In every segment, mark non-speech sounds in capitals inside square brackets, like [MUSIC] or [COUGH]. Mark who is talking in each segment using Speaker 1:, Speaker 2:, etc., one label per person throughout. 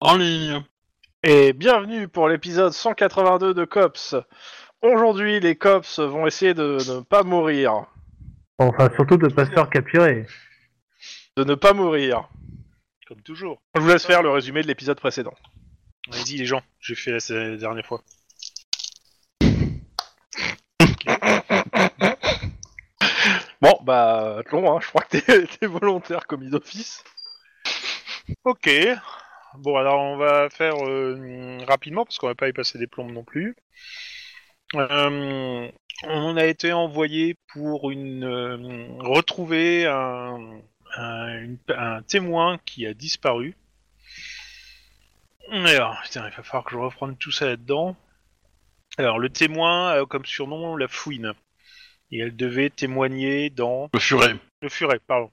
Speaker 1: En ligne.
Speaker 2: Et bienvenue pour l'épisode 182 de Cops. Aujourd'hui, les Cops vont essayer de ne pas mourir.
Speaker 3: Enfin, surtout de pas se faire capturer.
Speaker 2: De ne pas mourir.
Speaker 4: Comme toujours.
Speaker 2: Je vous laisse faire le résumé de l'épisode précédent.
Speaker 4: Vas-y les gens, j'ai fait la- la dernière fois.
Speaker 2: Bon, bah, Tlon, hein, je crois que t'es- [LAUGHS] t'es volontaire commis d'office.
Speaker 4: Ok. Bon alors on va faire euh, rapidement parce qu'on va pas y passer des plombes non plus. Euh, on a été envoyé pour une euh, retrouver un, un- Euh, une- un témoin qui a disparu. Alors putain il va falloir que je reprenne tout ça là-dedans. Alors le témoin a comme surnom la fouine et elle devait témoigner dans
Speaker 1: Le furet.
Speaker 4: Le furet, pardon.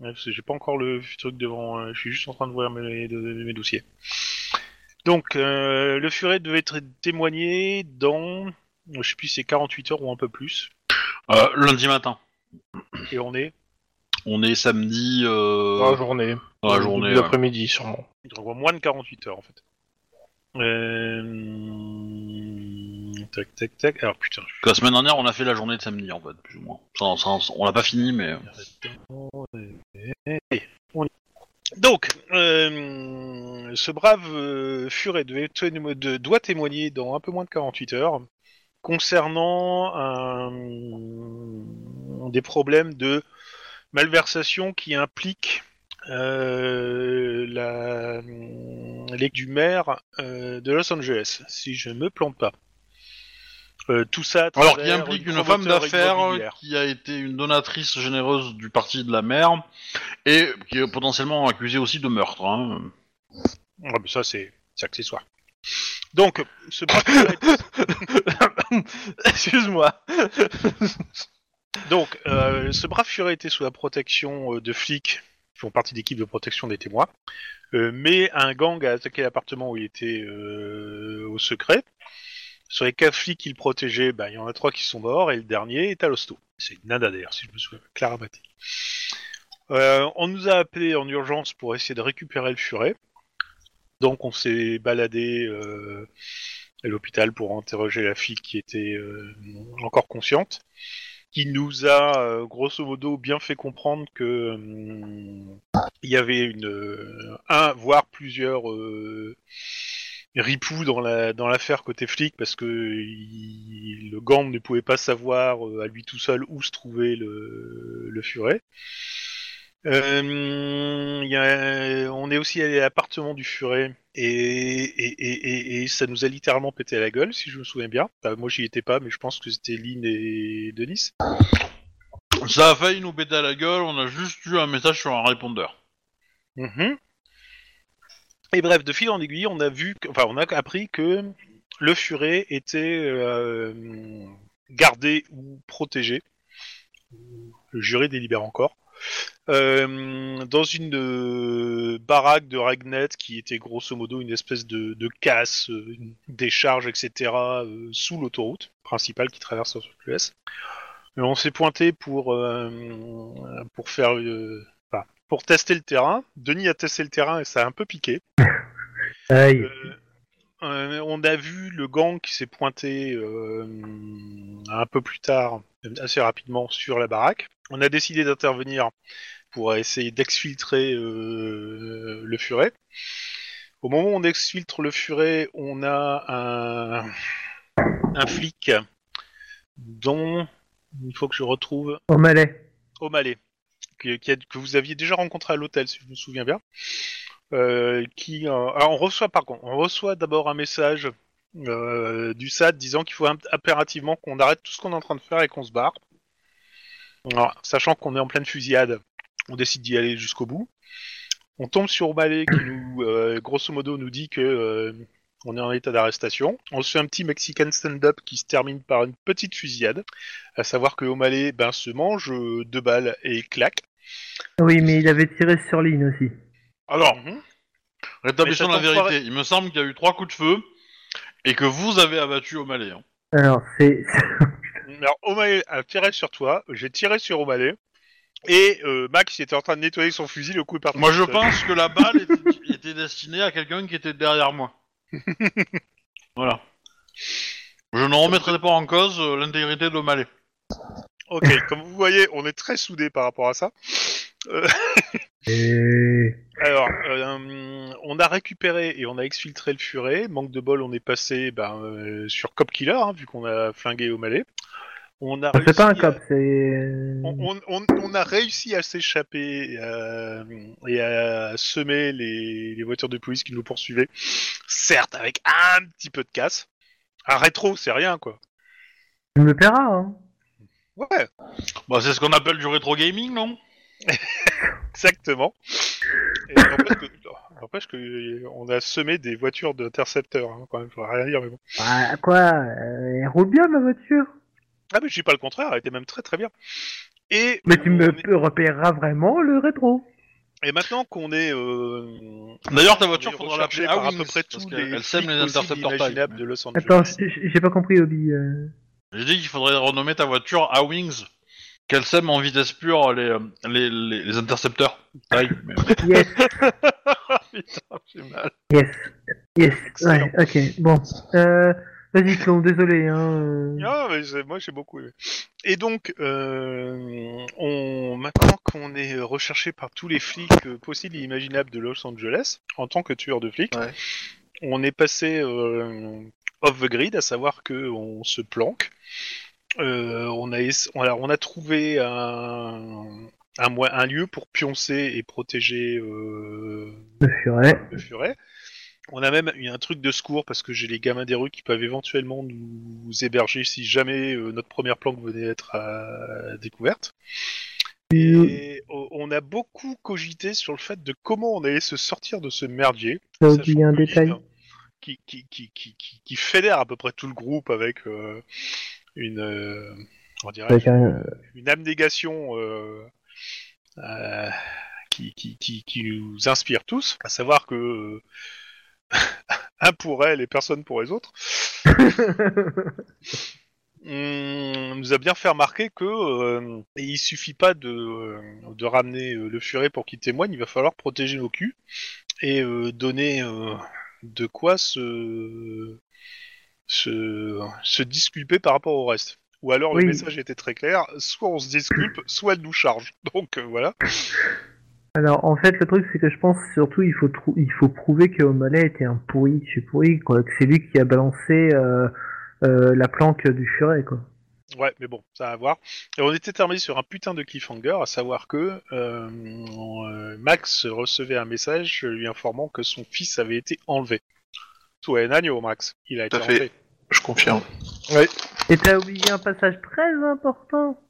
Speaker 4: Ouais, parce que j'ai pas encore le truc devant. euh, je suis juste en train d'ouvrir mes, de- de- mes dossiers. Donc, euh, le furet devait être témoigné dans, je sais plus, si c'est 48 heures ou un peu plus.
Speaker 1: Euh, lundi matin.
Speaker 4: Et on est,
Speaker 1: On est samedi euh,
Speaker 2: Dans la journée.
Speaker 1: dans la
Speaker 2: Début
Speaker 1: journée. ouais.
Speaker 2: d'après-midi, sûrement.
Speaker 4: il doit y avoir moins de 48 heures en fait. Euh... Tac, tac, tac. Alors putain, je
Speaker 1: La semaine dernière, on a fait la journée de samedi en fait, plus ou moins. Ça, ça, on l'a pas fini, mais euh.
Speaker 4: Donc, euh, ce brave euh, furet devait témo- de- doit témoigner dans un peu moins de 48 heures concernant un- des problèmes de malversation qui impliquent euh, la l'équipe du maire euh, de Los Angeles, si je me plante pas. Euh, tout ça à
Speaker 1: Alors, qui
Speaker 4: travers
Speaker 1: implique une, femme
Speaker 4: promoteur
Speaker 1: d'affaires euh,
Speaker 4: immobilière.
Speaker 1: qui a été une donatrice généreuse du parti de la mer et qui est potentiellement accusée aussi de meurtre.
Speaker 4: [LAUGHS]
Speaker 1: hein.
Speaker 4: Ah, mais ça, c'est c'est accessoire. Donc, ce braqueur
Speaker 2: Excuse-moi.
Speaker 4: Donc, euh, ce brave furet était sous la protection euh, de flics qui font partie d'équipes de protection des témoins. Euh, mais un gang a attaqué l'appartement où il était euh, au secret. Sur les quatre flics qu'il protégeait, bah, il y en a trois qui sont morts et le dernier est à l'hosto. C'est une nana d'ailleurs, si je me souviens. Clara Maté. Euh, on nous a appelés en urgence pour essayer de récupérer le furet. Donc on s'est baladé euh, à l'hôpital pour interroger la fille qui était euh, encore consciente qui nous a euh, grosso modo bien fait comprendre que hum, il y avait une euh, un voire plusieurs euh, ripoux dans la dans l'affaire côté flic parce que il- le gang ne pouvait pas savoir euh, à lui tout seul où se trouvait le, le furet. Euh, il y a- on est aussi allé à l'appartement du furet et, et, et, et- et ça nous a littéralement pété à la gueule si je me souviens bien. Enfin, moi j'y étais pas mais je pense que c'était Lynn et Denis.
Speaker 1: Ça a failli nous péter à la gueule, on a juste eu un message sur un répondeur.
Speaker 4: Mhm. Et bref, de fil en aiguille, on a vu, que- enfin, on a appris que le furet était euh, gardé ou protégé, le jury délibère encore, euh, dans une euh, baraque de Ragnet qui était grosso modo une espèce de, de casse, euh, une décharge, etc., euh, sous l'autoroute principale qui traverse Los Angeles. Et on s'est pointé pour, euh, pour faire euh, enfin, pour tester le terrain. Denis a testé le terrain et ça a un peu piqué.
Speaker 3: Aïe.
Speaker 4: Euh, euh, on a vu le gang qui s'est pointé euh, un peu plus tard, assez rapidement, sur la baraque. On a décidé d'intervenir pour essayer d'exfiltrer euh, le furet. Au moment où on exfiltre le furet, on a un, un flic dont il faut que je retrouve
Speaker 3: Au Malais.
Speaker 4: O'Malley, que, qui a- que vous aviez déjà rencontré à l'hôtel, si je me souviens bien. Euh, qui, euh, alors on reçoit par contre, on reçoit d'abord un message euh, du SAD disant qu'il faut imp- impérativement qu'on arrête tout ce qu'on est en train de faire et qu'on se barre. Alors, sachant qu'on est en pleine fusillade, on décide d'y aller jusqu'au bout. On tombe sur O'Malley qui nous, euh, grosso modo, nous dit que euh, on est en état d'arrestation. On se fait un petit Mexican stand-up qui se termine par une petite fusillade à savoir que O'Malley ben, se mange euh, deux balles et claque.
Speaker 3: Oui, mais il avait tiré sur Lynn aussi.
Speaker 1: Alors,
Speaker 4: Mhm.
Speaker 1: rétablissons
Speaker 4: Mais
Speaker 1: la
Speaker 4: cet
Speaker 1: vérité.
Speaker 4: enfoiré-
Speaker 1: Il me semble qu'il y a eu trois coups de feu et que vous avez abattu au Malais. hein.
Speaker 3: Alors, c'est.
Speaker 4: Alors O'Malley a tiré sur toi, j'ai tiré sur O'Malley, Et euh, Max il était en train de nettoyer son fusil, le coup est parti.
Speaker 1: Moi, je
Speaker 4: Euh,
Speaker 1: pense que la balle était, était destinée à quelqu'un qui était derrière moi. voilà. Je ne remettrai pas en cause euh, l'intégrité de Malais.
Speaker 4: Ok, comme vous voyez, on est très soudés par rapport à ça.
Speaker 3: Et...
Speaker 4: Alors, euh, on a récupéré et on a exfiltré le furet. Manque de bol, on est passé ben, euh, sur Cop Killer, hein, vu qu'on a flingué au malais. On a
Speaker 3: Ah, C'est
Speaker 4: réussi
Speaker 3: pas un
Speaker 4: à-
Speaker 3: cop, c'est...
Speaker 4: euh, On, on- on- on a réussi à s'échapper et à- et à semer les, les voitures de police qui nous poursuivaient. Certes, avec un petit peu de casse. Un rétro, c'est rien, quoi.
Speaker 3: Tu me paieras, hein
Speaker 4: Ouais,
Speaker 1: Bah, c'est ce qu'on appelle du rétro gaming, non
Speaker 4: exactement. Et N'empêche que, [LAUGHS] n'empêche que on a semé des voitures d'intercepteurs, hein, quand même, faut rien dire, mais bon.
Speaker 3: Bah, quoi euh, Elle roule bien, ma voiture
Speaker 4: Ah, mais je dis pas le contraire, elle était même très très bien. Et,
Speaker 3: Mais tu me
Speaker 4: on est-
Speaker 3: repéreras vraiment le rétro
Speaker 4: et maintenant qu'on est. euh,
Speaker 1: D'ailleurs, ta voiture,
Speaker 4: on est
Speaker 1: faudra l'appeler
Speaker 4: recherché par à
Speaker 1: Awings,
Speaker 4: peu près
Speaker 1: parce
Speaker 4: tous
Speaker 1: que
Speaker 4: les.
Speaker 1: elle sème
Speaker 4: flics
Speaker 1: les
Speaker 4: possibles
Speaker 1: intercepteurs taille.
Speaker 4: imaginables de Los Angeles.
Speaker 3: Attends, j'ai j'ai pas compris, Obi. euh.
Speaker 1: J'ai dit qu'il faudrait renommer ta voiture A-Wings, qu'elle sème en vitesse pure les, euh, les, les- les intercepteurs. Taille. Mais-
Speaker 3: Yes, [LAUGHS]
Speaker 4: Ah, Putain, j'ai mal.
Speaker 3: yes, yes.
Speaker 4: Excellent.
Speaker 3: Ouais, ok, bon. Euh, Vas-y, Clon, désolé. Hein. euh.
Speaker 4: Non, mais c'est- moi j'ai beaucoup aimé. Et donc, euh, on, maintenant qu'on est recherché par tous les flics euh, possibles et imaginables de Los Angeles, en tant que tueur de flics,
Speaker 2: Ouais.
Speaker 4: on est passé euh, off the grid, à savoir que on se planque. Euh, on, a, ess- on, a, on a trouvé un, un, mo- un lieu pour pioncer et protéger euh,
Speaker 3: Le furet.
Speaker 4: le furet. On a même eu un truc de secours parce que j'ai les gamins des rues qui peuvent éventuellement nous héberger si jamais euh, notre première planque venait à être euh, découverte. Et o- on a beaucoup cogité sur le fait de comment on allait se sortir de ce merdier.
Speaker 3: T'as
Speaker 4: sachant
Speaker 3: oublié Euh, un
Speaker 4: que
Speaker 3: détail.
Speaker 4: l'île, Qui, qui, qui, qui, qui, qui fédère à peu près tout le groupe avec euh, une, euh, on dirait,
Speaker 3: Avec un-
Speaker 4: [LAUGHS] une abnégation euh, euh, qui, qui, qui, qui nous inspire tous, à savoir que [LAUGHS] euh, un pour elle et personne pour les autres, on nous a bien fait remarquer que euh, il suffit pas de, euh, de ramener euh, le furet pour qu'il témoigne, il va falloir protéger nos culs et euh, donner euh, de quoi se, se, se disculper par rapport au reste. Ou alors
Speaker 3: Oui.
Speaker 4: le message était très clair, soit on se disculpe, soit elle nous charge. Donc euh, voilà.
Speaker 3: Alors, en fait, le truc, c'est que je pense surtout, il faut, trou- il faut prouver que O'Malley était un pourri, je suis pourri, quoi. Que c'est lui qui a balancé euh, euh, la planque du furet, quoi.
Speaker 4: Ouais, mais bon, ça a à voir. Et on était terminé sur un putain de cliffhanger, à savoir que euh, on, euh, Max recevait un message lui informant que son fils avait été enlevé. Tout un agneau, Max. Il a
Speaker 5: Tout
Speaker 4: été
Speaker 5: à fait.
Speaker 4: enlevé.
Speaker 5: Je confirme.
Speaker 3: Et t'as oublié un passage très important.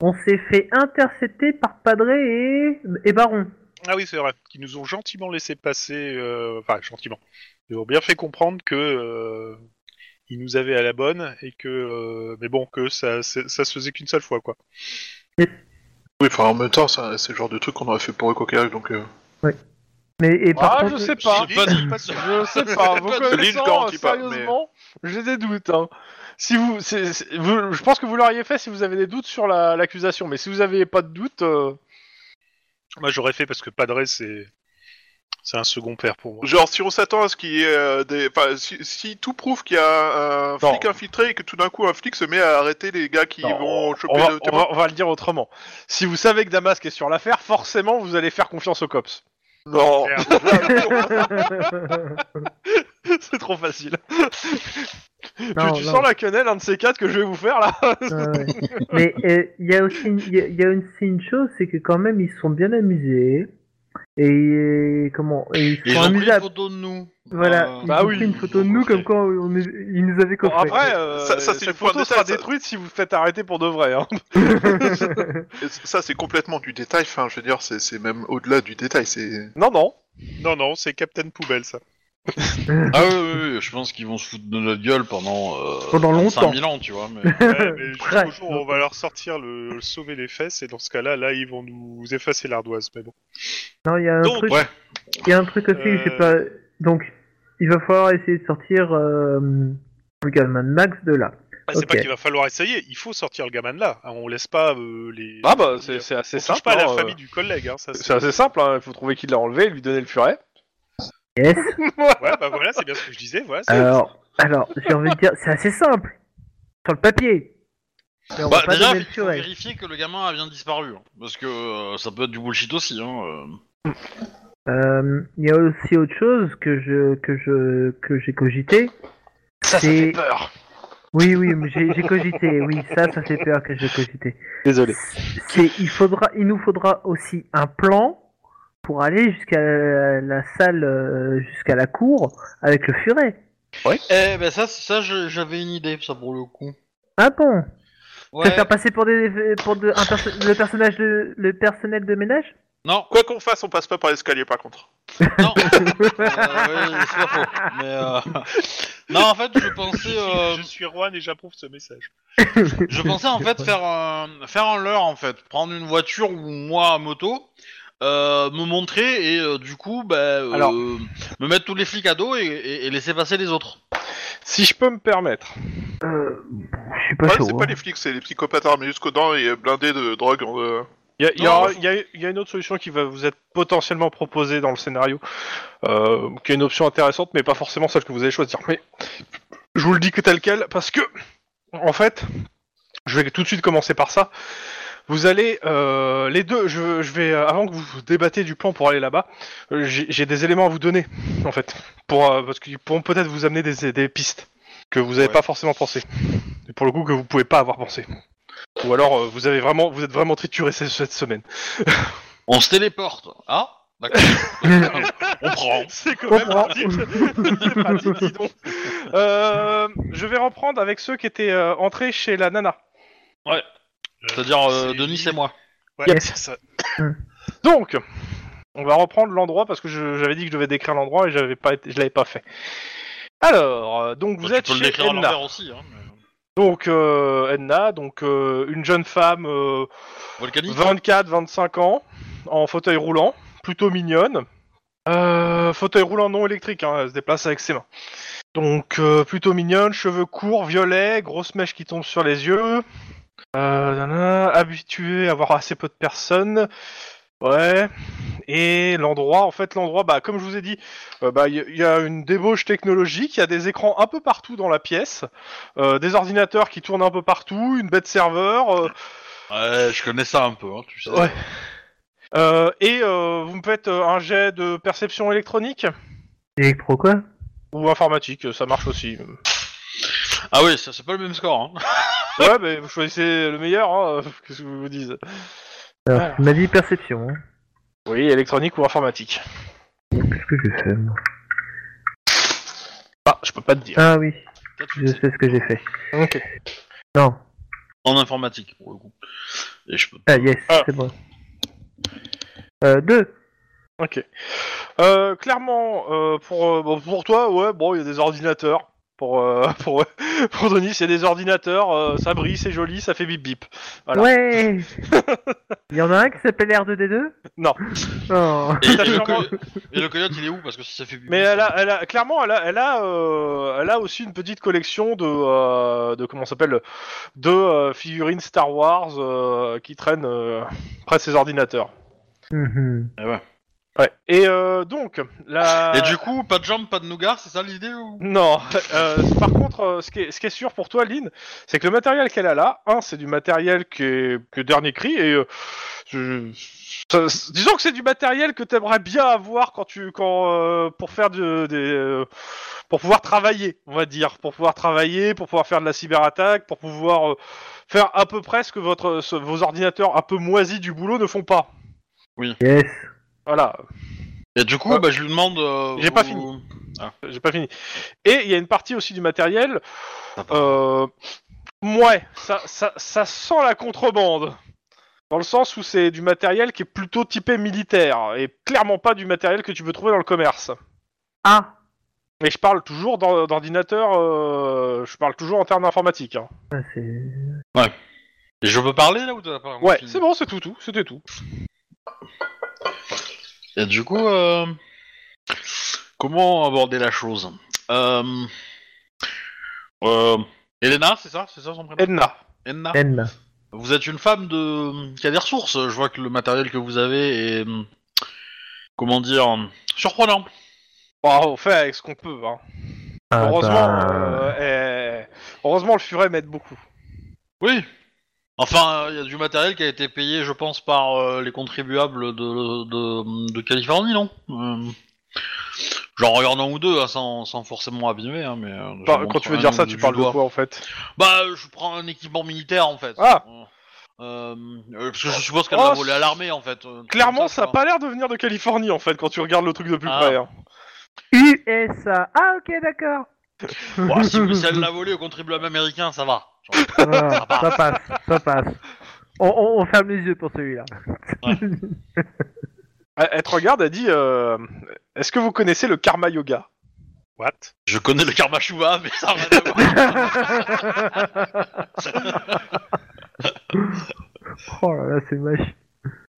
Speaker 3: On s'est fait intercepter par Padre et, et Baron.
Speaker 4: Ah oui, c'est vrai. Qui nous ont gentiment laissé passer. euh, Enfin, gentiment. Ils nous ont bien fait comprendre que. euh, ils nous avaient à la bonne et que. euh, mais bon, que ça, c'est- ça se faisait qu'une seule fois, quoi.
Speaker 5: Oui, enfin, en même temps, ça- c'est le genre de truc qu'on aurait fait pour Coca-Cola, donc... euh,
Speaker 3: Mais et par
Speaker 2: Ah,
Speaker 3: contre,
Speaker 2: je
Speaker 3: [LAUGHS]
Speaker 2: sais pas.
Speaker 1: Pas de-
Speaker 4: Pas sûr.
Speaker 2: Je sais pas, vous
Speaker 1: Pas de
Speaker 5: Lille
Speaker 2: connaissant,
Speaker 5: quand on
Speaker 2: euh,
Speaker 5: dit pas, mais-
Speaker 2: sérieusement, j'ai des doutes. hein. Si vous, c'est- c'est- vous- je pense que vous l'auriez fait si vous avez des doutes sur la- l'accusation, mais si vous n'avez pas de doutes, euh,
Speaker 4: Moi, j'aurais fait parce que Padre, c'est. C'est un second père pour moi.
Speaker 5: Genre, si on s'attend à ce qu'il y ait euh, des. Enfin, si, si tout prouve qu'il y a un flic
Speaker 2: Non.
Speaker 5: infiltré et que tout d'un coup un flic se met à arrêter les gars qui
Speaker 2: non,
Speaker 5: vont
Speaker 2: on,
Speaker 5: choper
Speaker 2: va,
Speaker 5: le
Speaker 2: on
Speaker 5: témoin.
Speaker 2: va- on va le dire autrement. Si vous savez que Damasque est sur l'affaire, forcément vous allez faire confiance aux cops.
Speaker 5: Non,
Speaker 4: Merde.
Speaker 2: [LAUGHS] c'est trop facile. Tu-
Speaker 3: Non,
Speaker 2: tu
Speaker 3: non.
Speaker 2: sens la quenelle, un de ces quatre que je vais vous faire là
Speaker 3: Ah ouais. Mais euh, il y a aussi une- il y a- il y a aussi une chose, c'est que quand même ils se sont bien amusés et comment et ils se
Speaker 1: Ils
Speaker 3: sont
Speaker 1: ont pris
Speaker 3: amusés à
Speaker 1: une photo de nous.
Speaker 3: voilà
Speaker 1: Euh,
Speaker 3: ils
Speaker 2: bah
Speaker 3: ont
Speaker 2: oui,
Speaker 3: pris une
Speaker 1: ils
Speaker 3: photo de
Speaker 1: ont
Speaker 3: nous
Speaker 1: coffré.
Speaker 3: comme quoi on est- ils nous avaient
Speaker 2: Bon,
Speaker 3: coffré.
Speaker 2: après, euh,
Speaker 5: Ça- ça, c'est
Speaker 2: cette
Speaker 5: le point
Speaker 2: photo
Speaker 5: de
Speaker 2: sera
Speaker 5: détail, ça.
Speaker 2: détruite si vous faites arrêter pour de vrai. hein.
Speaker 5: ça c'est complètement du détail, enfin, je veux dire, c'est c'est même au-delà du détail, c'est.
Speaker 2: Non, non.
Speaker 4: Non, non, c'est Captain Poubelle,
Speaker 2: [LAUGHS]
Speaker 4: ça.
Speaker 1: Ah oui, oui, oui, je pense qu'ils vont se foutre de notre gueule pendant, euh,
Speaker 3: Pendant longtemps.
Speaker 1: 5000 ans, tu vois.
Speaker 3: [LAUGHS]
Speaker 1: mais-
Speaker 4: Ouais, mais
Speaker 2: [LAUGHS]
Speaker 4: jusqu'au
Speaker 3: Presque.
Speaker 4: jour où on va leur sortir le, le sauver les fesses, et dans ce cas-là, là, ils vont nous effacer l'ardoise. Mais bon.
Speaker 3: [LAUGHS] Non, il y a un
Speaker 4: Donc,
Speaker 3: truc
Speaker 1: ouais.
Speaker 3: il y a un truc aussi que j'ai
Speaker 4: Euh.
Speaker 3: pas donc il va falloir essayer de sortir euh, le Mad Max de là.
Speaker 4: Bah, c'est pas
Speaker 3: Ok.
Speaker 4: qu'il va falloir essayer, il faut sortir le gamin de là. Hein, On laisse pas euh, les.
Speaker 2: Ah bah,
Speaker 4: on
Speaker 2: c'est c'est assez
Speaker 4: touche
Speaker 2: simple.
Speaker 4: pas à la
Speaker 2: hein,
Speaker 4: famille
Speaker 2: euh,
Speaker 4: du collègue. Hein, ça, c'est-
Speaker 2: C'est assez simple, il faut trouver qui l'a enlevé et lui donner le furet.
Speaker 3: Yes.
Speaker 4: Ouais, bah voilà, c'est bien ce que je disais. Voilà, c'est-
Speaker 3: Alors, alors j'ai envie de dire, c'est assez simple. Sur le papier. Mais on
Speaker 1: Bah,
Speaker 3: va pas
Speaker 1: déjà,
Speaker 3: donner
Speaker 1: il
Speaker 3: le
Speaker 1: faut
Speaker 3: furet.
Speaker 1: vérifier que le gamin a bien disparu. hein, parce que euh, ça peut être du bullshit aussi. Hein, euh.
Speaker 3: Euh, Il y a aussi autre chose que je que je que j'ai cogité.
Speaker 2: Ça,
Speaker 3: ça fait
Speaker 2: peur.
Speaker 3: Oui, oui, mais j'ai j'ai cogité. Oui, ça, ça fait peur que j'ai cogité.
Speaker 2: Désolé.
Speaker 3: C'est, il faudra, il nous faudra aussi un plan pour aller jusqu'à la, salle, euh, jusqu'à la cour avec le furet.
Speaker 1: Eh ben ça, ça je- j'avais une idée, ça pour le coup.
Speaker 3: Ah bon [LAUGHS]
Speaker 1: Ouais.
Speaker 3: Se faire passer pour des, pour de- un perso- le personnage de, le personnel de ménage.
Speaker 1: Non,
Speaker 5: Quoi qu'on fasse, on passe pas par l'escalier par contre.
Speaker 1: non. Euh, oui, c'est pas faux. Mais, euh, Non, en fait, je pensais, euh,
Speaker 4: Je suis roi et j'approuve ce message.
Speaker 1: je pensais en fait faire un, faire un leurre en fait, prendre une voiture ou moi à moto, euh, me montrer et euh, du coup, bah, euh,
Speaker 2: Alors.
Speaker 1: me mettre tous les flics à dos et, et- et laisser passer les autres.
Speaker 2: Si je peux me permettre.
Speaker 3: Euh, je suis pas
Speaker 5: Ouais,
Speaker 3: chaud.
Speaker 5: c'est
Speaker 3: hein.
Speaker 5: pas les flics, c'est les psychopathes armés jusqu'aux dents et blindés de drogue. euh,
Speaker 2: Il y, a- il y
Speaker 1: Non,
Speaker 2: a- il y a- il y a une autre solution qui va vous être potentiellement proposée dans le scénario, euh, qui est une option intéressante, mais pas forcément celle que vous allez choisir. Mais je vous le dis que tel quel, parce que, en fait, je vais tout de suite commencer par ça. Vous allez, euh, les deux, je, je vais, euh, avant que vous débattez du plan pour aller là-bas, euh, j'ai j'ai des éléments à vous donner, en fait, pour, euh, parce qu'ils pourront peut-être vous amener des, des pistes que vous n'avez
Speaker 1: Ouais.
Speaker 2: pas forcément pensé, et pour le coup que vous pouvez pas avoir pensé. Ou alors euh, vous avez vraiment, vous êtes vraiment trituré ce- cette semaine.
Speaker 1: On se téléporte. Ah, d'accord. On prend.
Speaker 2: [LAUGHS] C'est quand
Speaker 3: On
Speaker 2: même
Speaker 3: prend.
Speaker 2: pratique. C'est
Speaker 3: [LAUGHS]
Speaker 2: pratique,
Speaker 5: [LAUGHS]
Speaker 2: dis donc. Euh, je vais reprendre avec ceux qui étaient euh, entrés chez la nana.
Speaker 1: C'est-à-dire euh,
Speaker 4: C'est-
Speaker 1: Denis et moi.
Speaker 4: Ouais,
Speaker 3: Yes.
Speaker 4: c'est ça.
Speaker 2: Donc, on va reprendre l'endroit parce que je- j'avais dit que je devais décrire l'endroit et j'avais pas, été- je l'avais pas fait. Alors, euh, donc vous
Speaker 1: Bah,
Speaker 2: êtes
Speaker 1: tu peux le
Speaker 2: chez
Speaker 1: décrire à
Speaker 2: Edna.
Speaker 1: l'envers aussi. Hein, mais-
Speaker 2: Donc euh, Edna, donc euh, une jeune femme, euh,
Speaker 1: Volcanique. hein.
Speaker 2: 24-25 ans, en fauteuil roulant, plutôt mignonne. Euh, fauteuil roulant non électrique, hein, elle se déplace avec ses mains. Donc euh, plutôt mignonne, cheveux courts, violets, grosse mèche qui tombe sur les yeux. Euh, nanana, habituée à voir assez peu de personnes. Ouais. Et l'endroit, en fait, l'endroit, bah, comme je vous ai dit, euh, bah, il y, il y a une débauche technologique, il y a des écrans un peu partout dans la pièce, euh, des ordinateurs qui tournent un peu partout, une bête serveur, euh,
Speaker 1: Ouais, je connais ça un peu, hein, tu sais.
Speaker 2: Ouais. Euh, et euh, vous me faites euh, un jet de perception électronique
Speaker 3: Électro quoi
Speaker 2: ou informatique, ça marche [LAUGHS] aussi.
Speaker 1: Ah oui, ça, c'est pas le même score. Hein.
Speaker 2: ouais, mais vous choisissez le meilleur, hein, [LAUGHS] euh, qu'est-ce que vous vous dites
Speaker 3: Alors,
Speaker 5: Ah.
Speaker 2: Voilà.
Speaker 3: Tu m'as dit perception. hein.
Speaker 2: Oui, électronique ou informatique.
Speaker 3: Qu'est-ce que j'ai fait moi
Speaker 2: Ah, je peux pas te dire.
Speaker 3: Ah oui,
Speaker 1: Peut-être
Speaker 3: je sais ce que j'ai fait.
Speaker 2: Ok.
Speaker 3: Non.
Speaker 1: En informatique, pour le coup. Et je peux.
Speaker 3: Ah yes,
Speaker 2: Ah.
Speaker 3: c'est bon. Euh, deux.
Speaker 2: Ok. Euh, clairement, euh, pour, euh, bon, pour toi, ouais, bon, il y a des ordinateurs. Pour, euh, [LAUGHS] pour, pour Denis, il y a des ordinateurs, euh, ça brille, c'est joli, ça fait bip bip. Voilà.
Speaker 3: Ouais [LAUGHS] Il y en a un qui s'appelle R2D2
Speaker 2: Non.
Speaker 3: Oh.
Speaker 1: Et, et le
Speaker 2: sûrement-
Speaker 1: coyote, et le coyote, il est où Parce que si ça fait.
Speaker 2: Mais elle a, elle a- clairement, elle a, elle a, euh, elle a aussi une petite collection de, euh, de comment ça s'appelle, de euh, figurines Star Wars euh, qui traînent euh, [LAUGHS] près de ses ordinateurs.
Speaker 3: Mhm.
Speaker 1: Eh ouais.
Speaker 2: Ouais. Et euh, donc, la.
Speaker 1: Et du coup, pas de jambes, pas de nougat, c'est ça l'idée ou
Speaker 2: Non. euh, par contre, euh, ce, qui est, ce qui est sûr pour toi, Lynn, c'est que le matériel qu'elle a là, un, c'est du matériel qui est, que dernier cri et. euh, je- ça- c'est- disons que c'est du matériel que t'aimerais bien avoir quand tu quand euh, pour faire de- des euh, pour pouvoir travailler, on va dire, pour pouvoir travailler, pour pouvoir faire de la cyberattaque, pour pouvoir euh, faire à peu près ce que votre ce- vos ordinateurs un peu moisis du boulot ne font pas.
Speaker 3: Yes.
Speaker 2: Voilà,
Speaker 1: Et du coup,
Speaker 2: Ah.
Speaker 1: bah, je lui demande. euh,
Speaker 2: J'ai pas
Speaker 1: vous-
Speaker 2: fini. j'ai pas fini. Et il y a une partie aussi du matériel.
Speaker 1: Ah,
Speaker 2: Euh, ouais, ça, ça, ça sent la contrebande. Dans le sens où c'est du matériel qui est plutôt typé militaire et clairement pas du matériel que tu peux trouver dans le commerce.
Speaker 3: Ah
Speaker 2: Mais je parle toujours d'or- d'ordinateur, euh, je parle toujours en termes informatiques. hein.
Speaker 3: Ah, c'est-
Speaker 1: Et je peux parler là ou t'as pas
Speaker 2: Ouais,
Speaker 1: fini
Speaker 2: c'est bon, c'est tout, tout, c'était tout.
Speaker 1: Et du coup, euh, comment aborder la chose euh... euh, Elena, c'est ça C'est ça son prénom
Speaker 2: Edna.
Speaker 1: Elena.
Speaker 3: N.
Speaker 1: Vous êtes une femme de qui a des ressources. Je vois que le matériel que vous avez est hum, comment dire hum, surprenant.
Speaker 2: Bon, on fait avec ce qu'on peut. Hein.
Speaker 3: Ah,
Speaker 2: heureusement,
Speaker 3: bah,
Speaker 2: euh, eh, heureusement, le furet m'aide beaucoup.
Speaker 1: Oui. Enfin, euh, il y a du matériel qui a été payé, je pense, par euh, les contribuables de, hum, de, de Californie, non Euh, J'en regarde un ou deux, hein, sans, sans forcément abîmer. hein, mais, euh, je
Speaker 2: Par-
Speaker 1: montre
Speaker 2: quand tu veux
Speaker 1: un
Speaker 2: dire ça,
Speaker 1: du
Speaker 2: tu parles de
Speaker 1: doigt.
Speaker 2: quoi en fait
Speaker 1: Bah, je prends un équipement militaire, en fait.
Speaker 2: Ah.
Speaker 1: Euh, euh, parce que je suppose qu'elle
Speaker 2: Oh,
Speaker 1: l'a volé à l'armée, en fait. euh,
Speaker 2: Clairement,
Speaker 1: comme
Speaker 2: ça n'a
Speaker 1: quoi.
Speaker 2: pas l'air de venir de Californie en fait quand tu regardes le truc de plus
Speaker 1: Ah.
Speaker 2: près. hein.
Speaker 3: USA. Ah, ok,
Speaker 2: [LAUGHS]
Speaker 3: d'accord.
Speaker 1: Ouais, si, si elle l'a volé au contribuable américain, ça
Speaker 2: [LAUGHS]
Speaker 1: va. Genre,
Speaker 3: [LAUGHS] Ah, ça passe, ça passe. On, on- on ferme les yeux pour celui-là.
Speaker 2: Elle, elle te regarde, elle dit euh, Est-ce que vous connaissez le karma yoga
Speaker 4: What
Speaker 1: Je connais le karma Shuba, mais ça va. de voir.
Speaker 3: Oh là là, c'est moche.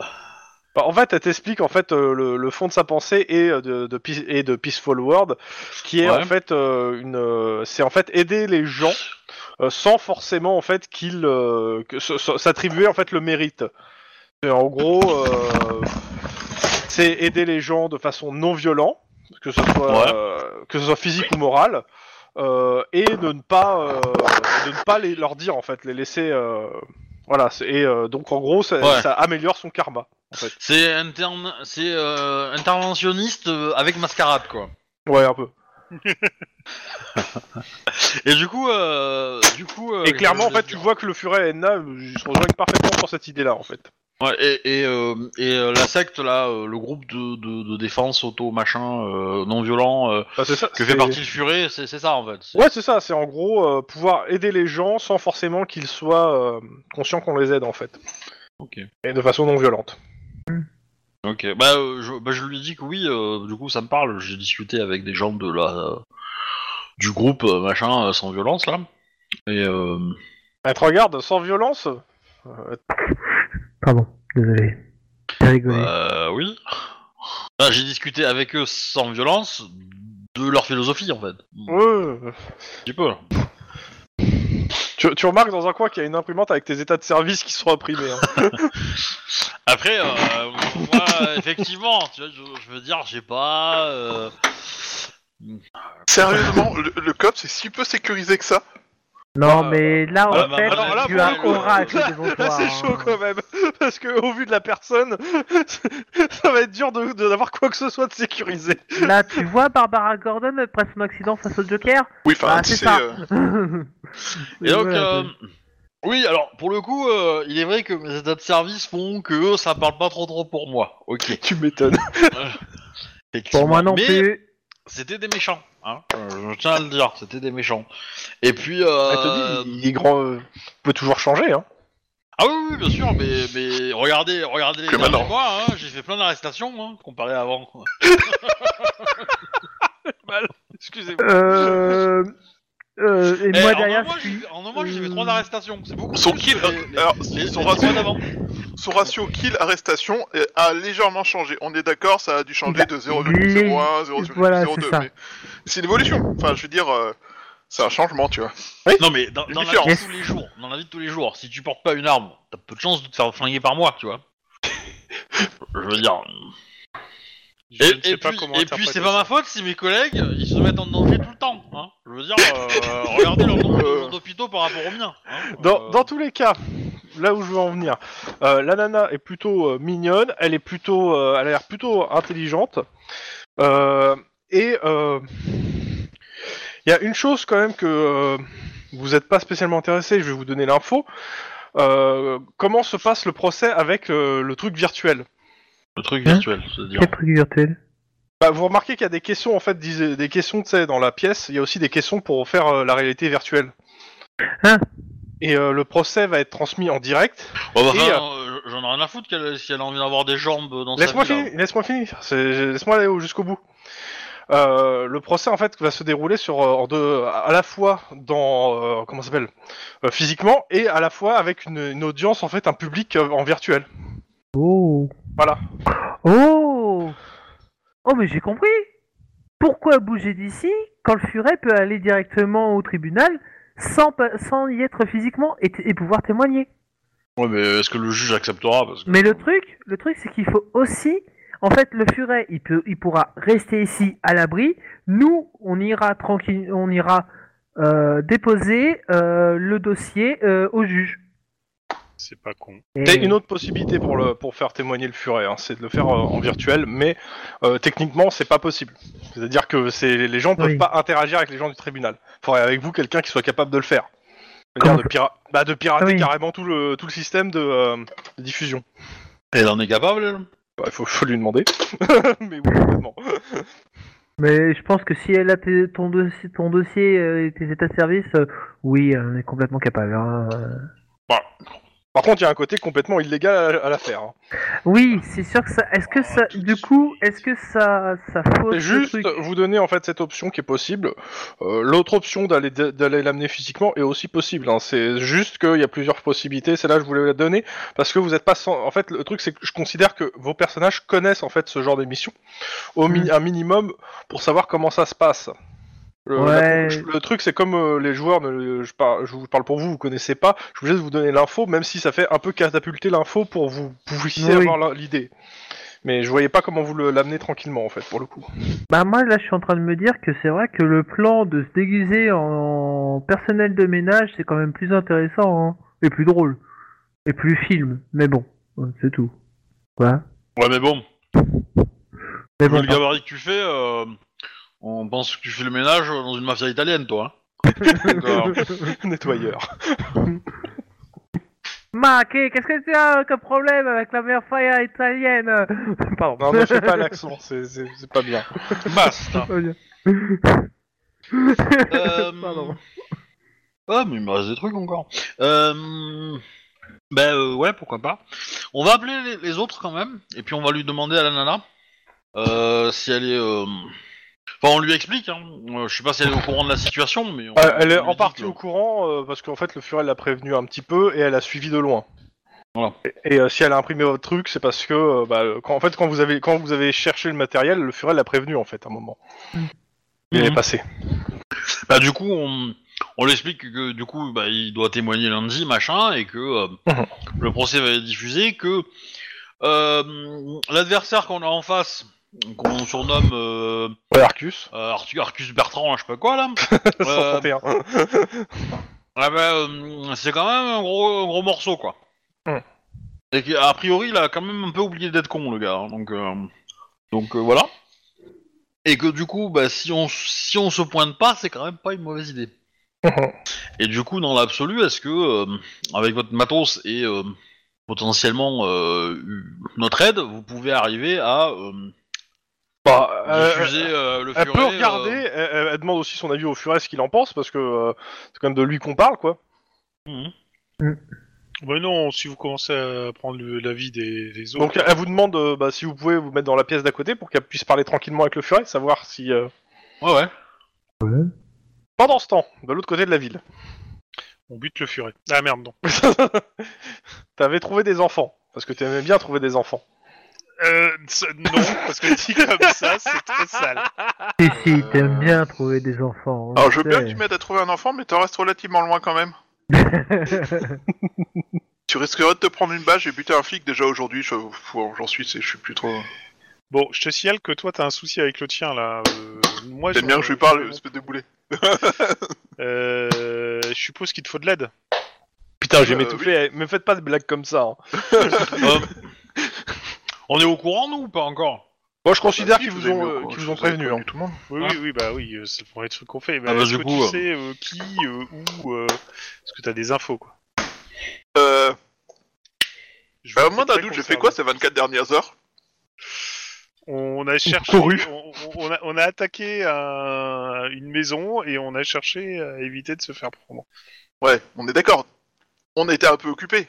Speaker 2: Bah, En fait, elle t'explique en fait euh, le, le fond de sa pensée et euh, de, de Peace- et de Peaceful World, qui est
Speaker 1: Ouais.
Speaker 2: en fait euh, une, euh, c'est en fait aider les gens euh, sans forcément en fait qu'ils euh, que- s- s- s'attribuer en fait le mérite. Et en gros, euh, c'est aider les gens de façon non violente, que ce soit
Speaker 1: Ouais.
Speaker 2: euh, que ce soit physique ou morale. euh, et de ne pas euh, de ne pas les, leur dire en fait les laisser euh, voilà c'est- et euh, donc en gros ça,
Speaker 1: Ouais.
Speaker 2: ça améliore son karma
Speaker 1: [LAUGHS] C'est interne, c'est euh, interventionniste euh, avec mascarade quoi.
Speaker 2: Ouais, un peu.
Speaker 1: Et du coup, euh, du coup. euh,
Speaker 2: Et clairement, en
Speaker 1: je- je-
Speaker 2: fait, tu vois que le furet et Edna euh, ils se rejoignent parfaitement sur cette idée-là, en fait.
Speaker 1: Ouais, et et, euh, et, euh, la secte là, euh, le groupe de, de, de défense auto machin euh, non violent euh,
Speaker 2: Bah, c'est ça.
Speaker 1: que
Speaker 2: c'est-
Speaker 1: fait partie le furet, c'est c'est ça en fait. C'est-
Speaker 2: Ouais, c'est ça. C'est en gros euh, pouvoir aider les gens sans forcément qu'ils soient euh, conscients qu'on les aide, en fait.
Speaker 1: Ok.
Speaker 2: Et de façon non violente.
Speaker 1: Ok. Bah, euh, je, bah, je lui ai dit que oui. euh, du coup, ça me parle. J'ai discuté avec des gens de la euh, du groupe euh, machin euh, sans violence là. Et euh,
Speaker 2: Elle te regarde sans violence. euh,
Speaker 3: Pardon, désolé. T'as rigolé.
Speaker 1: euh, oui. Bah, J'ai discuté avec eux sans violence de leur philosophie en fait. Un
Speaker 2: ouais.
Speaker 1: petit peu. là.
Speaker 2: tu, tu remarques dans un coin qu'il y a une imprimante avec tes états de service qui sont imprimés. hein.
Speaker 1: Après, euh, moi,
Speaker 3: [LAUGHS]
Speaker 1: effectivement, tu vois, je, je veux dire, j'ai pas. euh,
Speaker 5: Sérieusement, le, le cop c'est si peu sécurisé que ça
Speaker 3: non,
Speaker 2: euh,
Speaker 3: mais là, en
Speaker 1: bah, bah,
Speaker 3: fait,
Speaker 1: bah,
Speaker 2: là,
Speaker 3: tu
Speaker 2: pour
Speaker 3: as
Speaker 2: le
Speaker 3: un
Speaker 2: coup,
Speaker 3: oracle
Speaker 2: là,
Speaker 3: devant toi.
Speaker 2: [LAUGHS] Là, [LAUGHS] c'est chaud quand même. [LAUGHS] Parce que au vu de la personne, [LAUGHS] ça va être dur de- de- d'avoir quoi que ce soit de sécurisé.
Speaker 3: même. Là, tu vois Barbara Gordon après son accident face au Joker
Speaker 5: Oui, enfin,
Speaker 3: Ah, c'est
Speaker 5: c'est.
Speaker 3: ça.
Speaker 5: euh,
Speaker 3: [LAUGHS]
Speaker 1: Et donc,
Speaker 3: Voilà,
Speaker 1: euh, oui, alors pour le coup, euh, il est vrai que mes états de service font que ça parle pas trop trop pour moi.
Speaker 3: [LAUGHS]
Speaker 1: Ok.
Speaker 2: Tu
Speaker 1: [LAUGHS]
Speaker 2: m'étonnes.
Speaker 3: Pour moi non
Speaker 1: Mais
Speaker 3: plus.
Speaker 1: C'était des méchants. Hein. Euh, je tiens à le dire, c'était des méchants. Et puis.
Speaker 3: Ah,
Speaker 2: Elle
Speaker 1: Euh...
Speaker 2: te dit, il est grand, euh, peut toujours changer, hein.
Speaker 1: Ah oui, oui, bien sûr, mais, mais regardez, regardez les
Speaker 5: Que
Speaker 1: derniers
Speaker 5: maintenant.
Speaker 1: mois, hein, j'ai fait plein d'arrestations hein, comparé à avant.
Speaker 5: [LAUGHS]
Speaker 2: Excusez-moi.
Speaker 3: [LAUGHS] Euh... euh, et
Speaker 1: Eh,
Speaker 3: moi
Speaker 1: en un
Speaker 3: derrière, Euh.
Speaker 1: mois,
Speaker 3: je
Speaker 1: j'ai
Speaker 3: suis-
Speaker 1: fait- en un mois, j'ai fait trois arrestations. C'est beaucoup.
Speaker 5: Son hein.
Speaker 1: plus que
Speaker 5: kill,
Speaker 1: les- les-
Speaker 5: alors,
Speaker 1: les-
Speaker 5: son
Speaker 1: les
Speaker 5: ratio-
Speaker 1: trois d'avant.
Speaker 5: Son ratio kill-arrestation euh, a légèrement changé. On est d'accord, ça a dû changer de 0,01, 0,02.
Speaker 3: Bah, Voilà, c'est ça.
Speaker 5: mais c'est une évolution. Enfin, je veux dire, euh, c'est un changement, tu vois.
Speaker 1: Non mais dans, dans la vie
Speaker 5: Différence.
Speaker 1: de tous les jours, dans la vie de tous les jours, si tu portes pas une arme, t'as peu de chances de te faire flinguer par moi, tu vois. [LAUGHS] Je veux dire.
Speaker 4: Je
Speaker 1: Et,
Speaker 4: ne
Speaker 1: et
Speaker 4: sais pas
Speaker 1: puis,
Speaker 4: comment
Speaker 1: et
Speaker 4: interpréter
Speaker 1: puis c'est
Speaker 4: ça.
Speaker 1: pas ma faute si mes collègues ils se mettent en danger tout le temps. Hein. Je veux dire, euh, regardez leur nombre de- nombre d'hôpitaux par rapport au mien. hein.
Speaker 2: Dans,
Speaker 1: Euh,
Speaker 2: dans tous les cas, là où je veux en venir, euh, la nana est plutôt euh, mignonne, elle est plutôt, euh, elle a l'air plutôt intelligente, Euh, et euh, il y a une chose quand même que euh, vous n'êtes pas spécialement intéressé, je vais vous donner l'info. Euh, comment se passe le procès avec euh, le truc virtuel
Speaker 1: le truc
Speaker 4: Hein
Speaker 1: virtuel, c'est-à-dire.
Speaker 3: Quel truc virtuel
Speaker 2: Bah, vous remarquez qu'il y a des questions en fait, des, des questions tu sais, dans la pièce. Il y a aussi des questions pour faire euh, la réalité virtuelle.
Speaker 3: Hein
Speaker 2: Et euh, le procès va être transmis en direct.
Speaker 1: Oh, bah, enfin,
Speaker 2: Et,
Speaker 1: euh, j'en ai rien à foutre qu'elle- si elle a envie d'avoir des jambes dans sa hein.
Speaker 2: Laisse-moi
Speaker 1: vie, là.
Speaker 2: finir, laisse-moi finir. C'est- Laisse-moi aller au- jusqu'au bout. Euh, le procès en fait va se dérouler sur euh, en deux, à la fois dans euh, comment ça s'appelle Euh, physiquement et à la fois avec une, une audience en fait un public euh, en virtuel.
Speaker 3: Oh
Speaker 2: Voilà.
Speaker 3: Oh Oh, mais j'ai compris Pourquoi bouger d'ici quand le furet peut aller directement au tribunal sans, pa- sans y être physiquement et, t- et pouvoir témoigner.
Speaker 1: Ouais, mais est-ce que le juge acceptera parce que...
Speaker 3: Mais le truc, le truc, c'est qu'il faut aussi, en fait, le furet, il peut, il pourra rester ici à l'abri. Nous, on ira tranquille, on ira euh, déposer euh, le dossier euh, au juge.
Speaker 4: C'est pas con.
Speaker 3: Et-
Speaker 2: C'est une autre possibilité pour, le, pour faire témoigner le furet, hein, c'est de le faire euh, en virtuel, mais euh, techniquement, c'est pas possible. C'est-à-dire que c'est, les gens peuvent
Speaker 3: Oui.
Speaker 2: pas interagir avec les gens du tribunal. Il faudrait avec vous quelqu'un qui soit capable de le faire.
Speaker 3: Comment
Speaker 2: C'est-à-dire de, pira- bah, de pirater
Speaker 3: Oui.
Speaker 2: carrément tout le, tout le système de, euh, de diffusion.
Speaker 1: Elle en est capable, elle
Speaker 2: Bah, Il faut, faut lui demander. [LAUGHS] mais oui, complètement.
Speaker 3: Mais je pense que si elle a tes- ton, dossier, ton dossier euh, et tes états de service, euh, oui, euh, on est complètement capable. hein. Euh,
Speaker 2: Par contre, il y a un côté complètement illégal à, à l'affaire. hein.
Speaker 3: Oui, c'est sûr que ça. Est-ce que ça, du coup, est-ce que ça, ça fausse
Speaker 2: C'est juste
Speaker 3: le truc
Speaker 2: vous donner en fait cette option qui est possible. Euh, L'autre option d'aller d'aller l'amener physiquement est aussi possible. hein. C'est juste qu'il y a plusieurs possibilités. Celle-là, je voulais la donner parce que vous êtes pas sans. En fait, le truc c'est que je considère que vos personnages connaissent en fait ce genre d'émission au
Speaker 3: Hmm.
Speaker 2: mi- un minimum pour savoir comment ça se passe. Le, la-
Speaker 3: Ouais.
Speaker 2: je- le truc c'est comme euh, les joueurs, ne- je, par- je vous parle pour vous, vous connaissez pas. Je suis obligé de vous donner l'info, même si ça fait un peu catapulter l'info pour vous puissiez
Speaker 3: Oui.
Speaker 2: avoir la- l'idée. Mais je voyais pas comment vous le- l'amener tranquillement en fait pour le coup.
Speaker 3: Bah moi là je suis en train de me dire que c'est vrai que le plan de se déguiser en personnel de ménage c'est quand même plus intéressant hein, et plus drôle et plus film mais bon euh, c'est tout quoi
Speaker 1: Ouais, mais bon,
Speaker 3: mais
Speaker 1: vu
Speaker 3: bon [LAUGHS]
Speaker 1: le gabarit que tu fais, euh, on pense que tu fais le ménage dans une mafia italienne, toi. hein. Donc, euh,
Speaker 2: [LAUGHS] nettoyeur.
Speaker 3: Marc eh, qu'est-ce que tu as euh, comme problème avec la mère fire italienne pardon
Speaker 2: Non, ne fais pas l'accent, c'est- c'est c'est pas bien.
Speaker 5: Ah.
Speaker 1: basta. Euh,
Speaker 3: Pardon.
Speaker 1: Ah, mais il me reste des trucs encore. Euh... Ben euh, ouais, pourquoi pas. On va appeler les, les autres quand même, et puis on va lui demander à la nana euh, si elle est. euh, Enfin, on lui explique. Hein. Euh, Je sais pas si elle est au courant de la situation, mais. on-
Speaker 2: Euh, elle est
Speaker 1: on lui
Speaker 2: en
Speaker 1: dit
Speaker 2: partie
Speaker 1: que-
Speaker 2: au courant euh, parce qu'en fait le Furel l'a prévenu un petit peu et elle a suivi de loin.
Speaker 1: Voilà.
Speaker 2: Et, et, euh, si elle a imprimé votre truc, c'est parce que euh, bah, quand, en fait quand vous avez quand vous avez cherché le matériel, le Furel l'a prévenu en fait à un moment. Il est
Speaker 1: Mhm.
Speaker 2: passé.
Speaker 1: Bah du coup on, on l'explique que du coup bah, il doit témoigner lundi machin et que euh,
Speaker 2: Mhm.
Speaker 1: le procès va être diffusé que euh, l'adversaire qu'on a en face qu'on surnomme euh,
Speaker 2: Ouais, Arcus.
Speaker 1: euh, Artu- Arcus Bertrand là, je sais pas quoi là Euh,
Speaker 2: 131.
Speaker 1: ah bah, euh, c'est quand même un gros, un gros morceau quoi
Speaker 2: Mhm.
Speaker 1: et qu'a priori il a quand même un peu oublié d'être con le gars hein, donc euh, donc euh, voilà et que du coup bah, si on si on se pointe pas c'est quand même pas une mauvaise
Speaker 2: [LAUGHS]
Speaker 1: idée Et du coup, dans l'absolu, est-ce que, euh, avec votre matos et euh, potentiellement euh, notre aide, vous pouvez arriver à euh,
Speaker 2: [LAUGHS] Bah, euh,
Speaker 1: diffuser euh, le
Speaker 2: elle
Speaker 1: furet
Speaker 2: peut
Speaker 1: euh,
Speaker 2: regarder, elle, elle- elle demande aussi son avis au Furel ce qu'il en pense parce que euh, c'est quand même de lui qu'on parle quoi.
Speaker 4: Mais non, si vous commencez à prendre le- l'avis des, des autres.
Speaker 2: Donc elle vous demande euh, bah, si vous pouvez vous mettre dans la pièce d'à côté pour qu'elle puisse parler tranquillement avec le Furet, savoir si euh,
Speaker 1: Ouais, ouais.
Speaker 2: pendant ce temps, de l'autre côté de la ville. [LAUGHS] On bute
Speaker 4: le furet. Ah merde, non.
Speaker 2: T'avais trouvé des enfants, parce que t'aimais bien trouver des enfants.
Speaker 4: Euh, ce- non, parce que dit comme ça, c'est très sale.
Speaker 3: si si t'aimes bien trouver des enfants hein, on
Speaker 5: Alors, Ah, je veux
Speaker 3: le
Speaker 5: bien
Speaker 3: sait.
Speaker 5: que tu m'aides à trouver un enfant, mais t'en restes relativement loin quand
Speaker 3: [LAUGHS]
Speaker 5: même. Tu risquerais de te prendre une bâche et buter un flic déjà aujourd'hui. Je- pff, oh, J'en suis, c'est- je suis plus trop.
Speaker 4: Bon, je te signale que toi, t'as un souci avec le tien, là. Euh, moi,
Speaker 5: J'aime
Speaker 4: j'en-
Speaker 5: bien que je lui parle, espèce de boulet.
Speaker 4: Euh, je suppose qu'il te faut de l'aide.
Speaker 2: Putain, j'ai
Speaker 5: Euh,
Speaker 2: m'étouffé, me faites pas de blagues comme ça. hein.
Speaker 1: Euh, [LAUGHS] on est au courant, nous, ou pas encore
Speaker 2: Moi, je considère
Speaker 5: Bah, si,
Speaker 2: qu'ils vous
Speaker 5: je ai mis
Speaker 2: ont,
Speaker 5: au
Speaker 2: euh,
Speaker 5: courant,
Speaker 2: qu'ils
Speaker 5: je
Speaker 2: vous ont
Speaker 5: vous ai
Speaker 2: prévenu.
Speaker 5: prévenu,
Speaker 2: hein.
Speaker 5: Tout le monde.
Speaker 4: Oui,
Speaker 1: Ah.
Speaker 4: oui, oui, bah oui, euh, c'est le premier truc qu'on fait. Mais
Speaker 1: Ah bah,
Speaker 4: est-ce
Speaker 1: du
Speaker 4: que
Speaker 1: coup,
Speaker 4: tu
Speaker 1: euh.
Speaker 4: sais euh, qui, euh, où, euh, est-ce que t'as des infos, quoi
Speaker 5: Euh,
Speaker 4: Je
Speaker 5: bah,
Speaker 4: vois
Speaker 5: au moins
Speaker 4: que t'es
Speaker 5: d'un
Speaker 4: très
Speaker 5: doute, j'ai fait quoi ces 24 dernières heures
Speaker 4: On a cherché,
Speaker 2: couru.
Speaker 4: on, on- on a, on a attaqué un- une maison et on a cherché à éviter de se faire prendre.
Speaker 5: Ouais, on est d'accord. On était un peu occupé.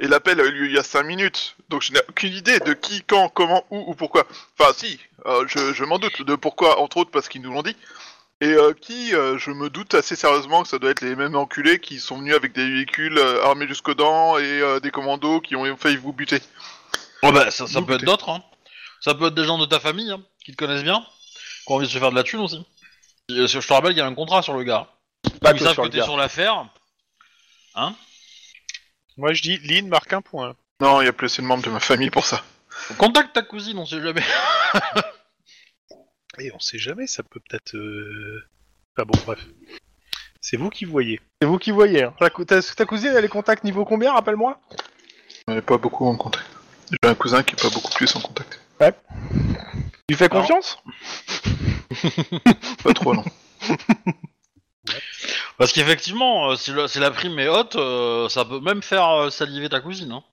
Speaker 5: Et l'appel a eu lieu il y a 5 minutes. Donc je n'ai aucune idée de qui, quand, comment, où ou pourquoi. Enfin, si, euh, je, je m'en doute de pourquoi, entre autres parce qu'ils nous l'ont dit. Et euh, qui, euh, je me doute assez sérieusement que ça doit être les mêmes enculés qui sont venus avec des véhicules euh, armés jusqu'aux dents et euh, des commandos qui ont failli vous buter.
Speaker 1: Ouais, bah, ça, ça
Speaker 5: Nous,
Speaker 1: peut être
Speaker 5: peut-être.
Speaker 1: d'autres, hein. Ça peut être des gens de ta famille, hein, qui te connaissent bien, qui ont envie de se faire de la thune aussi. Et, euh, Je te rappelle qu'il y a un contrat sur le gars.
Speaker 2: Pas
Speaker 1: ils
Speaker 2: Bah, que
Speaker 1: savent
Speaker 2: sur
Speaker 1: que
Speaker 2: le
Speaker 1: t'es
Speaker 2: gars.
Speaker 1: sur l'affaire.
Speaker 4: Moi, je dis, Lynn marque un point.
Speaker 5: Non, il y a plus une membre de ma famille pour ça.
Speaker 1: Contacte ta cousine, on sait jamais. [LAUGHS]
Speaker 4: Et on sait jamais, ça peut peut-être. euh, Enfin bon, bref. C'est vous qui voyez.
Speaker 2: C'est vous qui voyez. hein. La cou- ta, ta cousine, elle est contact niveau combien, rappelle-moi
Speaker 5: On n'est pas beaucoup en contact. J'ai un cousin qui est pas beaucoup plus en contact.
Speaker 2: Tu fais
Speaker 4: Alors-
Speaker 2: confiance
Speaker 5: Pas trop, non.
Speaker 1: Parce qu'effectivement, euh, si, le- si la prime est haute, euh, ça peut même faire euh, saliver ta cousine. hein.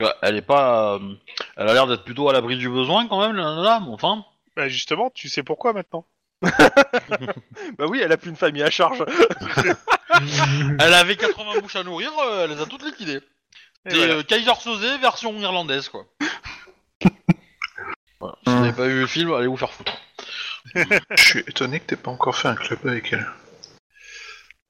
Speaker 1: Ouais, Elle est pas. euh, elle a l'air d'être plutôt à l'abri du besoin quand même, la nana, mais enfin.
Speaker 4: Bah, justement, tu sais pourquoi maintenant
Speaker 2: Bah oui, elle a plus une famille à charge.
Speaker 3: Hmm.
Speaker 1: Elle avait 80 bouches à nourrir, euh, elle les a toutes liquidées.
Speaker 4: Et
Speaker 1: C'est
Speaker 4: voilà.
Speaker 1: euh, Kaiser Soze version irlandaise, quoi. Voilà. Si vous
Speaker 5: Hmm.
Speaker 1: n'avez pas vu le film, allez vous faire foutre.
Speaker 5: Je suis étonné que t'aies pas encore fait un club avec elle.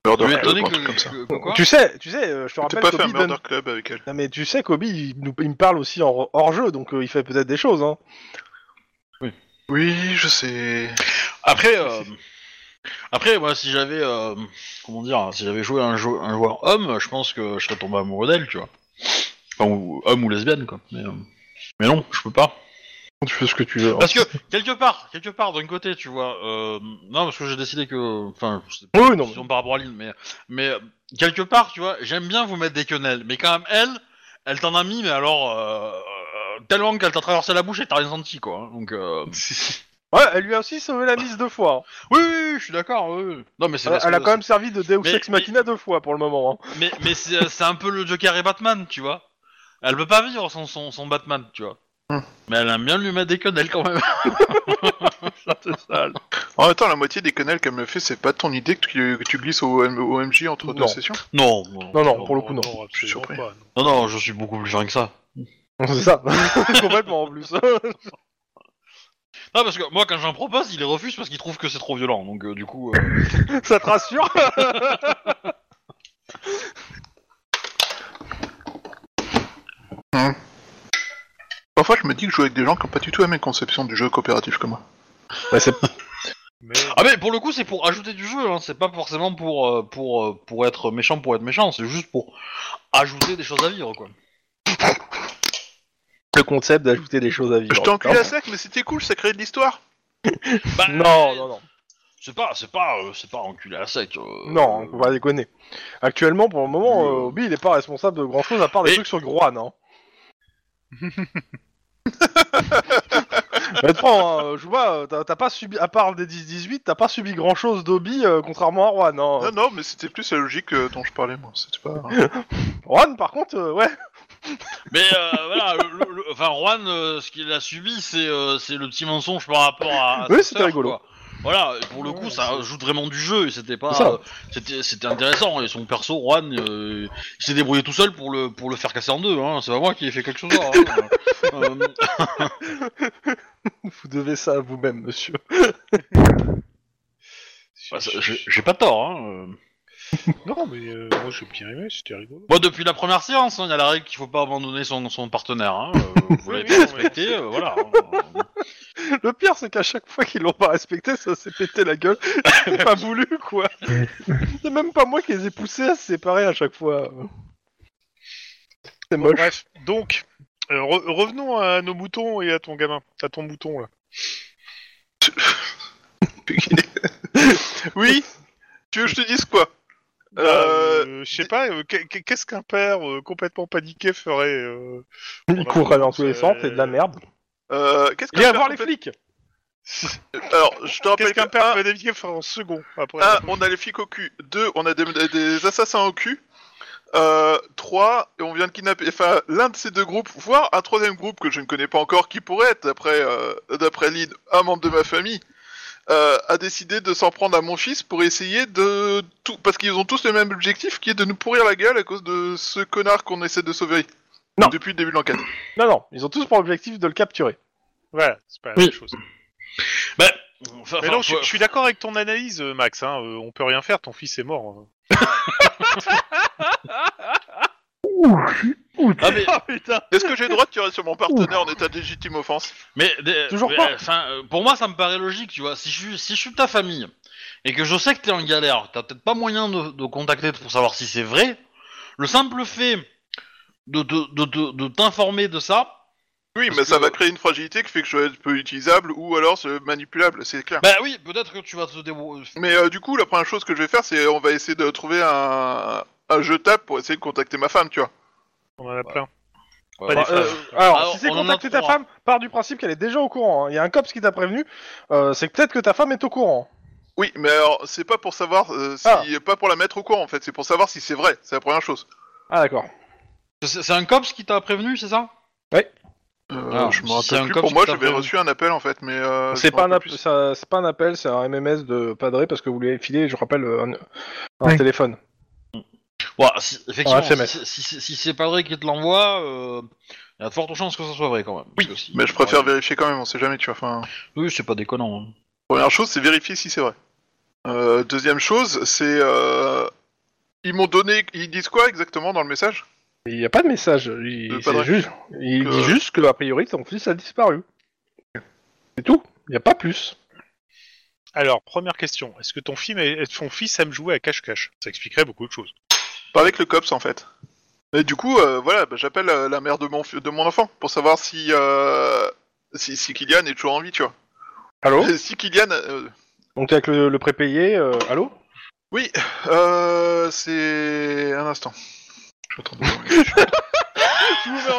Speaker 5: Murder
Speaker 1: Mais
Speaker 5: club,
Speaker 1: étonné
Speaker 5: ou un
Speaker 1: que-
Speaker 5: truc comme ça.
Speaker 1: que- que quoi
Speaker 2: tu sais, tu sais, euh, je te
Speaker 5: T'as
Speaker 2: rappelle
Speaker 5: pas fait un
Speaker 2: Kobe donne-
Speaker 5: murder club avec elle.
Speaker 2: Non mais tu sais, Kobe, il, nous- il me parle aussi en hors-jeu, donc euh, il fait peut-être des choses. Hein.
Speaker 5: Oui, je sais.
Speaker 1: Après, euh, après, moi, si j'avais, euh, comment dire, si j'avais joué un, jou- un joueur homme, je pense que je serais tombé amoureux d'elle, tu vois. Enfin, ou- homme ou lesbienne, quoi. Mais, euh, mais non, je peux pas.
Speaker 2: Tu fais ce que tu veux.
Speaker 1: Parce que quelque part, quelque part, d'un côté, tu vois, euh, non, parce que j'ai décidé que, enfin, c'est pas
Speaker 2: Oui,
Speaker 1: une
Speaker 2: non.
Speaker 1: décision par rapport à Lynn, mais, mais euh, quelque part, tu vois, j'aime bien vous mettre des quenelles, mais quand même, elle, elle t'en a mis, mais alors. euh, tellement qu'elle t'a traversé la bouche et t'as rien senti quoi hein. donc [LAUGHS] euh,
Speaker 2: Ouais, elle lui a aussi sauvé la mise deux fois. hein.
Speaker 1: oui, oui, oui, je suis d'accord oui, oui. non mais c'est
Speaker 2: Elle,
Speaker 1: parce
Speaker 2: Euh, elle a
Speaker 1: que-
Speaker 2: quand même servi de Deus
Speaker 1: Mais-
Speaker 2: Ex Machina deux fois pour le moment. hein.
Speaker 1: Mais, mais c'est euh, c'est un peu le Joker et Batman, tu vois. Elle peut pas vivre sans son, son Batman, tu vois.
Speaker 5: Hmm.
Speaker 1: Mais elle aime bien lui mettre des quenelles quand même. [LAUGHS] C'est sale.
Speaker 5: En même temps, la moitié des canals qu'elle me fait, c'est pas ton idée que tu, que tu glisses au, M- au MJ entre
Speaker 2: Non.
Speaker 5: deux sessions
Speaker 1: Non, non,
Speaker 2: Non, non, pour le coup, non.
Speaker 4: Non,
Speaker 5: Je suis
Speaker 4: absolument
Speaker 5: surpris.
Speaker 4: pas. non.
Speaker 1: non, non, je suis beaucoup plus fin que ça.
Speaker 2: [LAUGHS] C'est ça. Complètement en plus. [LAUGHS]
Speaker 1: Non, parce que moi, quand j'en propose, il les refuse parce qu'il trouve que c'est trop violent. Donc, euh, du coup, euh,
Speaker 2: ça te rassure
Speaker 5: Parfois, je me dis que je joue avec des gens qui ont pas du tout la même conception du jeu coopératif que moi.
Speaker 4: Mais
Speaker 1: Ah, mais pour le coup, c'est pour ajouter du jeu, hein. c'est pas forcément pour, euh, pour, euh, pour être méchant pour être méchant, c'est juste pour ajouter des choses à vivre, quoi.
Speaker 2: Le concept d'ajouter des choses à vivre.
Speaker 5: Je t'encule à sec, mais c'était cool, ça crée de l'histoire.
Speaker 1: Bah,
Speaker 2: Non, non, non.
Speaker 1: C'est pas, c'est pas, euh, c'est pas enculé à sec. euh,
Speaker 2: Non, on va déconner. Actuellement, pour le moment,
Speaker 1: Euh.
Speaker 2: euh, Obi, il est pas responsable de grand chose à part des
Speaker 1: Et-
Speaker 2: trucs sur Groan. Hein.
Speaker 5: [LAUGHS]
Speaker 2: Mais prends, hein, je vois, euh, t'as t'as pas subi, à part des 10-18, t'as pas subi grand chose d'Obi, euh, contrairement à Rohan. Hein.
Speaker 5: Non, non, mais c'était plus la logique euh, dont je parlais, moi. C'était pas.
Speaker 2: Rohan, par contre, euh, ouais.
Speaker 1: Mais euh, voilà, le, le- le- enfin, Juan, euh, ce qu'il a subi, c'est euh, c'est le petit mensonge par rapport à. à
Speaker 2: Oui,
Speaker 1: sa
Speaker 2: c'était
Speaker 1: sœur,
Speaker 2: rigolo.
Speaker 1: quoi. Voilà, et pour le
Speaker 4: Ouais,
Speaker 1: coup, ça ajoute vraiment du jeu et c'était pas,
Speaker 2: C'est ça.
Speaker 1: euh, c'était c'était intéressant. Et son perso, Juan, euh, il s'est débrouillé tout seul pour le pour le faire casser en deux. Hein. C'est pas moi qui ai fait quelque chose. hein.
Speaker 4: [LAUGHS]
Speaker 1: Euh,
Speaker 2: Vous devez ça à vous-même, monsieur.
Speaker 1: bah, ça- j'ai j'ai pas tort. Hein.
Speaker 4: Non, mais euh, moi j'ai bien aimé, c'était rigolo.
Speaker 1: Moi, depuis la première séance, hein, il y a la règle qu'il faut pas abandonner son son partenaire. Hein. Euh, vous l'avez pas
Speaker 4: Oui,
Speaker 1: respecté, euh,
Speaker 4: [LAUGHS]
Speaker 1: voilà. hein.
Speaker 2: Le pire, c'est qu'à chaque fois qu'ils l'ont pas respecté, ça s'est pété la gueule.
Speaker 1: [LAUGHS]
Speaker 2: C'est pas voulu, quoi. C'est même pas moi qui les ai poussés à se séparer à chaque fois. C'est moche.
Speaker 4: Bref, donc, euh, re- revenons à nos moutons et à ton gamin, à ton mouton là.
Speaker 5: oui Tu veux que je te dise quoi
Speaker 4: Euh,
Speaker 5: Euh,
Speaker 4: je sais pas, euh, qu'est- qu'est-ce qu'un père euh, complètement paniqué ferait euh,
Speaker 2: Il court dans tous les
Speaker 4: Euh,
Speaker 2: sens, c'est de la merde.
Speaker 5: euh, Qu'est-ce
Speaker 2: Il
Speaker 5: qu'un
Speaker 2: à
Speaker 5: père
Speaker 2: voir les
Speaker 5: compét-
Speaker 2: flics
Speaker 5: Alors, je te
Speaker 4: Qu'est-ce
Speaker 5: rappelle
Speaker 4: qu'un
Speaker 5: que,
Speaker 4: père
Speaker 5: un,
Speaker 4: paniqué ferait en second après
Speaker 5: un, Ah, on a les flics au cul. Deux, on a des, des assassins au cul. Euh, trois, et on vient de kidnapper. Enfin, l'un de ces deux groupes, voire un troisième groupe que je ne connais pas encore, qui pourrait être, d'après euh, d'après Lynn, un membre de ma famille, euh, a décidé de s'en prendre à mon fils pour essayer de tout. Parce qu'ils ont tous le même objectif qui est de nous pourrir la gueule à cause de ce connard qu'on essaie de sauver.
Speaker 2: Non.
Speaker 5: Depuis le début de l'enquête.
Speaker 2: Non, non, ils ont tous pour objectif de le capturer.
Speaker 4: Voilà, c'est pas la même
Speaker 1: Oui.
Speaker 4: chose.
Speaker 1: Bah, enfin,
Speaker 4: Mais non,
Speaker 1: enfin,
Speaker 4: je, je suis d'accord avec ton analyse, euh, Max. Hein, euh, on peut rien euh, faire, ton fils est mort. hein.
Speaker 3: Ouh, je suis Ouh,
Speaker 1: Ah, mais,
Speaker 4: Ah putain
Speaker 5: Est-ce que j'ai le droit de tirer sur mon partenaire en état de légitime offense
Speaker 1: mais, des-
Speaker 2: Toujours
Speaker 1: mais,
Speaker 2: pas.
Speaker 1: enfin, euh, pour moi, ça me paraît logique, tu vois. Si je, suis- si je suis ta famille et que je sais que t'es en galère, t'as peut-être pas moyen de, de contacter pour savoir si c'est vrai. Le simple fait de, de, de, de, de t'informer de ça,
Speaker 5: Oui,
Speaker 1: Parce
Speaker 5: mais ça
Speaker 1: que-
Speaker 5: va créer une fragilité qui fait que je vais être peu utilisable ou alors c'est manipulable, c'est clair.
Speaker 1: bah oui, peut-être que tu vas te débrouiller.
Speaker 5: Mais euh, du coup, la première chose que je vais faire, c'est on va essayer de trouver un, un jetable pour essayer de contacter ma femme, tu vois.
Speaker 4: On en a plein. Pas
Speaker 1: Ouais, bah,
Speaker 4: des
Speaker 2: Euh,
Speaker 1: euh,
Speaker 2: alors,
Speaker 1: Alors,
Speaker 2: si c'est
Speaker 1: on en a
Speaker 2: contacter ta
Speaker 1: trois.
Speaker 2: femme, part du principe qu'elle est déjà au courant. hein. Il y a un cops qui t'a prévenu, euh, c'est que peut-être que ta femme est au courant.
Speaker 5: Oui, mais alors c'est pas pour savoir euh, si
Speaker 2: Ah.
Speaker 5: pas pour la mettre au courant en fait, c'est pour savoir si c'est vrai, c'est la première chose.
Speaker 2: Ah d'accord.
Speaker 1: c'est c'est un cops qui t'a prévenu, c'est ça
Speaker 5: Euh,
Speaker 1: Ah,
Speaker 5: je me
Speaker 1: si c'est
Speaker 5: rappelle
Speaker 1: un
Speaker 5: plus.
Speaker 1: cop
Speaker 5: Pour
Speaker 1: qui
Speaker 5: moi,
Speaker 1: t'a
Speaker 5: j'avais
Speaker 1: prévenu.
Speaker 5: reçu un appel en fait, mais euh,
Speaker 2: c'est
Speaker 5: je me
Speaker 2: pas, un
Speaker 5: rappelle
Speaker 2: app-
Speaker 5: plus.
Speaker 2: ça- c'est pas un appel, c'est un MMS de Padré parce que vous lui avez filé, je rappelle, un, un
Speaker 3: Oui.
Speaker 2: téléphone.
Speaker 1: Ouais, si- effectivement,
Speaker 2: Ouais, SMS.
Speaker 1: si, si- si- si c'est pas vrai qui te l'envoie, euh, il y a de fortes chances que ça soit vrai quand même. Oui,
Speaker 5: Mais je préfère vérifier quand même, on sait jamais, tu vois. Enfin,
Speaker 1: Oui, c'est pas déconnant. hein.
Speaker 5: première chose, c'est vérifier si c'est vrai. Euh, deuxième chose, c'est euh, ils m'ont donné, ils disent quoi exactement dans le message
Speaker 2: Il n'y a pas de message. Il,
Speaker 5: Le
Speaker 2: c'est
Speaker 5: Padré.
Speaker 2: juste, il
Speaker 5: Que-
Speaker 2: dit juste que, a priori, ton fils a disparu. C'est tout. Il n'y a pas plus.
Speaker 4: Alors, première question. Est-ce que ton, film est... ton fils aime jouer à cache-cache Ça expliquerait beaucoup de choses.
Speaker 5: Parler avec le cops en fait. Et du coup, euh, voilà, bah, j'appelle euh, la mère de mon fi- de mon enfant pour savoir si euh, si, si Kylian est toujours en vie, tu vois.
Speaker 2: Allô
Speaker 5: [LAUGHS] Si Kylian, euh,
Speaker 2: Donc t'es avec le, le prépayé, euh, allô
Speaker 5: euh, c'est un instant. Je vais attendre.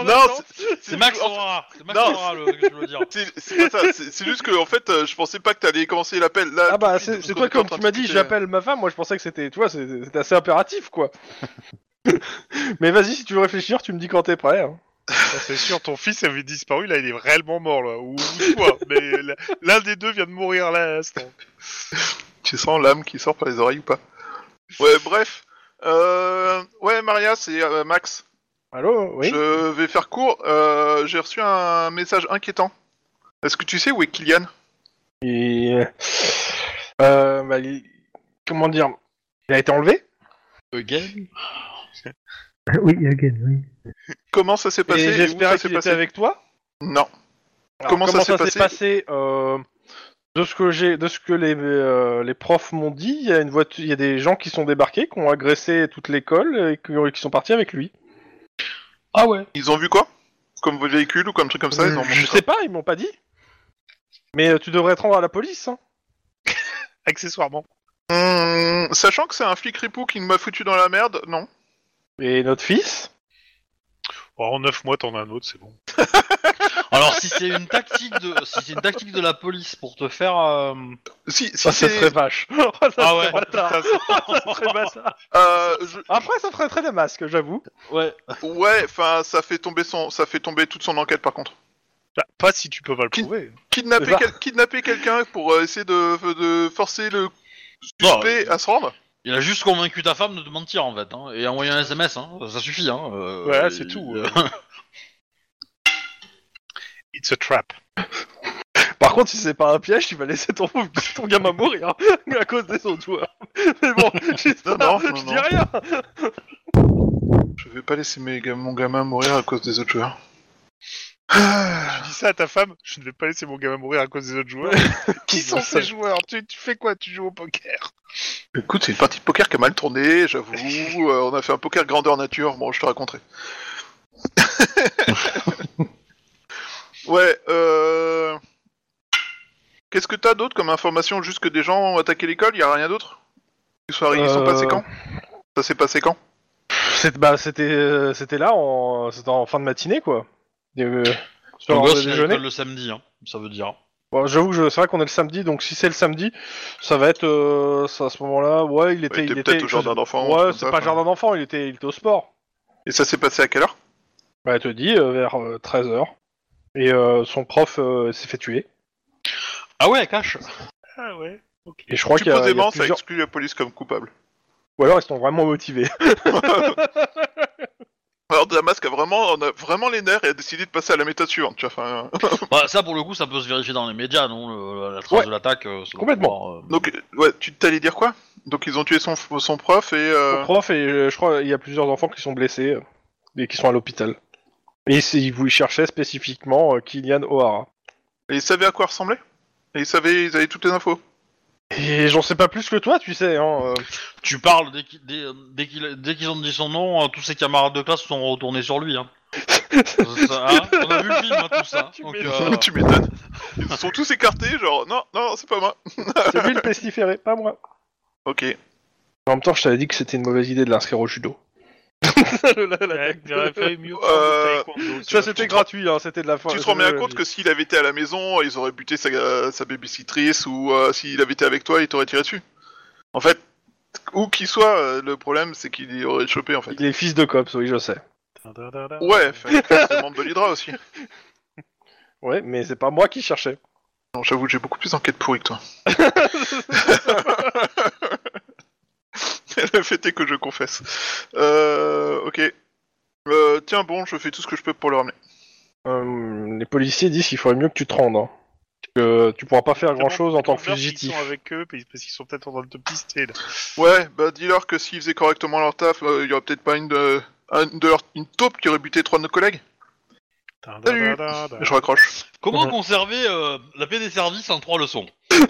Speaker 5: Non, c'est-
Speaker 1: C'est Max
Speaker 5: en fait,
Speaker 1: Aura, c'est Max
Speaker 5: Non.
Speaker 1: Aura le, que je veux dire.
Speaker 5: C'est c'est pas
Speaker 2: [LAUGHS]
Speaker 5: ça, c'est c'est juste que en fait, euh, je pensais pas que t'allais commencer l'appel. Là,
Speaker 2: Ah bah
Speaker 5: tout de suite,
Speaker 2: c'est c'est toi
Speaker 5: parce qu'on
Speaker 2: comme
Speaker 5: était en
Speaker 2: tu
Speaker 5: train
Speaker 2: m'as
Speaker 5: de
Speaker 2: dit,
Speaker 5: discuter.
Speaker 2: j'appelle ma femme, moi je pensais que c'était, tu vois, c'est- c'était assez impératif quoi. [LAUGHS] Mais vas-y, si tu veux réfléchir, tu me dis quand t'es prêt. hein.
Speaker 4: Ça, c'est sûr, ton fils avait disparu, là, il est réellement mort, là. Ou ou [LAUGHS] toi. Mais l- l'un des deux vient de mourir, là, à l'instant.
Speaker 5: Tu sens l'âme qui sort par les oreilles ou pas Ouais, bref. Euh, ouais, Maria, c'est euh, Max.
Speaker 2: Allô Oui
Speaker 5: Je vais faire court. Euh, J'ai reçu un message inquiétant. Est-ce que tu sais où est Kylian
Speaker 2: Et... Euh, bah, il- Comment dire Il a été enlevé
Speaker 1: Again
Speaker 3: Euh, Oui, again, oui. [LAUGHS]
Speaker 5: Comment ça s'est passé
Speaker 2: Et
Speaker 5: et où
Speaker 2: j'espérais
Speaker 5: ça s'est
Speaker 2: qu'il était
Speaker 5: passé
Speaker 2: avec toi
Speaker 5: Non.
Speaker 2: Alors,
Speaker 5: Comment ça s'est
Speaker 2: passé, euh, De ce que j'ai, de ce que les, euh, les profs m'ont dit, il y a une voiture, il y a des gens qui sont débarqués, qui ont agressé toute l'école et qui, qui sont partis avec lui.
Speaker 1: Ah ouais
Speaker 5: Ils ont vu quoi Comme votre véhicule ou comme truc comme ça ils ont montré
Speaker 2: je sais pas, ils m'ont pas dit. Mais euh, tu devrais te rendre à la police. Hein.
Speaker 4: Accessoirement.
Speaker 5: Hum, Sachant que c'est un flic ripou qui m'a foutu dans la merde, non.
Speaker 2: Et notre fils
Speaker 4: Oh, en neuf mois, t'en as un autre, c'est bon.
Speaker 1: Alors si c'est une tactique de, si c'est une tactique de la police pour te faire, euh,
Speaker 5: Si, si
Speaker 2: Ça, ça
Speaker 5: c'est-
Speaker 2: serait vache. [LAUGHS] Oh, ça
Speaker 1: Ah
Speaker 2: serait
Speaker 1: ouais.
Speaker 5: [LAUGHS]
Speaker 2: bâtard. Ça serait bâtard.
Speaker 5: Euh, je-
Speaker 2: Après, ça ferait très Damasque, j'avoue.
Speaker 1: ouais.
Speaker 5: Ouais, enfin, ça fait tomber son, ça fait tomber toute son enquête par contre.
Speaker 4: Bah, pas si tu peux pas le
Speaker 5: Qui-
Speaker 4: prouver.
Speaker 5: Kidnapper,
Speaker 2: C'est ça.
Speaker 5: quel- kidnapper quelqu'un pour euh, essayer de, de forcer le
Speaker 1: Non,
Speaker 5: suspect à se rendre.
Speaker 1: il a juste convaincu ta femme de te mentir en fait, hein, et envoyer un SMS, hein, ça suffit. Hein, euh,
Speaker 4: Ouais, c'est
Speaker 1: et-
Speaker 4: tout, euh. It's a trap.
Speaker 2: Par contre, si c'est pas un piège, tu vas laisser ton, [LAUGHS] ton gamin mourir hein, à cause des autres joueurs. [LAUGHS] Mais bon, je dis
Speaker 5: Non,
Speaker 2: pas-
Speaker 5: non, non,
Speaker 2: je dis
Speaker 5: non.
Speaker 2: rien.
Speaker 5: Je vais pas laisser mes gam- mon gamin mourir à cause des autres joueurs.
Speaker 4: Tu dis ça à ta femme, je ne vais pas laisser mon gamin mourir à cause des autres [LAUGHS] joueurs. Qui sont ces joueurs tu, tu fais quoi Tu joues au poker
Speaker 5: Écoute, c'est une partie de poker qui a mal tourné, j'avoue. Euh, on a fait un poker grandeur nature, bon, je te raconterai. ouais, euh... Qu'est-ce que t'as d'autre comme information Juste que des gens ont attaqué l'école, y a rien d'autre Ils sont, arrivés- ils sont
Speaker 2: Euh.
Speaker 5: passés quand Ça s'est passé quand
Speaker 2: C'est- bah, c'était euh, c'était là en c'était en fin de matinée quoi. Et, euh,
Speaker 1: [LAUGHS]
Speaker 2: sur
Speaker 1: Ton
Speaker 2: l'heure de
Speaker 1: gosse il est à
Speaker 2: déjeuner.
Speaker 1: l'école le samedi, hein, ça veut dire.
Speaker 2: Bon, j'avoue que je- c'est vrai qu'on est le samedi donc si c'est le samedi, ça va être euh, ça, à ce moment-là. Ouais, il était
Speaker 5: Bah, était
Speaker 2: il
Speaker 5: peut-être
Speaker 2: était
Speaker 5: au jardin d'enfants, ou
Speaker 2: Ouais,
Speaker 5: comme
Speaker 2: c'est
Speaker 5: ça,
Speaker 2: pas
Speaker 5: enfin.
Speaker 2: jardin d'enfants, il était il était au sport.
Speaker 5: Et ça s'est passé à quelle heure
Speaker 2: Bah, elle te dit euh, vers 13h et euh, son prof euh, s'est fait tuer
Speaker 1: Ah ouais, cache.
Speaker 4: Ah ouais, ok.
Speaker 2: et je crois qu'il y a, il y a
Speaker 5: Supposément, ça
Speaker 2: plusieurs-
Speaker 5: exclut la police comme coupable.
Speaker 2: ou alors ils sont vraiment motivés.
Speaker 5: Alors Damasque a vraiment, on a vraiment les nerfs et a décidé de passer à la méthode suivante. Tu vois, enfin, euh,
Speaker 1: Bah, ça pour le coup, ça peut se vérifier dans les médias, non le- la- La trace
Speaker 2: Ouais.
Speaker 1: de l'attaque. euh, selon
Speaker 2: Complètement.
Speaker 1: pouvoir, euh,
Speaker 5: donc, euh, ouais, tu t'allais dire quoi Donc ils ont tué son, son prof et...
Speaker 2: Son
Speaker 5: euh,
Speaker 2: prof et euh, je crois il y a plusieurs enfants qui sont blessés. et qui sont à l'hôpital. Et c'est- ils vous cherchaient spécifiquement euh, Kylian O'Hara.
Speaker 5: Et ils savaient à quoi ressembler Et ils savaient, ils avaient toutes les infos.
Speaker 2: Et j'en sais pas plus que toi, tu sais. Hein, [LAUGHS] euh.
Speaker 1: Tu parles dès qu'il- dès- euh, dès qu'il dès qu'ils ont dit son nom, euh, tous ses camarades de classe sont retournés sur lui. Hein. Ça, hein, on a vu le film, hein, tout ça.
Speaker 2: Tu
Speaker 1: Donc,
Speaker 2: m'étonnes.
Speaker 1: euh,
Speaker 5: [LAUGHS] tu m'étonnes. Ils se sont tous écartés, genre, non, non, c'est pas moi.
Speaker 2: C'est lui le pestiféré, pas moi.
Speaker 5: Ok.
Speaker 2: En même temps, je t'avais dit que c'était une mauvaise idée de l'inscrire au [LAUGHS] judo.
Speaker 4: [LAUGHS] Ouais, il aurait fallu mieux prendre
Speaker 5: Euh,
Speaker 4: le taekwondo,
Speaker 2: Ça,
Speaker 4: c'est
Speaker 2: c'était
Speaker 4: vrai.
Speaker 2: gratuit, hein, c'était de la fin.
Speaker 5: tu te rends bien compte que s'il avait été à la maison, ils auraient buté sa, euh, sa babysitrice, ou euh, s'il avait été avec toi, ils t'auraient tiré dessus. En fait, où qu'il soit, euh, le problème, c'est qu'il y aurait chopé, en fait.
Speaker 2: Il est fils de cops, oui, je sais.
Speaker 5: Ouais, fallait que c'est membre de l'Hydra aussi.
Speaker 2: Ouais, mais c'est pas moi qui cherchais.
Speaker 5: Non, j'avoue, que j'ai beaucoup plus d'enquêtes pourries que toi. le fait est que je confesse. Euh, ok. Euh, tiens, bon, je fais tout ce que je peux pour le ramener.
Speaker 2: Euh, les policiers disent qu'il faudrait mieux que tu te rendes. hein. Que tu pourras pas faire grand chose en tant que
Speaker 4: Tellement qu'ils
Speaker 2: fugitif.
Speaker 4: sont avec eux parce parce qu'ils sont peut-être en train de te pister. là.
Speaker 5: Ouais, bah dis-leur que s'ils faisaient correctement leur taf, euh, il y aurait peut-être pas une de, un- de leurs- une taupe qui aurait buté trois de nos collègues. Salut. Je raccroche.
Speaker 1: comment conserver euh, la paix des services en trois leçons
Speaker 5: Une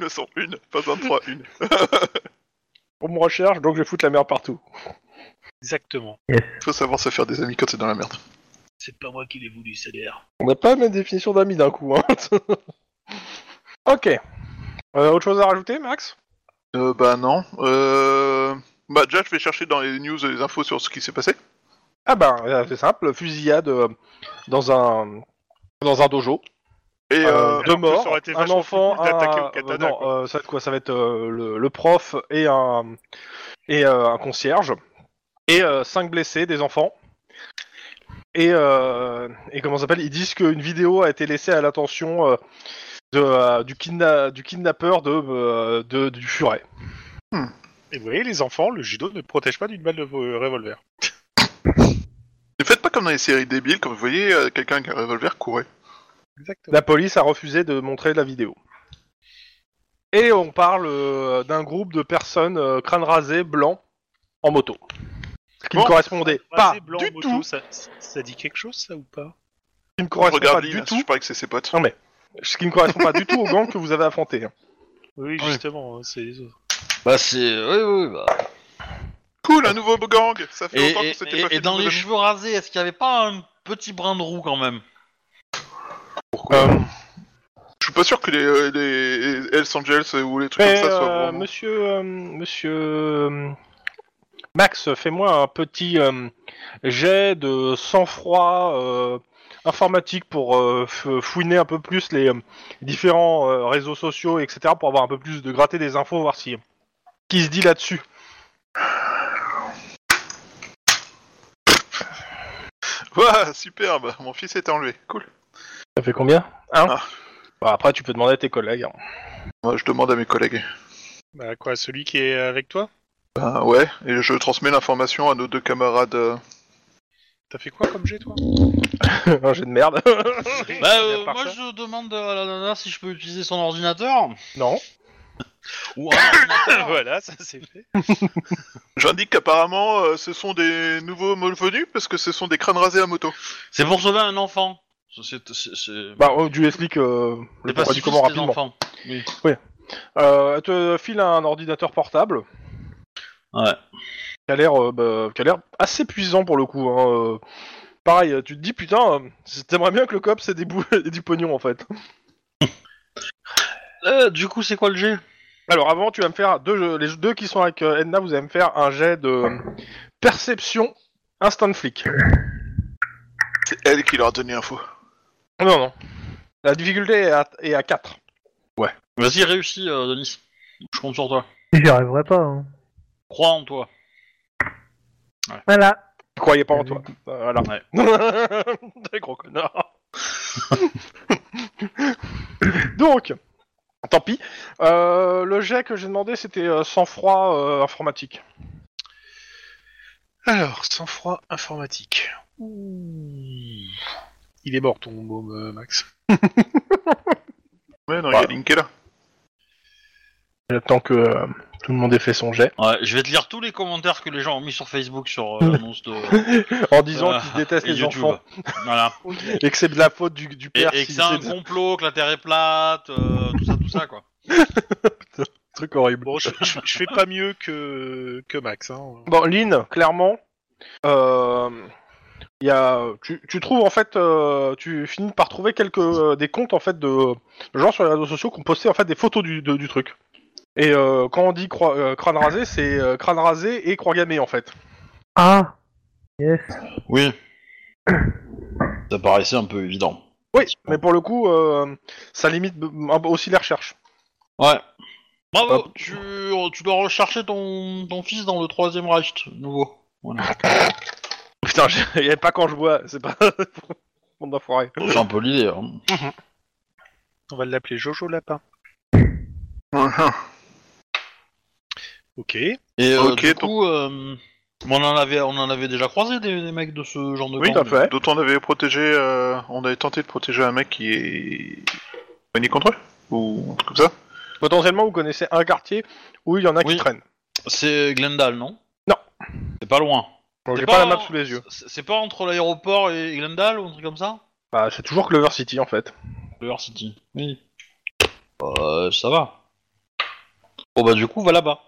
Speaker 5: leçon, une, pas 23, une.
Speaker 2: On me recherche, donc je vais foutre la merde partout.
Speaker 4: Exactement.
Speaker 5: Faut savoir se faire des amis quand t'es dans la merde.
Speaker 4: C'est pas moi qui l'ai voulu, c'est l'air.
Speaker 2: On n'a pas la même définition d'ami d'un coup. Hein. [LAUGHS] ok. Euh, autre chose à rajouter, Max
Speaker 5: Euh, bah non. Euh... Bah déjà, je vais chercher dans les news les infos sur ce qui s'est passé.
Speaker 2: Ah ben, euh, c'est simple, fusillade euh, dans un dans un dojo.
Speaker 5: Et
Speaker 2: Euh,
Speaker 5: euh...
Speaker 2: deux
Speaker 4: alors que
Speaker 2: morts,
Speaker 4: ça aurait été
Speaker 2: un
Speaker 4: vachement plus
Speaker 2: enfant,
Speaker 4: cool d'attaquer
Speaker 2: un-
Speaker 4: au katana,
Speaker 2: non, euh, ça va être quoi Ça va être euh, le, le prof et un et euh, un concierge et euh, cinq blessés, des enfants. Et euh, et comment ça s'appelle Ils disent qu'une vidéo a été laissée à l'attention euh, de, euh, du kidna- du kidnappeur de, euh, de- du furet.
Speaker 4: Et vous voyez, les enfants, le judo ne protège pas d'une balle de vo- euh, revolver.
Speaker 5: Ne faites pas comme dans les séries débiles, quand vous voyez euh, quelqu'un avec un revolver courait.
Speaker 4: Exactement.
Speaker 2: La police a refusé de montrer la vidéo. Et on parle euh, d'un groupe de personnes euh, crâne rasé, blanc, en moto. Ce qui ne
Speaker 5: Bon,
Speaker 2: correspondait pas
Speaker 4: Rasé blanc
Speaker 2: du
Speaker 4: en moto,
Speaker 2: tout. Ce
Speaker 4: Ça, ça dit quelque chose, ça ou pas
Speaker 2: qui ne correspond pas
Speaker 5: Regarde
Speaker 2: du
Speaker 5: Lynn,
Speaker 2: tout.
Speaker 5: je parie que c'est ses potes.
Speaker 2: Ce qui ne correspond pas du tout au gang que vous avez affronté. hein.
Speaker 4: Oui,
Speaker 1: Ouais.
Speaker 4: justement, hein, c'est les autres.
Speaker 1: Bah c'est... Oui, oui, bah...
Speaker 5: Cool, un nouveau gang Ça fait
Speaker 1: Et,
Speaker 5: longtemps
Speaker 1: et-
Speaker 5: qu'on s'était
Speaker 1: et-
Speaker 5: pas fait
Speaker 1: et
Speaker 5: de
Speaker 1: dans
Speaker 5: nouveaux
Speaker 1: les
Speaker 5: amis.
Speaker 1: cheveux rasés, est-ce qu'il n'y avait pas un petit brin de roux quand même
Speaker 2: Euh,
Speaker 5: Je suis pas sûr que les, euh, les Hells Angels ou les trucs
Speaker 2: mais,
Speaker 5: comme ça soient
Speaker 2: euh,
Speaker 5: vraiment...
Speaker 2: monsieur, euh, monsieur euh, Max, fais-moi un petit euh, jet de sang-froid euh, informatique pour euh, f- fouiner un peu plus les euh, différents euh, réseaux sociaux, etc., pour avoir un peu plus de gratter des infos, voir si qui se dit là-dessus.
Speaker 5: [LAUGHS] Ouah, superbe Mon fils est enlevé. Cool.
Speaker 2: Ça fait combien Un.
Speaker 5: Ah.
Speaker 2: Bah, après, tu peux demander à tes collègues. [LAUGHS] hein.
Speaker 5: Moi, je demande à mes collègues.
Speaker 4: Bah quoi, celui qui est avec toi
Speaker 5: Ben ouais, et je transmets l'information à nos deux camarades... euh,
Speaker 4: T'as fait quoi comme jet, toi
Speaker 2: un jet de merde.
Speaker 1: Bah
Speaker 2: Mais à
Speaker 1: euh,
Speaker 2: part
Speaker 1: moi
Speaker 2: ça-
Speaker 1: je demande à la nana si je peux utiliser son ordinateur.
Speaker 2: Non. [LAUGHS]
Speaker 1: Ou un
Speaker 4: [LAUGHS]
Speaker 1: ordinateur.
Speaker 4: Voilà, ça c'est fait.
Speaker 5: J'indique qu'apparemment, euh, ce sont des nouveaux malvenus, parce que ce sont des crânes rasés à moto.
Speaker 1: C'est pour sauver un enfant. C'est... c'est- c'est-
Speaker 2: Bah, euh, tu expliques euh, le
Speaker 1: Les
Speaker 2: pourquoi du
Speaker 1: pacifistes,
Speaker 2: comment
Speaker 1: les
Speaker 2: rapidement.
Speaker 1: enfants.
Speaker 2: Euh, elle te file un ordinateur portable.
Speaker 1: Ouais.
Speaker 2: Qui a l'air, euh, bah, qui a l'air assez puissant pour le coup. hein, euh. Pareil, euh, tu te dis putain, euh, t'aimerais bien que le cop c'est des boules et [LAUGHS] du pognon en fait.
Speaker 1: Euh, du coup, c'est quoi le G
Speaker 2: Alors avant, tu vas me faire deux, les deux qui sont avec euh, Edna, vous allez me faire un jet de euh, perception instant flic.
Speaker 5: C'est elle qui leur a donné l'info.
Speaker 2: Non non. La difficulté est à, est à 4.
Speaker 1: Vas-y, réussis, euh, Denis. Je compte sur toi.
Speaker 3: J'y arriverai pas. hein.
Speaker 1: Crois en toi.
Speaker 3: Voilà.
Speaker 2: Je croyais pas en toi. Euh, Voilà. [LAUGHS]
Speaker 1: [LAUGHS]
Speaker 2: T'es gros connard. [LAUGHS] Donc, tant pis. Euh, le jet que j'ai demandé, c'était euh, sang-froid euh, informatique.
Speaker 4: Alors, sang-froid informatique. Ouh. Il est mort, ton môme, euh, Max.
Speaker 5: Ouais, non, il y
Speaker 2: Bah.
Speaker 5: a Link qui est là.
Speaker 2: J'attends que euh, tout le monde ait fait son jet.
Speaker 1: Ouais, je vais te lire tous les commentaires que les gens ont mis sur Facebook sur [LAUGHS] euh, l'annonce de.
Speaker 2: En disant
Speaker 1: Euh,
Speaker 2: qu'ils détestent
Speaker 1: et
Speaker 2: les
Speaker 1: YouTube.
Speaker 2: enfants
Speaker 1: Voilà.
Speaker 2: et que c'est de la faute du, du
Speaker 1: Et,
Speaker 2: père
Speaker 1: et que
Speaker 2: si
Speaker 1: c'est un
Speaker 2: c'est un
Speaker 1: complot, que la Terre est plate, euh, tout ça, tout ça, quoi.
Speaker 2: truc horrible.
Speaker 4: Bon, je, je- je fais pas mieux que, que Max. Hein.
Speaker 2: Bon, Lynn, clairement, euh, il y a, tu, tu trouves en fait, euh, tu finis par trouver quelques euh, des comptes en fait de, de gens sur les réseaux sociaux qui ont posté en fait des photos du, de- du truc. Et euh, quand on dit croi- euh, crâne rasé, c'est euh, crâne rasé et croix gammée en fait.
Speaker 3: Ah Yes.
Speaker 1: Oui. Ça paraissait un peu évident.
Speaker 2: Oui, mais pour le coup, euh, ça limite b- un peu aussi les recherches. [LAUGHS]
Speaker 1: Ouais. Bravo,
Speaker 2: Hop.
Speaker 1: Bah, tu, euh, tu dois rechercher ton, ton fils dans le troisième Reich, nouveau. Voilà.
Speaker 2: Putain, j'ai- il y a pas quand je bois, c'est pas [LAUGHS]
Speaker 1: [LAUGHS]
Speaker 2: monde d'enfoiré.
Speaker 1: [LAUGHS] C'est un peu l'idée. hein.
Speaker 4: On va l'appeler Jojo Lapin. Ok.
Speaker 1: Et euh,
Speaker 5: Ok,
Speaker 1: du
Speaker 5: ton-
Speaker 1: coup, euh, on, en avait, on en avait déjà croisé des, des mecs de ce genre de
Speaker 2: Oui,
Speaker 1: gang.
Speaker 2: tout à fait.
Speaker 5: D'autant on avait protégé, euh, on avait tenté de protéger un mec qui est poigné contre eux ou un truc comme ça.
Speaker 2: Potentiellement, vous connaissez un quartier où il y en a qui
Speaker 1: Oui.
Speaker 2: traînent.
Speaker 1: C'est Glendale, non
Speaker 2: Non.
Speaker 1: C'est pas loin.
Speaker 2: Bon,
Speaker 1: C'est
Speaker 2: J'ai pas la
Speaker 1: en-
Speaker 2: map sous les yeux.
Speaker 1: C'est c'est pas entre l'aéroport et Glendale ou un truc comme ça
Speaker 2: Bah, c'est toujours Clover City en fait.
Speaker 1: River City. Oui. Euh, ça va. Bon bah du coup, va là-bas.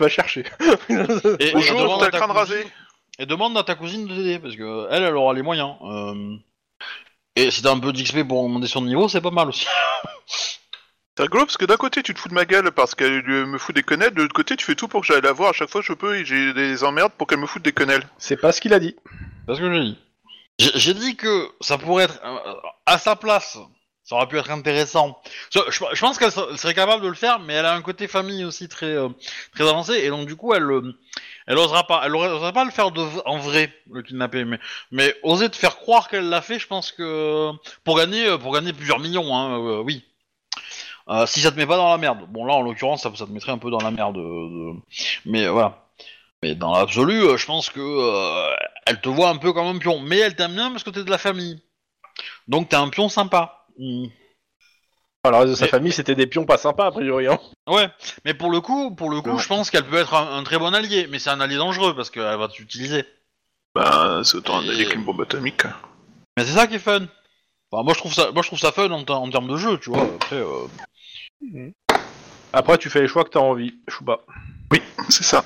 Speaker 2: Va chercher. [LAUGHS]
Speaker 1: Et, et
Speaker 5: Bonjour,
Speaker 1: demande à
Speaker 5: t'as
Speaker 1: ta
Speaker 5: le crâne
Speaker 1: cousine-
Speaker 5: rasé.
Speaker 1: Et demande à ta cousine de t'aider, parce que elle, elle aura les moyens. euh. Et si t'as un peu d'XP pour monter son niveau, c'est pas mal aussi.
Speaker 5: C'est rigolo parce que d'un côté tu te fous de ma gueule parce qu'elle euh, me fout des quenelles, de l'autre côté tu fais tout pour que j'aille la voir à chaque fois que je peux et j'ai des emmerdes pour qu'elle me foute des quenelles.
Speaker 2: C'est pas ce qu'il a dit.
Speaker 1: C'est ce que j'ai dit. J'ai- J'ai dit que ça pourrait être euh, à sa place. Ça aurait pu être intéressant. Je, je- je pense qu'elle ser- serait capable de le faire, mais elle a un côté famille aussi très euh, très avancé, et donc du coup elle euh, elle osera pas, elle aurait- osera pas le faire de v- en vrai le kidnapper, mais mais oser te faire croire qu'elle l'a fait, je pense que pour gagner euh, pour gagner plusieurs millions, hein, euh, oui. Euh, si ça te met pas dans la merde. Bon là en l'occurrence ça, ça te mettrait un peu dans la merde, euh, de- mais euh, voilà. Mais dans l'absolu, euh, je pense que euh, elle te voit un peu comme un pion, mais elle t'aime bien parce que t'es de la famille. Donc t'es un pion sympa. Mm.
Speaker 2: Alors, sa
Speaker 1: Mais-
Speaker 2: famille, c'était des pions pas sympas, a priori. Hein.
Speaker 1: Ouais, mais pour le coup, pour le coup,
Speaker 5: Non.
Speaker 1: je pense qu'elle peut être un, un très bon allié, mais c'est un allié dangereux parce qu'elle va t'utiliser.
Speaker 5: Bah, c'est autant un
Speaker 1: Et-
Speaker 5: allié
Speaker 4: Euh.
Speaker 5: qu'une bombe atomique. [LAUGHS]
Speaker 1: Mais c'est ça qui est fun. Enfin, moi je trouve ça, moi je trouve ça fun en, ter- en termes de jeu, tu vois. Après, euh,
Speaker 4: Hmm.
Speaker 2: Après, tu fais les choix que t'as envie. Chouba.
Speaker 5: C'est ça.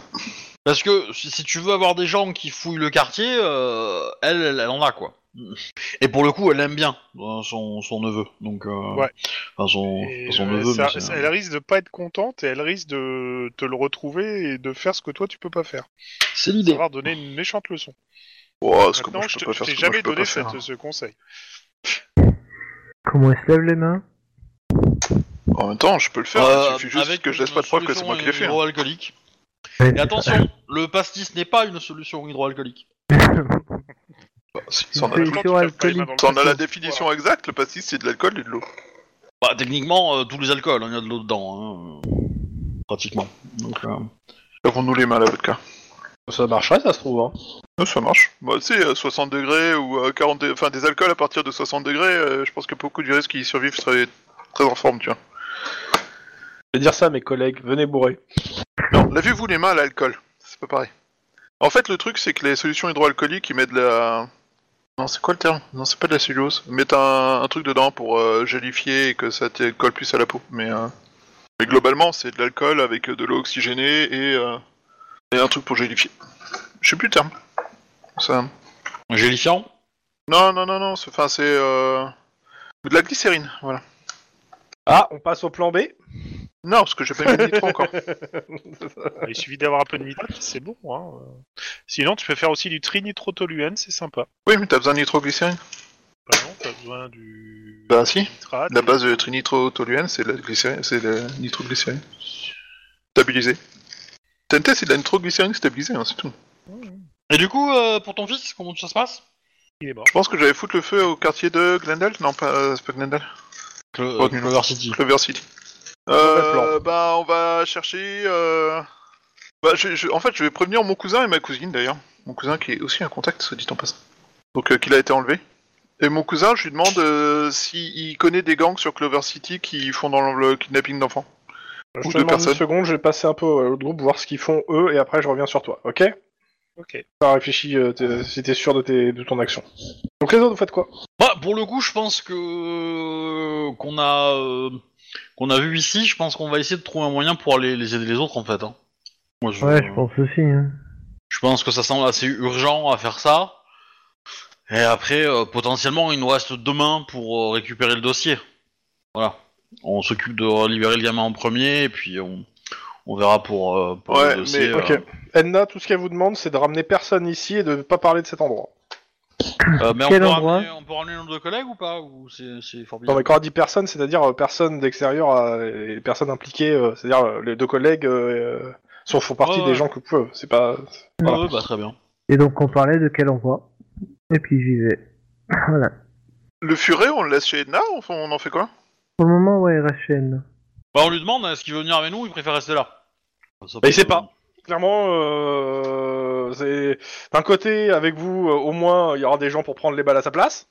Speaker 1: parce que si, si tu veux avoir des gens qui fouillent le quartier, euh, elle, elle, elle en a quoi. Mm. Et pour le coup, elle aime bien euh, son, son neveu, donc. euh,
Speaker 4: Ouais.
Speaker 1: Enfin son,
Speaker 4: Et,
Speaker 1: pas son
Speaker 4: euh,
Speaker 1: neveu.
Speaker 4: ça-
Speaker 1: mais c'est-
Speaker 4: ça- elle risque de pas être contente et elle risque de te le retrouver et de faire ce que toi tu peux pas faire.
Speaker 1: C'est
Speaker 4: Ça
Speaker 1: l'idée.
Speaker 4: va donner une méchante leçon.
Speaker 5: Oh, ce que moi
Speaker 4: Maintenant,
Speaker 5: je
Speaker 4: je
Speaker 5: peux
Speaker 4: te-
Speaker 5: pas
Speaker 4: je
Speaker 5: faire,
Speaker 4: t'ai
Speaker 5: ce que moi, je
Speaker 4: jamais
Speaker 5: peux
Speaker 4: donné
Speaker 5: pas faire.
Speaker 4: cette- ce conseil.
Speaker 3: Comment il se lève les mains
Speaker 5: En même temps, je peux le faire,
Speaker 1: Euh,
Speaker 5: il suffit juste
Speaker 1: avec
Speaker 5: que je laisse
Speaker 1: une
Speaker 5: pas de preuve que c'est
Speaker 1: solution
Speaker 5: moi qui l'ai fait. hein.
Speaker 1: hydroalcoolique. Et attention, le pastis n'est pas une solution hydroalcoolique.
Speaker 5: Bah, si,
Speaker 3: Une
Speaker 5: ça en a-
Speaker 4: Maintenant, tu
Speaker 3: solution
Speaker 4: tapes pas les mains
Speaker 3: alcoolique.
Speaker 4: dans le
Speaker 5: ça en a
Speaker 4: cul.
Speaker 5: la définition exacte, le pastis c'est de l'alcool et de l'eau.
Speaker 1: Bah, techniquement, euh, tous les alcools, hein, il y a de l'eau dedans, hein, euh, pratiquement. Donc, euh,
Speaker 5: Lavons-nous les mains à la vodka.
Speaker 2: Ça marcherait, ça se trouve. Hein.
Speaker 5: Ah, ça marche. Bah, tu sais, euh, 60 degrés ou euh, 40 degrés- enfin des alcools à partir de 60 degrés, euh, je pense que beaucoup du risque qui y survivent seraient très en forme, tu vois.
Speaker 2: Je vais dire ça à mes collègues. Venez bourrer.
Speaker 5: Non, lavez-vous les mains à l'alcool. C'est pas pareil. En fait, le truc, c'est que les solutions hydroalcooliques, ils mettent de la. Non, c'est quoi le terme Non, c'est pas de la cellulose. Ils mettent un, un truc dedans pour euh, gélifier et que ça te colle plus à la peau. Mais, euh, mais globalement, c'est de l'alcool avec euh, de l'eau oxygénée et, euh, et un truc pour gélifier. Je sais plus le terme. Ça...
Speaker 1: gélifiant.
Speaker 5: Non, non, non, non. c'est- Enfin, c'est. euh, De la glycérine, voilà.
Speaker 2: Ah, on passe au plan B.
Speaker 5: Non, parce que j'ai pas mis de nitro encore.
Speaker 4: Il suffit d'avoir un peu de nitrate, c'est bon. Hein. euh. Sinon, tu peux faire aussi du trinitrotoluène, c'est sympa.
Speaker 5: Oui, mais t'as besoin de nitroglycérine
Speaker 4: Par exemple, t'as besoin du
Speaker 5: Bah, si.
Speaker 4: nitrate.
Speaker 5: La base de trinitrotoluène, c'est de la glycérine, c'est de la nitroglycérine. Stabilisée. TNT, c'est de la nitroglycérine stabilisée, hein, c'est tout.
Speaker 1: Et du coup, euh, pour ton fils, comment ça se passe
Speaker 4: Il est mort.
Speaker 5: Je pense que j'avais foutu le feu au quartier de Glendale Non, pas, euh, c'est pas Glendale.
Speaker 1: Clo-
Speaker 5: Oh,
Speaker 1: Clover City.
Speaker 5: Clover City.
Speaker 2: Mauvais
Speaker 5: Euh, bah, on va chercher. euh, Bah, je- je- en fait, je vais prévenir mon cousin et ma cousine d'ailleurs. Mon cousin qui est aussi un contact, soit dit en passant. Donc, euh, qu'il a été enlevé. Et mon cousin, je lui demande euh, s'il connaît des gangs sur Clover City qui font dans le kidnapping d'enfants.
Speaker 2: Je
Speaker 5: Ou
Speaker 2: te
Speaker 5: deux
Speaker 2: demande une
Speaker 5: personnes.
Speaker 2: seconde, je vais passer un peu à l'autre groupe, voir ce qu'ils font eux, et après je reviens sur toi, ok
Speaker 4: Ok.
Speaker 2: Enfin, réfléchis euh, t'es- si t'es sûr de, tes, de ton action. Donc les autres, vous faites quoi
Speaker 1: Bah, pour le coup, je pense que qu'on a euh, qu'on a vu ici, je pense qu'on va essayer de trouver un moyen pour aller les aider les autres en fait. hein. Moi, je,
Speaker 2: Mmh.
Speaker 3: Ouais, je pense aussi. hein.
Speaker 1: je pense que ça semble assez urgent à faire ça. Et après, euh, potentiellement, il nous reste demain pour euh, récupérer le dossier. Voilà. On s'occupe de libérer le gamin en premier, et puis on, on verra pour, euh, pour
Speaker 5: Ouais,
Speaker 1: le dossier.
Speaker 5: mais-
Speaker 1: euh.
Speaker 2: Ok. Edna, tout ce qu'elle vous demande, c'est de ramener personne ici et de ne pas parler de cet endroit.
Speaker 1: Euh, mais on,
Speaker 3: Quel
Speaker 1: peut
Speaker 3: endroit
Speaker 1: ramener, on peut ramener nos deux collègues ou pas Ou c'est c'est forbidden
Speaker 2: Non, mais quand on dit personne, c'est-à-dire euh, personne d'extérieur euh, et personne impliquée, euh, c'est-à-dire euh, les deux collègues euh, euh, sont, font partie
Speaker 1: Ouais, ouais.
Speaker 2: des gens que vous pouvez. C'est pas.
Speaker 1: Ouais,
Speaker 2: voilà.
Speaker 1: ouais, bah, très bien.
Speaker 3: Et donc on parlait de quel endroit. Et puis j'y vais. voilà.
Speaker 5: Le furet, on le laisse chez Edna on, on en fait quoi
Speaker 3: Pour le moment, ouais, Rachel.
Speaker 1: Bah, on lui demande est-ce qu'il veut venir avec nous ou il préfère rester là Ça
Speaker 2: Bah,
Speaker 1: peut-
Speaker 2: il sait pas. Clairement, euh, c'est- d'un côté, avec vous, euh, au moins, il y aura des gens pour prendre les balles à sa place.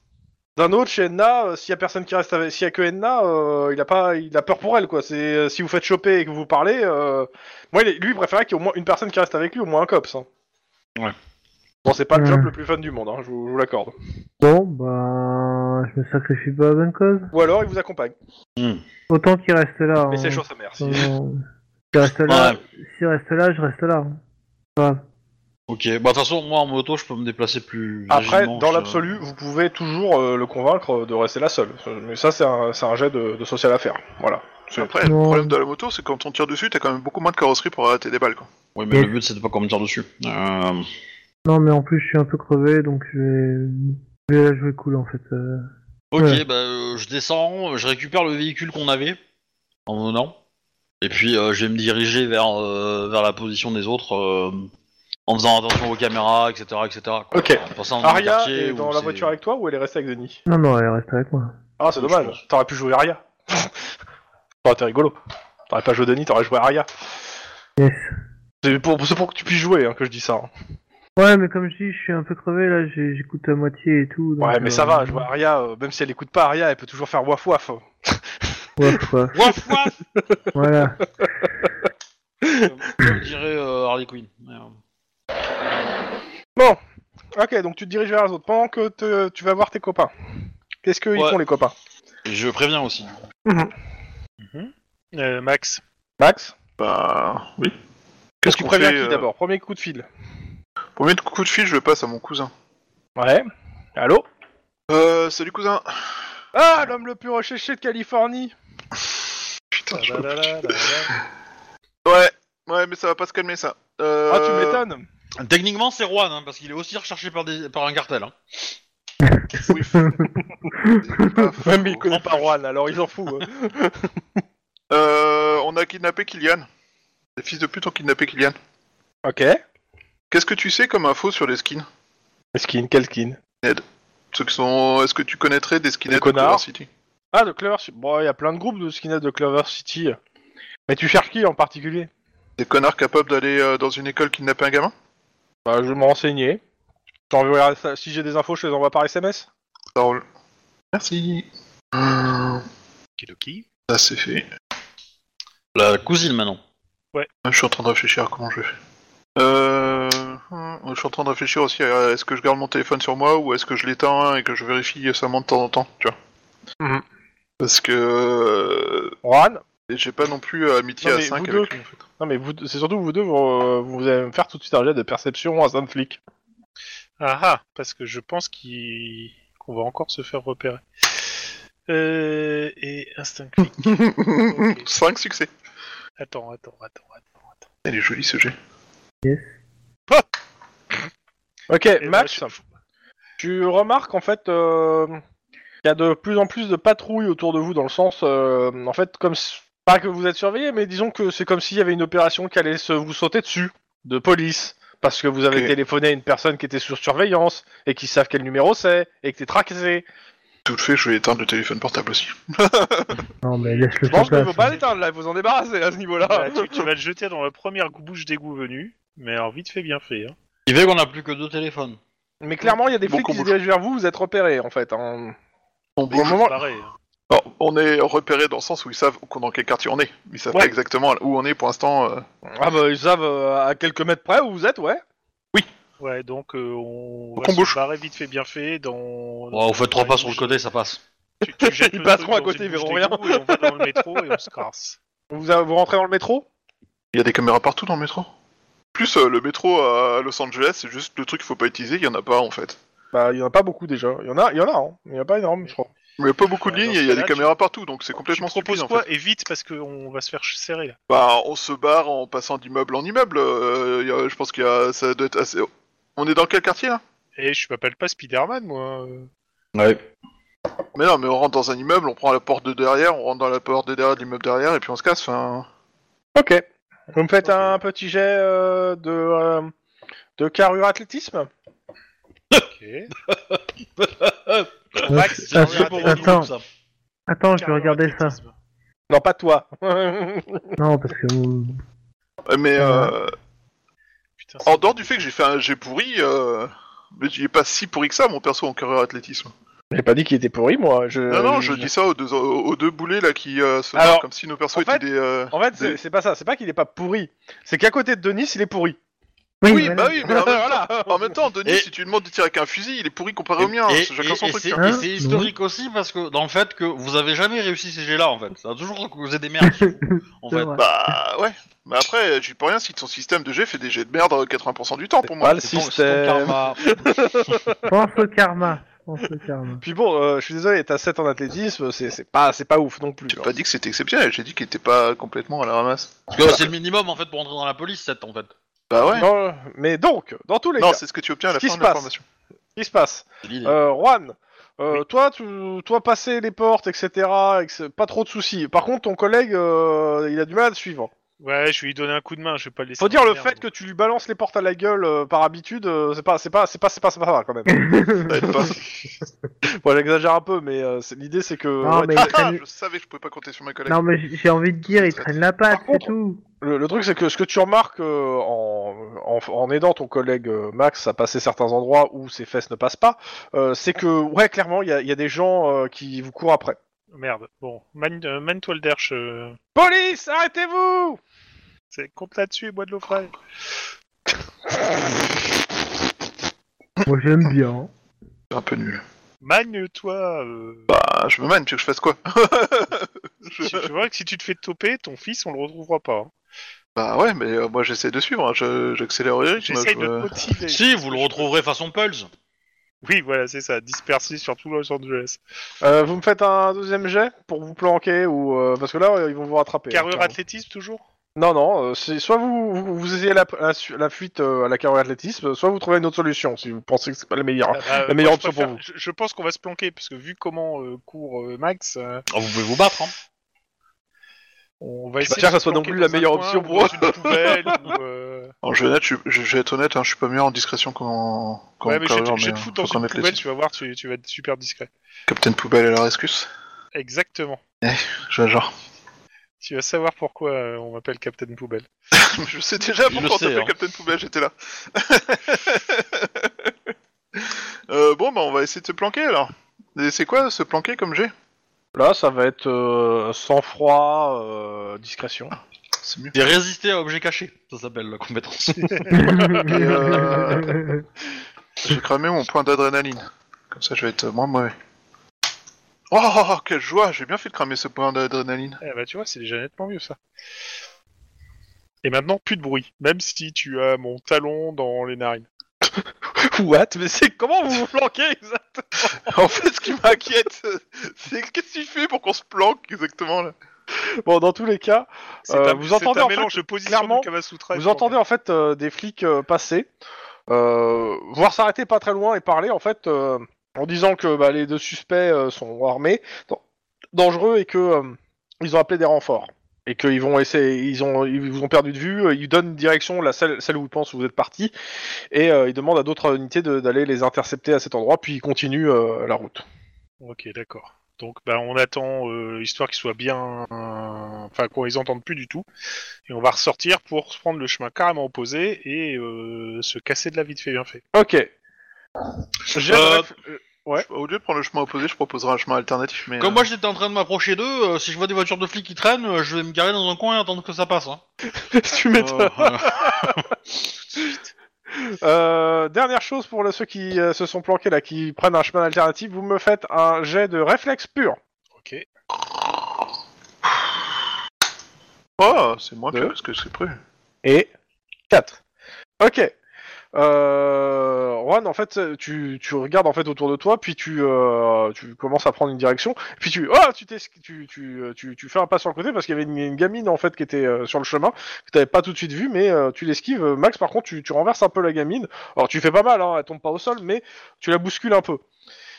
Speaker 2: D'un autre, chez Edna, euh, s'il y a personne qui reste, avec... s'il y a que Edna, euh, il a pas, il a peur pour elle, quoi. C'est euh, si vous faites choper et que vous parlez, euh, moi, il est- lui, il préférait qu'il y ait au moins une personne qui reste avec lui, au moins un cops. hein.
Speaker 1: Ouais.
Speaker 2: Bon, c'est pas le
Speaker 3: Ouais.
Speaker 2: job le plus fun du monde, hein, je vous- je vous l'accorde.
Speaker 3: Bon, bah, je me sacrifie pas à bonne cause.
Speaker 2: Ou alors il vous accompagne.
Speaker 3: Autant qu'il reste là.
Speaker 2: Mais
Speaker 3: hein.
Speaker 2: c'est chaud sa mère. si.
Speaker 3: Non, non. S'il reste là,
Speaker 1: Hmm. Ouais.
Speaker 3: s'il reste là, je reste là. hein. Enfin,
Speaker 1: Ok, bah de toute façon, moi en moto, je peux me déplacer plus.
Speaker 2: Après,
Speaker 1: agilement,
Speaker 2: dans
Speaker 1: je-
Speaker 2: l'absolu, vous pouvez toujours euh, le convaincre de rester là seul. Mais ça, c'est un, c'est un jet de, de social à faire. Voilà. C'est-
Speaker 5: Après,
Speaker 3: Non.
Speaker 5: le problème de la moto, c'est quand on tire dessus, t'as quand même beaucoup moins de carrosserie pour arrêter des balles. Quoi.
Speaker 1: Oui, mais
Speaker 3: Yes.
Speaker 1: le but, c'est de pas qu'on me tire dessus. Euh,
Speaker 3: non, mais en plus, je suis un peu crevé, donc je vais, je vais la jouer cool en fait. euh.
Speaker 1: Ok,
Speaker 3: Ouais.
Speaker 1: bah euh, je descends, euh, je récupère le véhicule qu'on avait en venant, et puis euh, je vais me diriger vers, euh, vers la position des autres euh, en faisant attention aux caméras, etc. etc. quoi.
Speaker 2: Ok.
Speaker 1: En passant dans un
Speaker 2: Aria
Speaker 1: quartier
Speaker 2: est
Speaker 1: où
Speaker 2: dans la
Speaker 1: c'est-
Speaker 2: voiture avec toi ou elle est restée avec Denis
Speaker 3: Non, non, elle reste avec moi.
Speaker 2: Ah, c'est
Speaker 1: Oui, je
Speaker 2: dommage.
Speaker 1: pense.
Speaker 2: T'aurais pu jouer [LAUGHS] Aria. T'aurais été rigolo. T'aurais pas joué Denis, t'aurais joué Aria.
Speaker 3: Yes.
Speaker 2: C'est pour, c'est pour que tu puisses jouer hein, que je dis ça. hein.
Speaker 3: Ouais, mais comme je dis, je suis un peu crevé là, j'ai- j'écoute à moitié et tout. donc,
Speaker 2: Ouais, mais ça
Speaker 3: euh,
Speaker 2: va. Jouer Aria, euh, même si elle écoute pas Aria, elle peut toujours faire waf waf.
Speaker 3: ouais, quoi.
Speaker 1: Waf waf
Speaker 3: voilà.
Speaker 1: Comme dirait euh, Harley Quinn. Merde.
Speaker 2: Ok, donc tu te diriges vers les autres. Pendant que te- tu vas voir tes copains, qu'est-ce qu'ils
Speaker 1: Ouais.
Speaker 2: font les copains
Speaker 1: Et je préviens aussi.
Speaker 4: Euh, Max,
Speaker 2: Max
Speaker 5: Bah oui.
Speaker 2: Qu'est-ce que tu
Speaker 5: qu'on
Speaker 2: préviens
Speaker 5: fait,
Speaker 2: qui
Speaker 5: euh,
Speaker 2: d'abord Premier coup de fil.
Speaker 5: Premier coup de fil, je le passe à mon cousin.
Speaker 2: Ouais. Allô
Speaker 5: Euh, salut cousin.
Speaker 2: Ah, l'homme le plus recherché de Californie
Speaker 5: Putain, je-
Speaker 4: Tadadadadada.
Speaker 5: Ouais, ouais, mais ça va pas se calmer ça. Euh,
Speaker 2: Ah, tu m'étonnes
Speaker 1: Techniquement, c'est Juan, hein, parce qu'il est aussi recherché par, des... par un cartel. hein.
Speaker 2: [LAUGHS]
Speaker 5: oui. C'est pas faux.
Speaker 2: Même il connaît pas Juan, alors il s'en fout. hein.
Speaker 5: Euh, on a kidnappé Kylian. Les fils de pute ont kidnappé Kylian.
Speaker 2: [LAUGHS] ok.
Speaker 5: Qu'est-ce que tu sais comme info sur les skins
Speaker 2: Skin, quel skin
Speaker 5: Ceux qui sont... Est-ce que tu connaîtrais des skins
Speaker 2: Des
Speaker 5: de
Speaker 2: connards.
Speaker 5: Clover City
Speaker 2: Ah, de Clover City. Bon, il y a plein de groupes de skinheads de Clover City. Mais tu cherches qui en particulier
Speaker 5: Des connards capables d'aller euh, dans une école kidnapper un gamin
Speaker 2: Bah, je vais me renseigner. T'enverras ça- Si j'ai des infos, je te les envoie par SMS.
Speaker 5: Ça roule. Merci. Hum,
Speaker 4: Kidoki.
Speaker 5: Ça c'est fait.
Speaker 1: La cousine maintenant.
Speaker 5: Je suis en train de réfléchir à comment je fais. Euh... hum, Je suis en train de réfléchir aussi à est-ce que je garde mon téléphone sur moi ou est-ce que je l'éteins et que je vérifie seulement de temps en temps, tu vois.
Speaker 2: Mhm.
Speaker 5: Parce que euh,
Speaker 2: Juan
Speaker 5: j'ai pas non plus amitié
Speaker 2: Non,
Speaker 5: à
Speaker 2: mais
Speaker 5: 5
Speaker 2: vous
Speaker 5: avec
Speaker 2: deux-
Speaker 5: lui en fait.
Speaker 2: Non, mais vous, c'est surtout vous deux, vous, euh, vous allez me faire tout de suite un jet de perception à saint flic.
Speaker 4: Ah ah, parce que je pense qu'il- qu'on va encore se faire repérer. Euh, et instinct click.
Speaker 5: [LAUGHS] 5 succès.
Speaker 4: Attends, attends, attends,
Speaker 1: [LAUGHS]
Speaker 4: attends.
Speaker 5: Elle est jolie ce jeu.
Speaker 2: Ok,
Speaker 4: Eh ben,
Speaker 2: Max
Speaker 4: je-
Speaker 2: Tu remarques en fait euh, qu'il y a de plus en plus de patrouilles autour de vous dans le sens, euh, en fait, comme s- pas que vous êtes surveillé, mais disons que c'est comme s'il y avait une opération qui allait se vous sauter dessus de police parce que vous avez
Speaker 5: Ok.
Speaker 2: téléphoné à une personne qui était sous surveillance et qui savent quel numéro c'est et que t'es traqué.
Speaker 5: Tout le fait, je vais éteindre le téléphone portable aussi.
Speaker 3: Non, mais laisse le
Speaker 2: Je pense qu'il faut pas
Speaker 4: ça.
Speaker 2: l'éteindre là, vous en débarrasser à ce niveau-là.
Speaker 4: Bah, tu, tu vas le jeter dans la première bouche d'égout venue, mais alors vite fait, bien fait. Hein.
Speaker 1: Il fait qu'on a plus que deux téléphones.
Speaker 2: Mais clairement, il y a des
Speaker 5: Bon
Speaker 2: flics qui se
Speaker 5: combo.
Speaker 2: dirigent vers vous, vous êtes repérés en fait. hein.
Speaker 5: Bon,
Speaker 2: Et au
Speaker 5: bon,
Speaker 2: moment-
Speaker 4: Pareil. hein.
Speaker 5: Alors, on est repéré dans le sens où ils savent qu'on- dans quel quartier on est. Ils savent
Speaker 2: Ouais.
Speaker 5: pas exactement où on est pour l'instant. euh.
Speaker 2: Ah bah ils savent euh, à quelques mètres près où vous êtes, ouais.
Speaker 4: Ouais, donc euh, on
Speaker 5: Donc
Speaker 4: va
Speaker 5: on
Speaker 4: se
Speaker 5: bouge.
Speaker 4: barrer vite fait bien fait dans.
Speaker 1: Ouais, Oh, vous faites trois
Speaker 4: dans
Speaker 1: pas
Speaker 4: une
Speaker 1: sur le
Speaker 4: bouche-
Speaker 1: côté, ça passe.
Speaker 4: tu- tu
Speaker 1: [LAUGHS]
Speaker 4: jettes
Speaker 2: Ils
Speaker 4: le
Speaker 2: passeront
Speaker 4: truc
Speaker 2: à
Speaker 4: dans
Speaker 2: côté,
Speaker 4: une
Speaker 2: ils verront
Speaker 4: bouche
Speaker 2: rien.
Speaker 4: d'égout et on va dans le métro et on se
Speaker 2: [LAUGHS]
Speaker 4: casse.
Speaker 2: Vous, a- vous rentrez dans le métro
Speaker 5: Il y a des caméras partout dans le métro. Plus euh, le métro à Los Angeles, c'est juste le truc qu'il faut pas utiliser, il y en a pas en fait.
Speaker 2: Bah il y en a pas beaucoup déjà. Il y en a, il y en a, hein. il y en a pas énorme, je crois.
Speaker 5: Mais il y a pas beaucoup de
Speaker 4: Ouais,
Speaker 5: lignes,
Speaker 4: dans
Speaker 5: et il y a
Speaker 4: ce
Speaker 5: des
Speaker 4: cas-là,
Speaker 5: caméras partout, donc c'est
Speaker 4: Tu
Speaker 5: complètement
Speaker 4: proposes
Speaker 5: stupide, en
Speaker 4: quoi
Speaker 5: fait.
Speaker 4: Et vite parce qu'on va se faire ch- serrer là.
Speaker 5: Bah, on se barre en passant d'immeuble en immeuble. euh, il y a- je pense qu'il y a, ça doit être assez. On est dans quel quartier là
Speaker 4: Et Eh, je m'appelle pas Spider-Man moi. euh.
Speaker 1: Ouais.
Speaker 5: Mais non, mais on rentre dans un immeuble, on prend la porte de derrière, on rentre dans la porte de derrière de l'immeuble derrière et puis on se casse. hein. Enfin,
Speaker 2: Ok. Vous me faites un petit jet euh, de euh, de carrure athlétisme.
Speaker 4: Ok. Max,
Speaker 1: C'est un
Speaker 3: c'est
Speaker 1: jeu pour
Speaker 3: attends.
Speaker 1: Rodolphe, ça.
Speaker 3: Attends, je vais regarder ça.
Speaker 2: Non pas [LAUGHS] toi.
Speaker 3: Non, parce que.
Speaker 5: euh, mais euh,
Speaker 4: Putain,
Speaker 5: en dehors du fait que j'ai fait un jet pourri, euh, mais il est pas si pourri que ça mon perso en carrière athlétisme.
Speaker 2: J'ai pas dit qu'il était pourri moi. Je,
Speaker 5: non, non, je dis ça aux deux, aux deux boulets là qui euh, se
Speaker 2: Euh, Alors,
Speaker 5: marrent comme si nos persos
Speaker 2: en
Speaker 5: étaient
Speaker 2: fait-
Speaker 5: des. euh,
Speaker 2: En fait c'est c'est pas ça. C'est pas qu'il est pas pourri. C'est qu'à côté de Denis il est pourri.
Speaker 5: Oui,
Speaker 3: voilà. [LAUGHS]
Speaker 5: bah oui, mais en
Speaker 2: [LAUGHS]
Speaker 5: même temps,
Speaker 2: Voilà.
Speaker 5: en même temps, Denis,
Speaker 1: Et-
Speaker 5: si tu lui demandes de tirer avec un fusil, il est pourri comparé au mien.
Speaker 1: Et,
Speaker 5: c'est chacun
Speaker 1: et-
Speaker 5: son
Speaker 1: et
Speaker 5: truc.
Speaker 1: c'est
Speaker 5: hein.
Speaker 3: hein.
Speaker 1: et c'est historique aussi parce que dans le fait que vous avez jamais réussi ces jets-là en fait. Ça a toujours causé des
Speaker 3: [LAUGHS]
Speaker 1: merdes. chez vous, en
Speaker 3: C'est
Speaker 1: fait.
Speaker 3: vrai.
Speaker 5: [LAUGHS] Bah ouais. Mais après, j'y peux rien si ton système de jet fait des jets de merde euh, 80% du temps pour moi.
Speaker 2: Pas le
Speaker 1: C'est ton-
Speaker 2: système.
Speaker 1: c'est ton karma.
Speaker 5: [LAUGHS]
Speaker 3: Pense au karma. Pense au karma.
Speaker 2: [LAUGHS] Puis bon, euh, je suis désolé, t'as 7 en athlétisme, c'est c'est pas, c'est pas ouf non plus.
Speaker 5: J'ai
Speaker 2: genre.
Speaker 5: pas dit que c'était exceptionnel, j'ai dit qu'il était pas complètement à la ramasse.
Speaker 1: Parce que c'est le minimum en fait pour entrer dans la police 7 en fait.
Speaker 5: Bah ouais.
Speaker 2: Non, mais donc, dans tous les
Speaker 5: Non,
Speaker 2: cas,
Speaker 5: c'est ce que tu obtiens à la
Speaker 2: Ce qui
Speaker 5: fin
Speaker 2: se
Speaker 5: de la
Speaker 2: passe.
Speaker 5: formation.
Speaker 2: ce qui se passe,
Speaker 1: C'est l'idée.
Speaker 2: euh, Juan, euh, toi, tu, toi, passer les portes, etc., etc., pas trop de soucis. Par contre, ton collègue, euh, il a du mal à te suivre.
Speaker 4: Ouais, je vais lui donner un coup de main, je vais pas le laisser.
Speaker 2: Faut dire
Speaker 4: dans
Speaker 2: le
Speaker 4: la merde.
Speaker 2: fait que tu lui balances les portes à la gueule euh, par habitude, euh, c'est pas, c'est pas, c'est pas, c'est pas, c'est pas, ça
Speaker 3: [LAUGHS]
Speaker 2: quand même.
Speaker 5: Ça
Speaker 2: [LAUGHS]
Speaker 5: aide pas.
Speaker 2: bon, j'exagère un peu, mais euh, c'est- l'idée c'est que.
Speaker 3: Non,
Speaker 2: ouais,
Speaker 3: mais
Speaker 2: tu-
Speaker 3: il traîne-
Speaker 5: je savais que je pouvais pas compter sur mes collègues.
Speaker 3: Non, mais j- j'ai envie de dire, il traîne la patte,
Speaker 2: Par
Speaker 3: c'est
Speaker 2: contre-
Speaker 3: tout.
Speaker 2: Le, le truc, c'est que ce que tu remarques euh, en, en, en aidant ton collègue euh, Max à passer certains endroits où ses fesses ne passent pas, euh, c'est que, ouais, clairement, il y a, il y a des gens euh, qui vous courent après.
Speaker 4: Merde. Bon, man, euh, man-toi le derche. euh,
Speaker 2: Police, arrêtez-vous
Speaker 4: c'est- Compte là-dessus et bois de l'eau fraîche.
Speaker 3: Moi, j'aime bien. [LAUGHS]
Speaker 5: C'est un peu nul.
Speaker 4: Magne-toi. euh,
Speaker 5: Ah, je me mène, tu veux que je fasse quoi
Speaker 4: si tu vois que si tu te fais toper, ton fils, on le retrouvera pas. hein.
Speaker 5: Bah ouais, mais euh, moi j'essaie de suivre, hein, je- j'accélère le rythme.
Speaker 4: J'essaye
Speaker 5: je
Speaker 4: de te
Speaker 5: me-
Speaker 4: motiver.
Speaker 1: Si, vous le retrouverez façon Pulse.
Speaker 4: Oui, voilà, c'est ça. Dispersé sur tout Los Angeles.
Speaker 2: Euh, Vous me faites un deuxième jet pour vous planquer, ou euh, parce que là, euh, ils vont vous rattraper. hein,
Speaker 4: Carrure
Speaker 2: clairement.
Speaker 4: athlétisme toujours
Speaker 2: Non, non, euh, c'est soit vous, vous, vous essayez la, la, su- la fuite euh, à la carrière athlétisme, soit vous trouvez une autre solution, si vous pensez que c'est pas le meilleur. hein.
Speaker 4: La
Speaker 2: meilleure option pour vous.
Speaker 4: Je, je pense qu'on va se planquer, parce que vu comment euh, court euh, Max, euh,
Speaker 1: Ah, vous pouvez vous battre. Hein.
Speaker 4: on va
Speaker 2: Je suis
Speaker 4: essayer de
Speaker 2: pas sûr que ça
Speaker 4: se
Speaker 2: soit non
Speaker 4: planquer
Speaker 2: plus la
Speaker 4: dans un
Speaker 2: meilleure
Speaker 4: coin
Speaker 2: option
Speaker 4: ou
Speaker 2: pour
Speaker 4: dans une
Speaker 2: [LAUGHS]
Speaker 4: poubelle ou, euh,
Speaker 5: Alors, je, vais être- je, je- je vais être honnête, hein, je suis pas meilleur en discrétion qu'en. qu'en
Speaker 4: Ouais, mais je vais te-
Speaker 5: carrure,
Speaker 4: je vais
Speaker 5: mais,
Speaker 4: te
Speaker 5: euh,
Speaker 4: foutre dans
Speaker 5: faut
Speaker 4: une
Speaker 5: connaître les
Speaker 4: poubelle,
Speaker 5: types.
Speaker 4: tu vas voir, tu tu vas être super discret.
Speaker 5: Captain Poubelle à la rescousse.
Speaker 4: Exactement.
Speaker 5: Je genre.
Speaker 4: Tu vas savoir pourquoi euh, on m'appelle Captain Poubelle.
Speaker 5: [LAUGHS] je sais déjà
Speaker 1: Il le
Speaker 5: pourquoi on
Speaker 1: sait,
Speaker 5: t'appelle
Speaker 1: hein.
Speaker 5: Captain Poubelle, j'étais là. [LAUGHS] Euh, bon, bah on va essayer de se planquer alors. Et C'est quoi se planquer comme jet
Speaker 2: Là, ça va être euh, sang-froid, euh, discrétion.
Speaker 5: C'est mieux.
Speaker 1: C'est résister à objet caché. Ça s'appelle la compétence.
Speaker 5: euh, J'ai cramé mon point d'adrénaline. Comme ça, je vais être moins mauvais. Oh, oh, oh, quelle joie J'ai bien fait de cramer ce point d'adrénaline.
Speaker 4: Eh bah tu vois, c'est déjà nettement mieux ça. Et maintenant, plus de bruit, même si tu as mon talon dans les narines.
Speaker 2: [LAUGHS] What Mais c'est comment vous vous planquez exactement
Speaker 5: en fait, ce qui
Speaker 2: [LAUGHS]
Speaker 5: m'inquiète, c'est qu'est-ce qu'il fait pour qu'on se planque exactement là
Speaker 2: Bon, dans tous les cas,
Speaker 4: C'est
Speaker 2: Euh,
Speaker 4: un-
Speaker 2: vous
Speaker 4: c'est
Speaker 2: entendez,
Speaker 4: un
Speaker 2: en
Speaker 4: mélange de position
Speaker 2: clairement,
Speaker 4: de Kamasutra et
Speaker 2: vous
Speaker 4: de
Speaker 2: entendez
Speaker 4: Franck.
Speaker 2: en fait euh, des flics euh, passer, euh, voir s'arrêter pas très loin et parler en fait euh, en disant que bah, les deux suspects euh, sont armés, dan- dangereux et que euh, ils ont appelé des renforts et qu'ils vont essayer, ils ont, ils vous ont perdu de vue, euh, ils donnent une direction la celle, celle où ils pensent que vous êtes partis et euh, ils demandent à d'autres unités de- d'aller les intercepter à cet endroit puis ils continuent euh, la route.
Speaker 4: Ok, d'accord. Donc bah, on attend, euh, histoire qu'ils soient bien... euh, Enfin, qu'on les entende plus du tout. Et on va ressortir pour prendre le chemin carrément opposé et euh, se casser de la vie de fait bien fait.
Speaker 2: Ok. J'ai
Speaker 1: Euh,
Speaker 2: réfl- Ouais.
Speaker 5: Je- Au lieu de prendre le chemin opposé, je proposerai un chemin alternatif. Mais
Speaker 1: Comme
Speaker 5: euh,
Speaker 1: moi j'étais en train de m'approcher d'eux, euh, si je vois des voitures de flics qui traînent, euh, je vais me garer dans un coin et attendre que ça passe. Hein.
Speaker 2: [LAUGHS] tu m'étonnes.
Speaker 5: oh,
Speaker 1: Euh,
Speaker 2: Euh, dernière chose pour le- ceux qui euh, se sont planqués là, qui prennent un chemin alternatif, vous me faites un jet de réflexe pur.
Speaker 4: Ok.
Speaker 5: oh, c'est moins
Speaker 2: Deux.
Speaker 5: pire parce que c'est prêt.
Speaker 2: et 4. Ok. Euh, Juan, en fait, tu, tu regardes en fait autour de toi, puis tu, euh, tu commences à prendre une direction, puis tu oh, tu, t'es- tu, tu, euh, tu, tu fais un pas sur le côté parce qu'il y avait une, une gamine en fait qui était euh, sur le chemin que t'avais pas tout de suite vu, mais euh, tu l'esquives. Max, par contre, tu, tu renverses un peu la gamine. Alors tu fais pas mal, hein, elle tombe pas au sol, mais tu la bouscules un peu.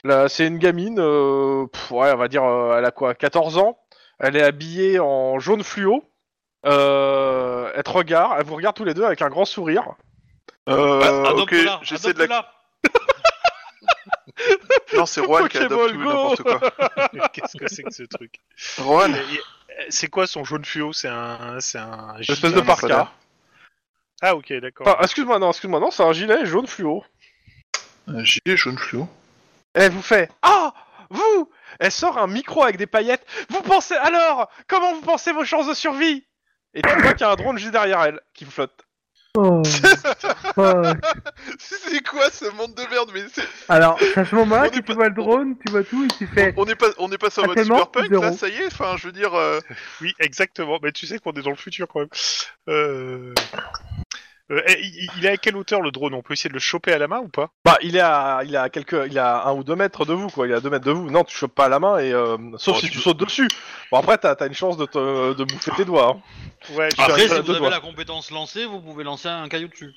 Speaker 2: Là, c'est une gamine, euh, pff, ouais, on va dire, euh, elle a quoi, 14 ans. Elle est habillée en jaune fluo. Euh, elle te regarde, elle vous regarde tous les deux avec un grand sourire.
Speaker 5: Euh, ok,
Speaker 1: Adopte-la,
Speaker 5: j'essaie de la.
Speaker 1: adopte-la.
Speaker 5: Non, c'est Rohan qui
Speaker 2: Pokémon
Speaker 5: adopte tout et
Speaker 2: Go.
Speaker 5: n'importe quoi.
Speaker 4: [LAUGHS] Qu'est-ce que c'est que ce truc
Speaker 5: Rohan,
Speaker 4: Euh, y- C'est quoi son jaune fluo C'est un, c'est un. gilet
Speaker 2: Espèce de
Speaker 5: ça a
Speaker 2: parka.
Speaker 5: l'air.
Speaker 4: Ah ok, d'accord.
Speaker 2: Enfin, excuse-moi, non, excuse-moi, non, c'est un gilet jaune fluo.
Speaker 5: un gilet Euh, jaune fluo.
Speaker 2: Elle vous fait Ah Vous Elle sort un micro avec des paillettes. Vous pensez alors Comment vous pensez vos chances de survie Et tu vois qu'il y a un drone juste derrière elle qui flotte.
Speaker 3: Oh, fuck.
Speaker 5: [LAUGHS] C'est quoi ce monde de merde Mais c'est-
Speaker 3: Alors, c'est à ce moment-là
Speaker 5: On
Speaker 3: que
Speaker 5: est
Speaker 3: tu
Speaker 5: pas-
Speaker 3: vois le drone, tu vois tout, et tu fais.
Speaker 5: on est pas, on est passé en
Speaker 3: Ah,
Speaker 5: mode
Speaker 3: t'es mort,
Speaker 5: cyberpunk
Speaker 3: zéro.
Speaker 5: là, ça y est. Enfin, je veux dire, euh,
Speaker 4: Oui, exactement. Mais tu sais qu'on est dans le futur quand même. Euh... euh, et il il est à quelle hauteur le drone On peut essayer de le choper à la main ou pas
Speaker 2: Bah, il est à, il est à quelques, il est à un ou deux mètres de vous, quoi. Il est à deux mètres de vous. Non, tu chopes pas la main et euh, sauf
Speaker 5: Oh,
Speaker 2: si
Speaker 5: tu
Speaker 2: tu
Speaker 5: peux-
Speaker 2: sautes dessus. Bon après, t'as as une chance de te, de bouffer tes doigts. hein.
Speaker 4: Ouais.
Speaker 5: Ah.
Speaker 4: je-
Speaker 2: suis
Speaker 1: Après,
Speaker 2: à
Speaker 1: si
Speaker 2: deux
Speaker 1: vous avez
Speaker 2: doigts.
Speaker 1: la compétence lancée, vous pouvez lancer un caillou dessus.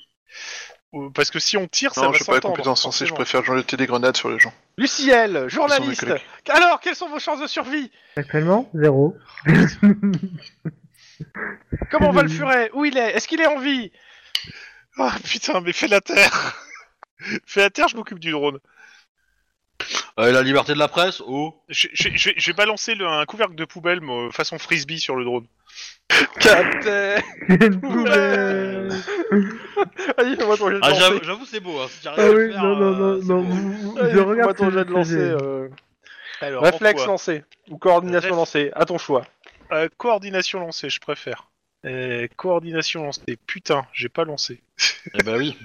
Speaker 4: euh, Parce que si on tire, ça
Speaker 5: non,
Speaker 4: va
Speaker 5: je suis pas la
Speaker 4: s'entendre.
Speaker 5: compétence censée. Je
Speaker 4: forcément.
Speaker 5: préfère jeter des grenades sur les gens.
Speaker 2: Luciel,
Speaker 5: Ils
Speaker 2: journaliste.
Speaker 5: sont mes collègues.
Speaker 2: Alors, quelles sont vos chances de survie
Speaker 3: Actuellement, zéro. [LAUGHS]
Speaker 5: [LAUGHS]
Speaker 2: Comment va le furet Où il est Est-ce qu'il est en vie
Speaker 4: Ah putain, mais fais la terre. [LAUGHS] fais la terre, je m'occupe du drone.
Speaker 1: Euh, la liberté de la presse, oh.
Speaker 4: Je, je- je vais- je vais balancer le- un couvercle de poubelle moi, façon frisbee sur le drone.
Speaker 2: Captain
Speaker 3: Il y a une poubelle.
Speaker 2: Allez, fais-moi ton jet de
Speaker 1: Ah,
Speaker 2: lancer.
Speaker 1: j'avoue, j'avoue, c'est beau. Hein. Si t'arrives
Speaker 3: Ah
Speaker 1: à le
Speaker 3: oui,
Speaker 1: faire,
Speaker 3: non, non,
Speaker 1: euh,
Speaker 3: non,
Speaker 1: c'est
Speaker 3: non.
Speaker 1: beau.
Speaker 3: vous- vous-
Speaker 2: Allez,
Speaker 3: Je regarde
Speaker 2: fais-moi ton
Speaker 3: ce
Speaker 2: jet de
Speaker 3: que
Speaker 2: lancer.
Speaker 3: j'ai.
Speaker 2: euh,
Speaker 4: Alors,
Speaker 2: Réflexe
Speaker 4: en quoi
Speaker 2: lancé ou coordination
Speaker 4: Réf-
Speaker 2: lancée, à ton choix.
Speaker 4: Euh, coordination lancée, je préfère. Euh, coordination lancée. Putain, j'ai pas lancé.
Speaker 1: Eh ben oui.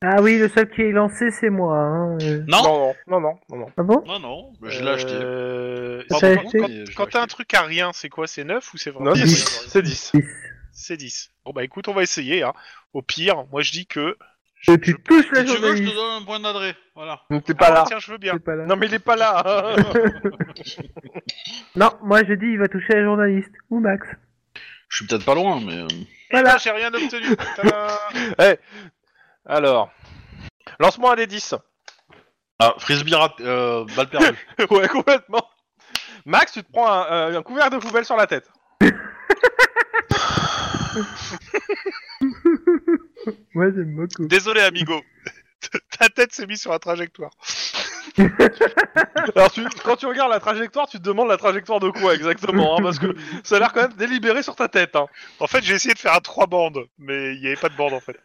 Speaker 3: Ah oui, le seul qui est lancé, c'est moi. hein, euh.
Speaker 1: Non,
Speaker 2: non, non, non, non. non.
Speaker 3: Ah bon
Speaker 1: non, non, je l'ai acheté.
Speaker 4: Euh,
Speaker 3: Ça
Speaker 4: c'est-
Speaker 3: a été-
Speaker 4: quand-
Speaker 1: Je l'ai
Speaker 4: Quand t'as un
Speaker 1: acheté.
Speaker 4: truc à rien, c'est quoi C'est 9 ou c'est vraiment
Speaker 2: Non, c'est
Speaker 3: Dix.
Speaker 2: 10. C'est 10.
Speaker 4: C'est 10. Bon bah écoute, on va essayer. Hein. Au pire, moi je dis que...
Speaker 3: Et tu touches la
Speaker 1: Si tu veux, je te
Speaker 3: journaliste.
Speaker 1: donne un point d'adresse. Voilà.
Speaker 2: T'es pas
Speaker 4: Ah,
Speaker 2: là.
Speaker 4: Tiens, je veux bien.
Speaker 3: C'est pas là.
Speaker 2: Non, mais il est pas [LAUGHS] là. hein.
Speaker 3: Non, moi je dis il va toucher la journaliste. Ou Max.
Speaker 1: Je suis peut-être pas loin, mais. euh,
Speaker 4: Là,
Speaker 3: Voilà.
Speaker 4: Eh ben, j'ai rien obtenu. Tadam
Speaker 2: Alors. Lance-moi un des 10.
Speaker 1: Ah, frisbee rat... euh, balle perdue.
Speaker 2: [LAUGHS] ouais, complètement. Max, tu te prends un, euh, un couvert de poubelle sur la tête.
Speaker 3: Moi j'aime beaucoup.
Speaker 4: Désolé amigo. [LAUGHS] Ta tête s'est mise sur la trajectoire.
Speaker 2: Alors, tu- quand tu regardes la trajectoire, tu te demandes la trajectoire de quoi exactement hein, Parce que ça a l'air quand même délibéré sur ta tête. Hein.
Speaker 4: En fait, j'ai essayé de faire un 3 bandes, mais il n'y avait pas de bande en fait.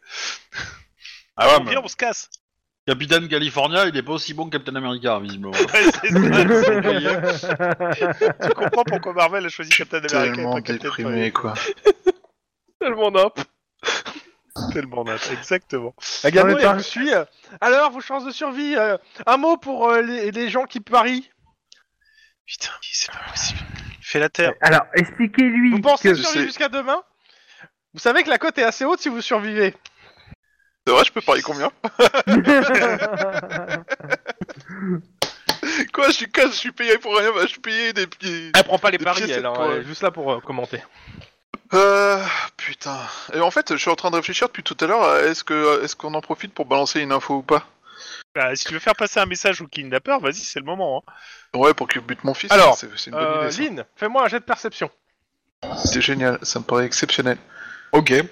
Speaker 1: Ah ouais,
Speaker 4: Au pire, on se casse. [LAUGHS]
Speaker 1: Capitaine California, il est pas aussi bon que Captain America, visiblement.
Speaker 4: Ouais, c'est ça.
Speaker 3: Putain,
Speaker 4: tu comprends pourquoi Marvel a choisi Captain America et
Speaker 5: Tellement
Speaker 4: pas Captain
Speaker 5: déprimé quoi.
Speaker 2: Tellement hop.
Speaker 4: Tellement naze. Exactement.
Speaker 2: La
Speaker 3: Ah
Speaker 2: gamine,
Speaker 3: ouais,
Speaker 2: elle
Speaker 3: par-
Speaker 2: vous suit. euh, Alors, vos chances de survie euh, Un mot pour euh, les, les gens qui parient
Speaker 4: Putain, c'est pas possible. Fais la terre.
Speaker 3: [LAUGHS] Alors, expliquez-lui.
Speaker 2: Vous
Speaker 3: [LAUGHS]
Speaker 2: pensez
Speaker 3: que-
Speaker 5: je
Speaker 2: survivre
Speaker 5: sais.
Speaker 2: jusqu'à demain Vous savez que la cote est assez haute si vous survivez.
Speaker 5: C'est vrai, je peux parier combien Quoi, je suis casse, je suis payé pour rien, bah, je suis payé des pieds.
Speaker 2: Elle prend pas les
Speaker 5: Des
Speaker 2: paris,
Speaker 5: pièces,
Speaker 2: elle, hein,
Speaker 5: pour-
Speaker 2: elle est juste là pour euh, commenter.
Speaker 5: Euh, putain. Et en fait, je suis en train de réfléchir depuis tout à l'heure. à Est-ce que, est-ce qu'on en profite pour balancer une info ou pas
Speaker 4: Bah, si tu veux faire passer un message au kidnapper, vas-y, c'est le moment. [LAUGHS] Hein.
Speaker 5: Ouais, pour qu'il bute mon fils.
Speaker 2: Alors,
Speaker 5: hein, c'est, c'est une bonne
Speaker 2: Euh,
Speaker 5: idée. ça.
Speaker 2: Lynn, fais-moi un jet de perception.
Speaker 5: C'est génial, ça me paraît exceptionnel.
Speaker 1: ok. [LAUGHS]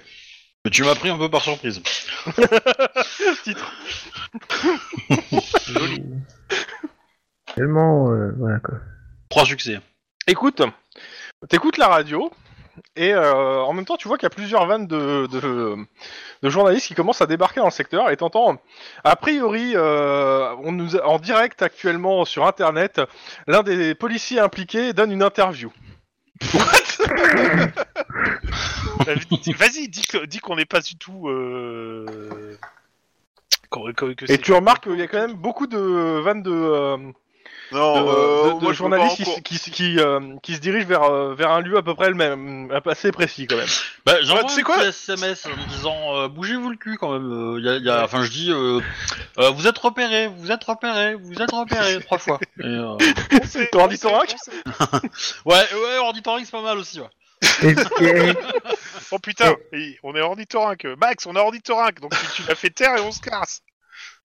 Speaker 1: Mais tu m'as pris un peu par surprise.
Speaker 3: Tellement, euh, voilà quoi. euh,
Speaker 1: Trois succès.
Speaker 2: Écoute, t'écoutes la radio, Et euh, en même temps, tu vois qu'il y a plusieurs vannes de, de, de journalistes qui commencent à débarquer dans le secteur et t'entends, a priori, euh, on nous a- en direct actuellement sur Internet, l'un des policiers impliqués donne une interview.
Speaker 4: Bah, Vas-y, dis, que- dis qu'on n'est pas du tout. euh, qu'on- que- que
Speaker 2: Et
Speaker 4: c'est-
Speaker 2: tu remarques qu'il y a quand même beaucoup de vannes de, euh, de,
Speaker 5: Non, euh,
Speaker 2: de- de
Speaker 5: moi, je veux pas
Speaker 2: journalistes qui,
Speaker 5: encore.
Speaker 2: s- qui, s- qui, euh, qui se dirigent vers, euh, vers un lieu à peu près le même, assez précis quand même.
Speaker 1: Bah, j'envoie
Speaker 5: Ouais, tu
Speaker 1: un
Speaker 5: sais quoi
Speaker 1: petit SMS en me disant euh, bougez-vous le cul quand même. euh, y a- y a- Enfin, je dis euh, euh, vous êtes repéré, vous êtes repéré, vous êtes [LAUGHS] repéré trois fois. Et, euh,
Speaker 4: [LAUGHS] On sait-
Speaker 2: T'auras dit
Speaker 4: on sait-
Speaker 2: thorax
Speaker 4: on sait-
Speaker 1: Ouais, ouais, ornithorynque c'est pas mal aussi. Ouais.
Speaker 3: Et- et-
Speaker 4: Oh putain, et on est ornithorynque. Max, on est ornithorynque, donc tu, tu l'as fait taire et on se
Speaker 5: [LAUGHS]
Speaker 4: casse.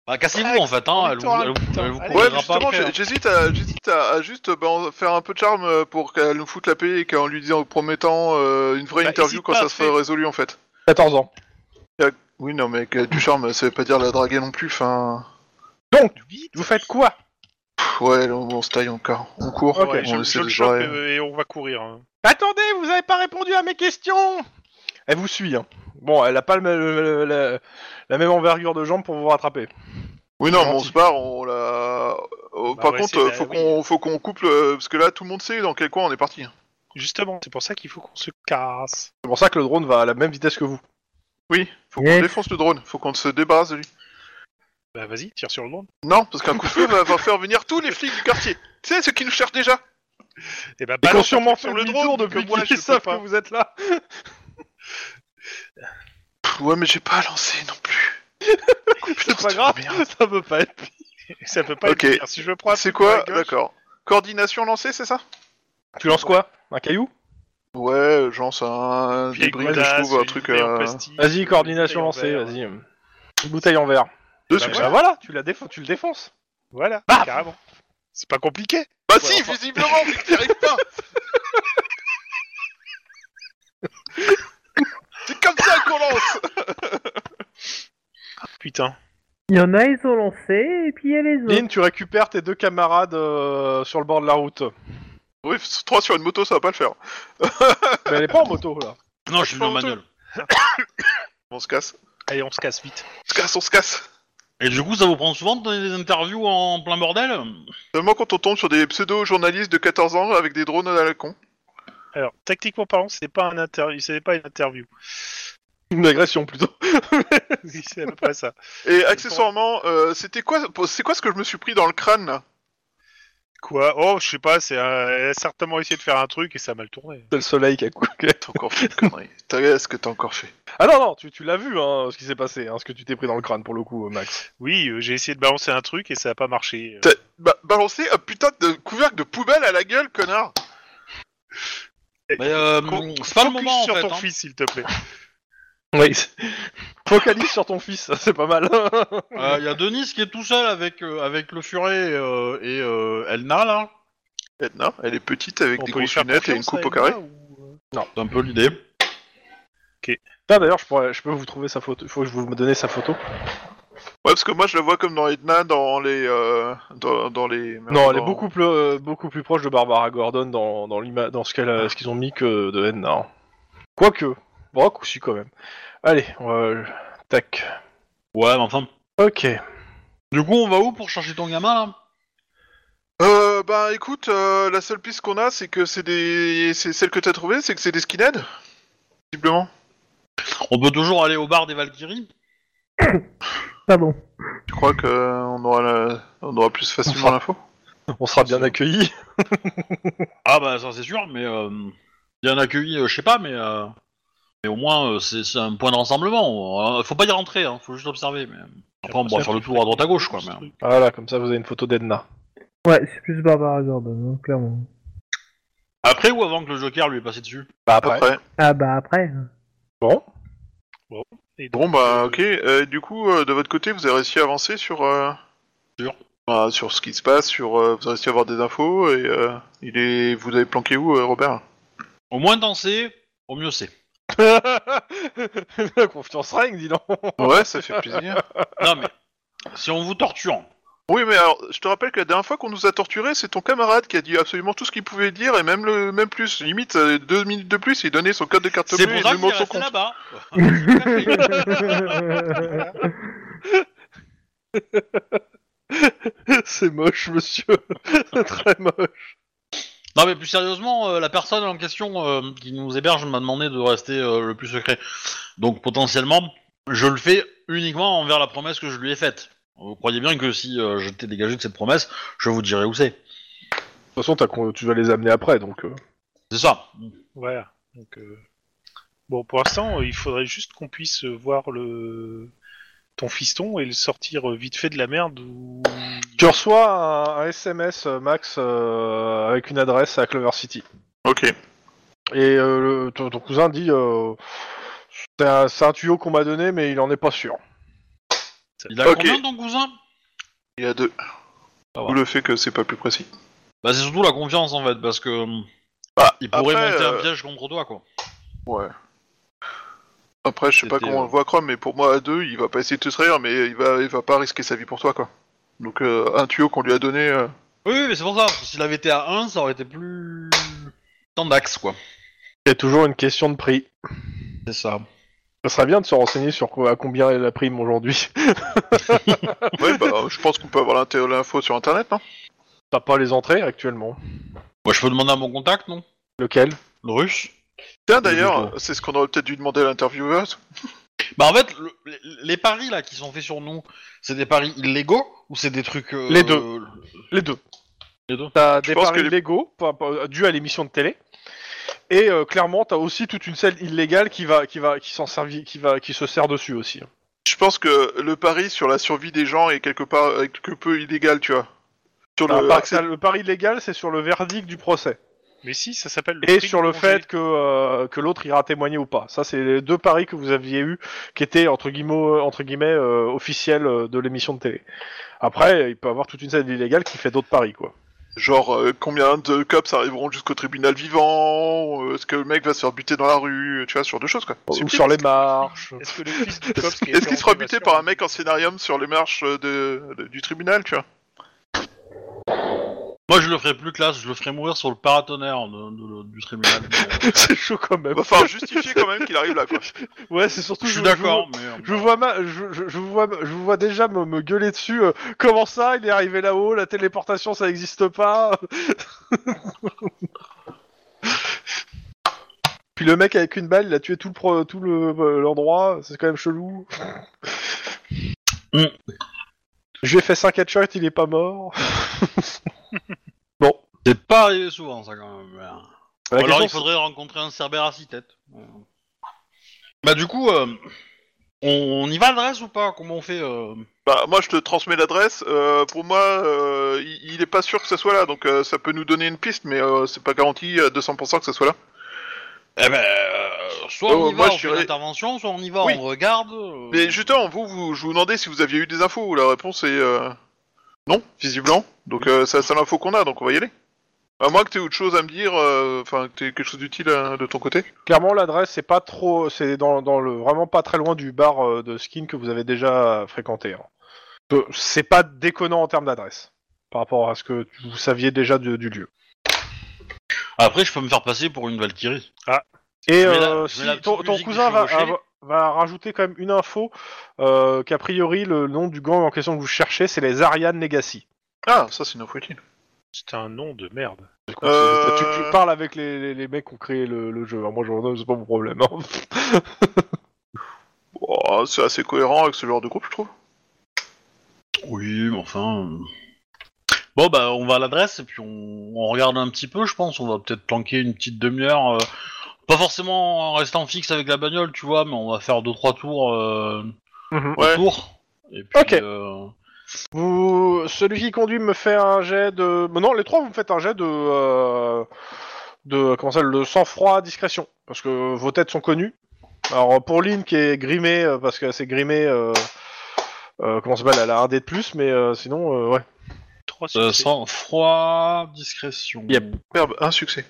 Speaker 1: Bah, cassez-vous
Speaker 4: Ouais,
Speaker 1: en fait, hein. Elle vous, elle
Speaker 4: ornithorynque,
Speaker 1: vous, elle vous
Speaker 4: putain.
Speaker 5: Ouais,
Speaker 1: courra
Speaker 4: On
Speaker 5: mais
Speaker 1: pas
Speaker 5: justement,
Speaker 1: après,
Speaker 5: j'ai-
Speaker 1: hein.
Speaker 5: j'hésite à, j'hésite à, à juste ben, faire un peu de charme euh, pour qu'elle nous foute la paix et qu'en lui disant, en promettant euh, une vraie
Speaker 4: Bah,
Speaker 5: interview
Speaker 4: hésite
Speaker 5: quand
Speaker 4: pas,
Speaker 5: ça sera
Speaker 4: fais.
Speaker 5: résolu en fait.
Speaker 2: 14 ans.
Speaker 5: Oui, non, mais que du charme, ça veut pas dire la draguer non plus. Enfin,
Speaker 2: Vous faites quoi
Speaker 5: pff, ouais, là, on, on se taille encore. On court,
Speaker 2: Ok,
Speaker 4: Ouais,
Speaker 5: on
Speaker 4: je,
Speaker 5: essaie
Speaker 4: je
Speaker 5: de
Speaker 4: le
Speaker 5: se
Speaker 4: chope
Speaker 5: barrer.
Speaker 4: euh, et on va courir. hein.
Speaker 2: Attendez, vous avez pas répondu à mes questions Elle vous suit. hein. Bon, elle a pas le, le- le- la- la même envergure de jambes pour vous rattraper.
Speaker 5: Oui, non,
Speaker 2: C'est
Speaker 5: mais on
Speaker 2: gentil.
Speaker 5: se barre, on la. Oh,
Speaker 4: Bah,
Speaker 5: Par
Speaker 4: on va
Speaker 5: contre,
Speaker 4: essayer
Speaker 5: euh,
Speaker 4: de-
Speaker 5: faut
Speaker 4: oui.
Speaker 5: qu'on faut qu'on couple, euh, parce que là, tout le monde sait dans quel coin on est parti. hein.
Speaker 4: Justement, c'est pour ça qu'il faut qu'on se casse.
Speaker 2: C'est pour ça que le drone va à la même vitesse que vous.
Speaker 5: Oui, faut
Speaker 3: Yes.
Speaker 5: qu'on défonce le drone, faut qu'on se débarrasse de lui.
Speaker 4: Bah vas-y, tire sur le monde.
Speaker 5: Non, parce qu'un coup de feu va, va faire venir tous les flics du quartier. Tu sais, ceux qui nous cherchent déjà.
Speaker 4: Et bah
Speaker 2: Et qu'on
Speaker 4: balance
Speaker 2: sûrement
Speaker 4: un truc
Speaker 2: fait le drone
Speaker 4: donc,
Speaker 2: depuis
Speaker 4: moi, je
Speaker 2: qu'ils
Speaker 4: peux
Speaker 2: savent
Speaker 4: pas.
Speaker 2: que vous êtes là.
Speaker 5: Pff, ouais, mais j'ai pas lancé non [LAUGHS] plus.
Speaker 2: C'est pas grave, ça peut pas être.
Speaker 4: [LAUGHS] Ça peut pas
Speaker 5: Ok.
Speaker 4: être pire. Si je prends un
Speaker 5: C'est
Speaker 4: truc dans la
Speaker 5: quoi
Speaker 4: gueule,
Speaker 5: D'accord. Coordination lancée, c'est ça
Speaker 2: Tu lances quoi Un caillou
Speaker 5: Ouais, genre c'est un
Speaker 4: vieille
Speaker 5: débris que
Speaker 4: godasse,
Speaker 5: je trouve, un
Speaker 4: une
Speaker 5: truc.
Speaker 4: bouteille en
Speaker 5: euh,
Speaker 4: plastique,
Speaker 2: Vas-y, coordination
Speaker 4: une
Speaker 2: lancée,
Speaker 4: bouteille en verre.
Speaker 2: vas-y. Une Bouteille en verre.
Speaker 5: De
Speaker 4: Bah,
Speaker 2: Bah,
Speaker 5: succès.
Speaker 4: ouais.
Speaker 2: voilà, tu, la défo- tu le défonces.
Speaker 4: Voilà,
Speaker 5: Ah
Speaker 4: carrément. C'est pas compliqué.
Speaker 5: Bah
Speaker 2: Ouais,
Speaker 5: si,
Speaker 2: enfin-
Speaker 5: visiblement, vu que t'y arrives pas. [LAUGHS] C'est comme ça qu'on lance.
Speaker 4: Putain.
Speaker 3: Il y en a, ils ont lancé, et puis il y a les autres.
Speaker 2: Lynn, tu récupères tes deux camarades euh, sur le bord de la route.
Speaker 5: Oui, trois sur une moto, ça va pas le faire.
Speaker 2: Mais elle est pas en moto là.
Speaker 1: Non, je suis en manuel.
Speaker 5: On se casse.
Speaker 4: Allez, on se casse vite.
Speaker 5: On se casse, on se casse.
Speaker 1: Et du coup, ça vous prend souvent de donner des interviews en plein bordel
Speaker 5: Seulement quand on tombe sur des pseudo-journalistes de 14 ans avec des drones à la con.
Speaker 4: Alors, tactiquement parlant, c'est pas un interview, c'est pas une interview. [LAUGHS]
Speaker 2: Une agression plutôt.
Speaker 4: Oui, c'est à peu près ça.
Speaker 5: Et accessoirement, euh, c'était quoi, c'est quoi ce que je me suis pris dans le crâne là
Speaker 4: Quoi Oh, je sais pas. C'est un- elle a certainement essayé de faire un truc et ça a mal tourné.
Speaker 2: C'est le soleil qui a coupé.
Speaker 5: [LAUGHS] T'as encore fait une connerie. T'as ce que t'as encore fait
Speaker 2: [LAUGHS] Ah non, non, tu, tu l'as vu, hein, ce qui s'est passé, hein, ce que tu t'es pris dans le crâne pour le coup, euh, Max.
Speaker 4: Oui, euh, j'ai essayé de balancer un truc et ça a pas marché. Euh,
Speaker 5: T'as ba- balancé Bah, un putain de couvercle de poubelle à la gueule, connard
Speaker 1: Mais euh,
Speaker 4: Con-
Speaker 1: c'est pas le
Speaker 4: focus
Speaker 1: moment en
Speaker 4: sur
Speaker 1: fait.
Speaker 4: ton
Speaker 1: hein.
Speaker 4: fils, s'il te plaît.
Speaker 2: Oui. [LAUGHS] Focalise sur ton fils, c'est pas [LAUGHS] mal.
Speaker 1: Euh, Il y a Denise qui est tout seul avec euh, avec le furet euh, et euh, Elna là.
Speaker 5: Edna, elle est petite avec
Speaker 4: On
Speaker 5: des
Speaker 4: peut lui
Speaker 5: grosses
Speaker 4: faire
Speaker 5: lunettes et une
Speaker 4: confiance,
Speaker 5: coupe
Speaker 4: à
Speaker 5: au carré.
Speaker 4: Emma, ou, euh,
Speaker 1: C'est un peu l'idée.
Speaker 2: Ah, D'ailleurs, je, pourrais- je peux vous trouver sa photo. Il faut que je vous me donne sa photo.
Speaker 5: Ouais, parce que moi je la vois comme dans Edna, dans les. euh, dans, dans les.
Speaker 2: Non, elle est
Speaker 5: dans-
Speaker 2: beaucoup plus, euh, beaucoup plus proche de Barbara Gordon dans, dans, l'ima- dans ce qu'elle a- ce qu'ils ont mis que de Edna. hein. Quoique, bon, si quand même. Allez, on va... tac.
Speaker 1: Ouais, mais enfin.
Speaker 2: Ok.
Speaker 1: Du coup, on va où pour chercher ton gamin là
Speaker 5: Euh, bah écoute, euh, la seule piste qu'on a, c'est que c'est des. C'est celle que t'as trouvée, c'est que c'est des skinheads Visiblement.
Speaker 1: On peut toujours aller au bar des Valkyries.
Speaker 3: Pardon.
Speaker 5: Tu crois que euh, on aura, la- on aura plus facilement
Speaker 2: Enfin.
Speaker 5: l'info
Speaker 2: On sera bien accueillis.
Speaker 1: Ah bah ça c'est sûr, mais euh, bien accueilli, euh, je sais pas, mais euh, mais au moins euh, c'est c'est un point de rassemblement. Euh, faut pas y rentrer, hein, faut juste observer. Mais après on pourra faire le tour à droite à gauche quoi. Mais... hein.
Speaker 2: Voilà, comme ça vous avez une photo d'Edna.
Speaker 3: Ouais, c'est plus Barbara Gordon, hein, clairement.
Speaker 1: Après ou avant que le Joker lui est passé dessus
Speaker 2: Bah après.
Speaker 5: Après.
Speaker 3: Ah bah après.
Speaker 2: [LAUGHS] Bon.
Speaker 4: Et donc,
Speaker 5: Bon bah
Speaker 4: euh,
Speaker 5: ok, Euh, du coup euh, de votre côté vous avez réussi à avancer sur euh,
Speaker 1: Sur
Speaker 5: bah, sur ce qui se passe, sur euh, vous avez réussi à avoir des infos et euh, il est vous avez planqué où euh, [LAUGHS] Robert
Speaker 1: Au moins t'en sais, au mieux c'est.
Speaker 2: La confiance règne, dis donc.
Speaker 1: [LAUGHS]
Speaker 5: Ouais ça fait plaisir.
Speaker 1: Non mais si on vous torture, hein.
Speaker 5: Oui, mais alors, je te rappelle que la dernière fois qu'on nous a torturés, c'est ton camarade qui a dit absolument tout ce qu'il pouvait dire et même le même plus. Limite, euh, deux minutes de plus, il donnait son code de carte
Speaker 1: C'est
Speaker 5: bleue
Speaker 1: pour ça
Speaker 5: et le
Speaker 1: qu'il est
Speaker 5: mot de son
Speaker 1: resté
Speaker 5: compte.
Speaker 1: là-bas.
Speaker 2: [LAUGHS] C'est moche, monsieur. [LAUGHS] Très moche.
Speaker 1: Non mais plus sérieusement, euh, la personne en question euh, qui nous héberge m'a demandé de rester euh, le plus secret. Donc potentiellement, je le fais uniquement envers la promesse que je lui ai faite. Vous croyez bien que si euh, je t'ai dégagé de cette promesse, je vous dirai où c'est.
Speaker 2: De toute façon, t'as con- tu vas les amener après, donc. euh.
Speaker 1: C'est ça.
Speaker 4: Voilà. Donc, euh, Bon, pour l'instant, euh, il faudrait juste qu'on puisse euh, voir le ton fiston et le sortir euh, vite fait de la merde ou
Speaker 2: Tu reçois un, un SMS, euh, Max, euh, avec une adresse à Clover City.
Speaker 5: Ok.
Speaker 2: Et euh, le- ton, ton cousin dit euh, c'est un, c'est un tuyau qu'on m'a donné, mais il en est pas sûr.
Speaker 1: Il a
Speaker 5: Ok.
Speaker 1: combien ton cousin
Speaker 5: Il y a deux.
Speaker 1: Ah ouais.
Speaker 5: D'où le fait que c'est pas plus précis.
Speaker 1: Bah c'est surtout la confiance en fait, parce que euh,
Speaker 5: Bah,
Speaker 1: il pourrait
Speaker 5: après,
Speaker 1: monter
Speaker 5: euh,
Speaker 1: un piège contre toi quoi.
Speaker 5: Ouais. Après, je sais pas
Speaker 1: C'était,
Speaker 5: comment
Speaker 1: euh,
Speaker 5: on voit Chrome, mais pour moi, à deux, il va pas essayer de te trahir, mais il va, il va pas risquer sa vie pour toi, quoi. Donc, euh, un tuyau qu'on lui a
Speaker 1: [LAUGHS]
Speaker 5: donné. euh,
Speaker 1: Oui, oui, mais c'est pour ça. parce que S'il avait été à 1, ça aurait été plus... Tant d'axes quoi.
Speaker 2: C'est toujours une question de prix.
Speaker 1: C'est ça.
Speaker 2: Ça serait bien de se renseigner sur quoi- à combien est la prime aujourd'hui. [LAUGHS]
Speaker 5: Ouais, bah, je pense qu'on peut avoir l'inté- l'info sur internet, non
Speaker 2: T'as pas les entrées actuellement.
Speaker 1: Moi je peux demander à mon contact non
Speaker 2: Lequel
Speaker 1: Le russe
Speaker 5: Tiens, d'ailleurs, c'est ce qu'on aurait peut-être dû demander à l'intervieweuse.
Speaker 1: Bah en fait, le- les- les paris là qui sont faits sur nous, c'est des paris illégaux ou c'est des trucs... euh,
Speaker 2: Les deux. Les deux.
Speaker 1: Les deux.
Speaker 2: T'as
Speaker 5: Je
Speaker 2: des
Speaker 5: pense
Speaker 2: paris
Speaker 5: que les-
Speaker 2: légaux, pas- pas- dû à l'émission de télé. Et euh, clairement, t'as aussi toute une scène illégale qui va, qui va, qui s'en servit, qui va, qui se sert dessus aussi.
Speaker 5: Je pense que le pari sur la survie des gens est quelque part euh, quelque peu illégal, tu vois. Sur
Speaker 2: T'as
Speaker 1: Bah,
Speaker 5: le,
Speaker 2: un par-
Speaker 5: accès-
Speaker 2: t'as le pari légal, c'est sur le verdict du procès
Speaker 4: Mais si, ça s'appelle le
Speaker 2: et
Speaker 4: prix
Speaker 2: sur
Speaker 4: du
Speaker 2: le
Speaker 4: congé.
Speaker 2: fait que euh, que l'autre ira témoigner ou pas. Ça, c'est les deux paris que vous aviez eu, qui étaient entre guillemets entre guillemets euh, officiels euh, de l'émission de télé. Après, il peut y avoir toute une scène illégale qui fait d'autres paris, quoi.
Speaker 5: Genre, euh, combien de cops arriveront jusqu'au tribunal vivant euh, Est-ce que le mec va se faire buter dans la rue Tu vois, ce genre de choses, quoi.
Speaker 2: Ou sur les marches.
Speaker 4: Est-ce que le fils du
Speaker 5: Est-ce
Speaker 4: copse qui a
Speaker 5: est-ce
Speaker 4: été
Speaker 5: qu'il sera
Speaker 4: enlevé
Speaker 5: buté
Speaker 4: va
Speaker 5: par un
Speaker 4: survivre
Speaker 5: mec en scénarium sur les marches euh, de, de- du tribunal, tu vois
Speaker 1: Moi je le ferais plus classe, je le ferais mourir sur le paratonnerre de- de- de- du tribunal.
Speaker 2: [LAUGHS] c'est chaud quand même.
Speaker 5: Va falloir justifier quand même qu'il arrive là, quoi.
Speaker 2: Ouais, c'est surtout.
Speaker 1: je suis
Speaker 2: vous-
Speaker 1: d'accord, mais... euh,
Speaker 2: Je vous vois, ma- je, je, je vous vois, je vous vois déjà me, me gueuler dessus. euh, comment ça, il est arrivé là-haut, la téléportation, ça n'existe pas. [LAUGHS] Puis le mec avec une balle, il a tué tout le pro- tout le euh, l'endroit. c'est quand même chelou.
Speaker 1: Mm.
Speaker 2: Je lui ai fait 5 headshots, il est pas mort. bon,
Speaker 1: C'est pas arrivé souvent ça quand même. hein.
Speaker 2: la
Speaker 1: Ou alors
Speaker 2: question,
Speaker 1: il faudrait rencontrer un cerbère à six têtes. Ouais. Bah du coup, euh, on, on y va à l'adresse ou pas Comment on fait euh
Speaker 5: Bah, moi, je te transmets l'adresse. euh, pour moi, euh, il, il est pas sûr que ça soit là, donc euh, ça peut nous donner une piste, mais euh, c'est pas garanti à 200% que ça soit là.
Speaker 1: Eh ben, euh, soit on
Speaker 5: Oh,
Speaker 1: y va,
Speaker 5: moi,
Speaker 1: on
Speaker 5: je
Speaker 1: fait
Speaker 5: dirais-
Speaker 1: l'intervention, soit on y va,
Speaker 5: Oui.
Speaker 1: on regarde. euh,
Speaker 5: Mais justement, vous, vous, je vous demandais si vous aviez eu des infos. La réponse est euh, non, visiblement. Donc euh, c'est la seule info qu'on a, donc on va y aller. À moins que tu aies autre chose à me dire, euh, enfin que tu quelque chose d'utile euh, de ton côté.
Speaker 2: clairement, l'adresse, c'est pas trop, c'est dans, dans le vraiment pas très loin du bar euh, de skin que vous avez déjà fréquenté. hein. Euh, C'est pas déconnant en termes d'adresse par rapport à ce que tu- vous saviez déjà de- du lieu.
Speaker 1: Après, je peux me faire passer pour une Valkyrie.
Speaker 2: Et
Speaker 1: Je mets la-
Speaker 2: euh,
Speaker 1: je
Speaker 2: si
Speaker 1: mets la petite
Speaker 2: ton, ton
Speaker 1: musique du
Speaker 2: cousin va,
Speaker 1: chevauché.
Speaker 2: va- va rajouter quand même une info euh, qu'a priori le nom du gang en question que vous cherchez, c'est les Ariane Legacy.
Speaker 5: Ah, ça c'est une info utile.
Speaker 4: C'est un nom de merde.
Speaker 5: Euh,
Speaker 2: Tu, tu parles avec les, les- les mecs qui ont créé le, le jeu. hein. Moi, je- c'est pas mon problème. hein.
Speaker 5: Bon, Oh, c'est assez cohérent avec ce genre de groupe, je trouve.
Speaker 1: Oui, mais enfin. euh. Bon, bah, on va à l'adresse et puis on, on regarde un petit peu, je pense. On va peut-être planquer une petite demi-heure. euh, Pas forcément en restant fixe avec la bagnole, tu vois, mais on va faire deux trois tours euh,
Speaker 5: Ouais.
Speaker 1: autour. Et puis,
Speaker 2: Mhm. Ok.
Speaker 1: euh,
Speaker 2: Vous, celui qui conduit me fait un jet de. bon, non, les trois, vous me faites un jet de. euh, de comment ça, le sang-froid, discrétion, parce que vos têtes sont connues. Alors pour Lynn qui est grimée, euh, parce qu'elle s'est grimée. Euh, euh, comment ça s'appelle Elle a un dé de plus, mais euh, sinon, euh, ouais.
Speaker 4: Trois
Speaker 1: euh,
Speaker 4: succès.
Speaker 1: sans froid, discrétion.
Speaker 2: Yep.
Speaker 5: Superbe, un succès.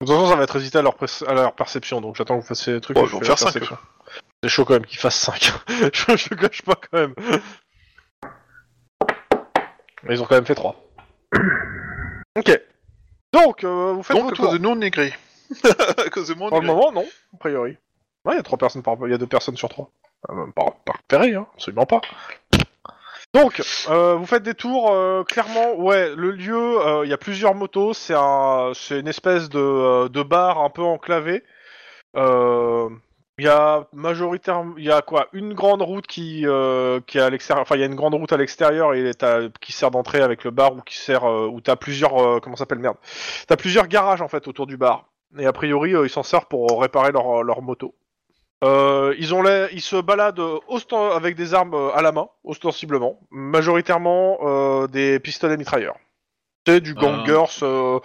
Speaker 2: De toute façon, ça va être hésité à leur, pres- à leur perception, donc j'attends que vous fassiez des trucs.
Speaker 5: Bon,
Speaker 2: que
Speaker 5: ils vont
Speaker 2: je fais la
Speaker 5: faire cinq,
Speaker 2: perception. [LAUGHS] C'est chaud quand même qu'ils fassent 5. je, je gâche pas quand même. Mais ils ont quand même fait 3. [COUGHS] ok. Donc, euh, vous faites
Speaker 5: Donc,
Speaker 2: votre
Speaker 5: à
Speaker 2: tour.
Speaker 5: cause de nous, on est gris. [LAUGHS] à cause de moi,
Speaker 2: Pour
Speaker 5: on est
Speaker 2: le
Speaker 5: gris.
Speaker 2: moment, non, a priori. Ouais, il y a trois personnes par... il y a deux personnes sur trois. Ah, Même pas, pas repéré, hein, absolument pas. Donc, euh, vous faites des tours, euh, clairement, ouais, le lieu, euh, il y a plusieurs motos, c'est un, c'est une espèce de, euh, de bar un peu enclavé. Euh, Il y a majoritairement, il y a quoi, une grande route qui, euh, qui est à l'extérieur, enfin il y a une grande route à l'extérieur et t'as- qui sert d'entrée avec le bar ou qui sert, euh, où t'as plusieurs, euh, comment ça s'appelle, merde, t'as plusieurs garages en fait autour du bar. Et a priori, euh, ils s'en servent pour réparer leur, leur moto. Euh, ils, ont la- ils se baladent euh, osten- avec des armes euh, à la main, ostensiblement. Majoritairement euh, des pistolets mitrailleurs. C'est du gangers euh,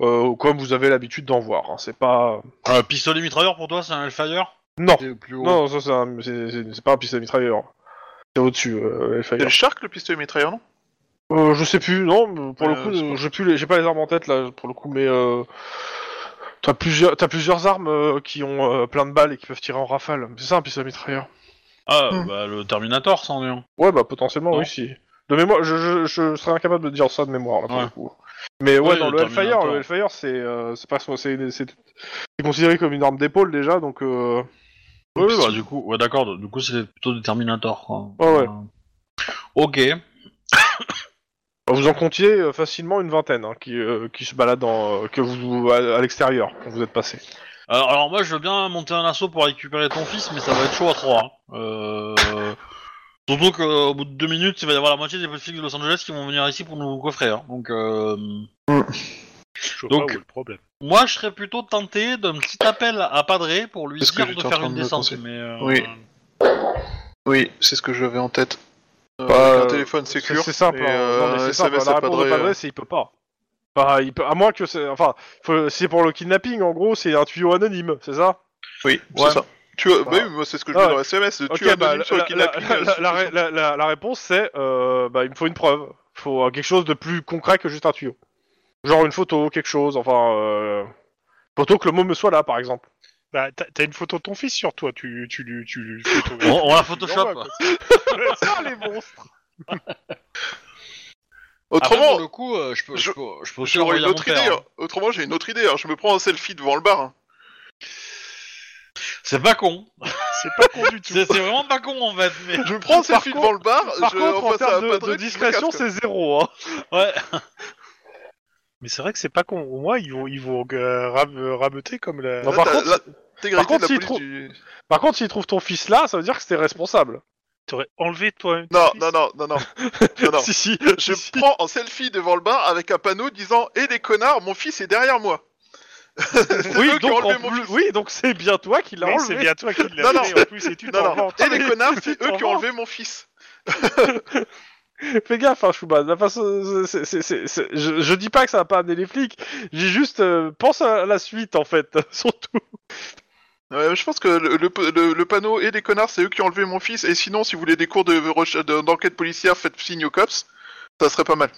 Speaker 2: euh, comme vous avez l'habitude d'en voir. hein, C'est pas.
Speaker 1: Euh, pistolet mitrailleur pour toi, c'est un Hellfire
Speaker 2: Non,
Speaker 1: C'est plus haut.
Speaker 2: non, ça c'est un- c'est- c'est- c'est pas un pistolet mitrailleur. hein. C'est au-dessus, euh, les
Speaker 5: C'est
Speaker 2: Fire.
Speaker 5: le Shark, le pistolet mitrailleur, non
Speaker 2: Euh, je sais plus, non, mais pour le
Speaker 5: Euh,
Speaker 2: coup,
Speaker 5: c'est pas-
Speaker 2: euh, j'ai plus les- j'ai pas les armes en tête là, pour le coup, mais euh, t'as plusieurs, t'as plusieurs armes euh, qui ont euh, plein de balles et qui peuvent tirer en rafale. C'est ça un pistolet mitrailleur.
Speaker 1: Ah,
Speaker 2: Mm.
Speaker 5: Hmm.
Speaker 1: bah le Terminator, c'en est un.
Speaker 2: Ouais, bah potentiellement
Speaker 1: Non.
Speaker 2: oui, si. De mémoire, je, je, je serais incapable de dire ça de mémoire là pour
Speaker 1: Ouais.
Speaker 2: le coup. Mais ouais,
Speaker 1: Oui,
Speaker 2: dans
Speaker 1: le
Speaker 2: le Hellfire,
Speaker 1: Terminator.
Speaker 2: le Hellfire, c'est euh, c'est pas c'est c'est c'est considéré comme une arme d'épaule déjà, donc euh,
Speaker 1: Oui, oui, bah du coup, ouais, d'accord, du coup c'est plutôt du Terminator. Quoi.
Speaker 2: Ouais, ouais.
Speaker 1: Euh, Ok.
Speaker 2: vous en comptiez euh, facilement une vingtaine hein, qui euh, qui se baladent dans, euh, que vous à, à l'extérieur quand vous êtes passé.
Speaker 1: Alors, Euh, alors, moi je veux bien monter un assaut pour récupérer ton fils, mais ça va être chaud à 3. Euh... Surtout qu'au bout de deux minutes, il va y avoir la moitié des flics de Los Angeles qui vont venir ici pour nous coffrer. hein. Donc, euh...
Speaker 4: Je vois
Speaker 1: Donc-
Speaker 4: pas où est le problème.
Speaker 1: moi je serais plutôt tenté d'un petit appel à Padré pour lui
Speaker 5: C'est ce que
Speaker 1: dire de
Speaker 5: j'étais en
Speaker 1: faire
Speaker 5: train
Speaker 1: une
Speaker 5: de me
Speaker 1: descente.
Speaker 5: penser.
Speaker 1: Mais, euh,
Speaker 5: Oui. Oui, c'est ce que j'avais en tête. Euh,
Speaker 2: Bah,
Speaker 5: avec
Speaker 2: euh,
Speaker 5: un téléphone
Speaker 2: C'est
Speaker 5: sécure.
Speaker 2: c'est simple.
Speaker 5: et,
Speaker 2: hein.
Speaker 5: euh,
Speaker 2: Non, mais c'est simple.
Speaker 5: SMS
Speaker 2: La
Speaker 5: à
Speaker 2: réponse de
Speaker 5: Padré, euh,
Speaker 2: Padres, c'est il peut pas. Bah, il peut, à moins que c'est. Enfin, faut- c'est pour le kidnapping en gros, c'est un tuyau anonyme, c'est ça
Speaker 5: Oui,
Speaker 2: Ouais.
Speaker 5: c'est ça. Tu vois, bah
Speaker 2: Bah.
Speaker 5: oui, moi c'est ce que je
Speaker 2: Ah
Speaker 5: mets
Speaker 2: ouais.
Speaker 5: dans le SMS. Tu
Speaker 2: Ok,
Speaker 5: as
Speaker 2: bah,
Speaker 5: anonyme
Speaker 2: la,
Speaker 5: sur le
Speaker 2: la- la-
Speaker 5: kidnapping. euh,
Speaker 2: la-
Speaker 5: sur-
Speaker 2: la- la- la- la réponse c'est euh, bah, il me faut une preuve. Il faut euh, quelque chose de plus concret que juste un tuyau. Genre une photo, quelque chose, enfin. Euh... Photo que le mot me soit là, par exemple.
Speaker 4: Bah, t'as t'as une photo de ton fils sur toi, tu, tu, lui- tu, lui fais ton-
Speaker 1: On, on la
Speaker 4: Ouais,
Speaker 1: photoshop.
Speaker 4: quoi.
Speaker 2: Ah, les monstres
Speaker 1: Après,
Speaker 2: Ah,
Speaker 5: Autrement,
Speaker 1: pour le coup, euh, je peux, je,
Speaker 5: je-
Speaker 1: peux, je peux aussi
Speaker 5: j'aurais
Speaker 1: envoyer
Speaker 5: une
Speaker 1: à mon
Speaker 5: autre idée.
Speaker 1: père, hein.
Speaker 5: hein. Autrement, j'ai une autre idée. hein. Je me prends un selfie devant le bar. hein.
Speaker 1: C'est pas con.
Speaker 4: C'est pas con
Speaker 1: [LAUGHS]
Speaker 4: du tout.
Speaker 1: C'est c'est vraiment pas con en fait. Mais...
Speaker 5: Je me prends un
Speaker 2: Par
Speaker 5: selfie
Speaker 2: contre-
Speaker 5: devant le bar.
Speaker 2: Par
Speaker 5: je
Speaker 2: contre, en
Speaker 5: envoie ça à
Speaker 2: termes de,
Speaker 5: Patrick,
Speaker 2: de
Speaker 5: je me
Speaker 2: discrétion,
Speaker 5: casse, quoi.
Speaker 2: c'est zéro. Hein.
Speaker 4: [LAUGHS]
Speaker 1: Ouais.
Speaker 4: Mais c'est vrai que c'est pas con. Au moins, ils vont, ils vont euh, rab- euh, rabeuter comme la.
Speaker 2: Non,
Speaker 5: Là,
Speaker 2: par
Speaker 5: t'as
Speaker 2: contre,
Speaker 5: l'intégrité
Speaker 2: par contre,
Speaker 5: de la
Speaker 2: s'il
Speaker 5: police
Speaker 2: trouve-
Speaker 5: du-
Speaker 2: Par contre, s'il trouve ton fils là, ça veut dire que c'était responsable.
Speaker 4: T'aurais enlevé toi-même. ton
Speaker 5: Non,
Speaker 4: fils.
Speaker 5: non, non, non,
Speaker 2: [LAUGHS]
Speaker 5: non. Non, non.
Speaker 2: si, si.
Speaker 5: Je
Speaker 2: si, si.
Speaker 5: prends un selfie devant le bar avec un panneau disant Eh les connards, mon fils est derrière moi. C'est
Speaker 2: Oui,
Speaker 5: eux qui ont
Speaker 2: donc,
Speaker 5: enlevé
Speaker 2: en
Speaker 5: mon
Speaker 2: plus-
Speaker 5: fils.
Speaker 2: oui, donc c'est bien toi qui l'as
Speaker 4: Mais c'est
Speaker 2: enlevé.
Speaker 4: bien toi qui l'as
Speaker 5: Non, non.
Speaker 4: fait en plus et tu
Speaker 5: Non,
Speaker 4: t'en
Speaker 5: non.
Speaker 4: vantes.
Speaker 2: Eh, Ah,
Speaker 5: Et Eh, les connards, c'est eux
Speaker 2: t'en
Speaker 5: qui ont enlevé mon fils.
Speaker 2: Fais gaffe, hein, Chouba. La façon, c'est- c'est- c'est- c'est- je, je dis pas que ça va pas amener les flics. J'ai juste euh, pense à la suite en fait, [LAUGHS] surtout.
Speaker 5: Euh, je pense que le, le- le- le panneau et les connards, c'est eux qui ont enlevé mon fils. Et sinon, si vous voulez des cours de reche- de- d'enquête policière, faites signe aux cops. Ça serait pas mal.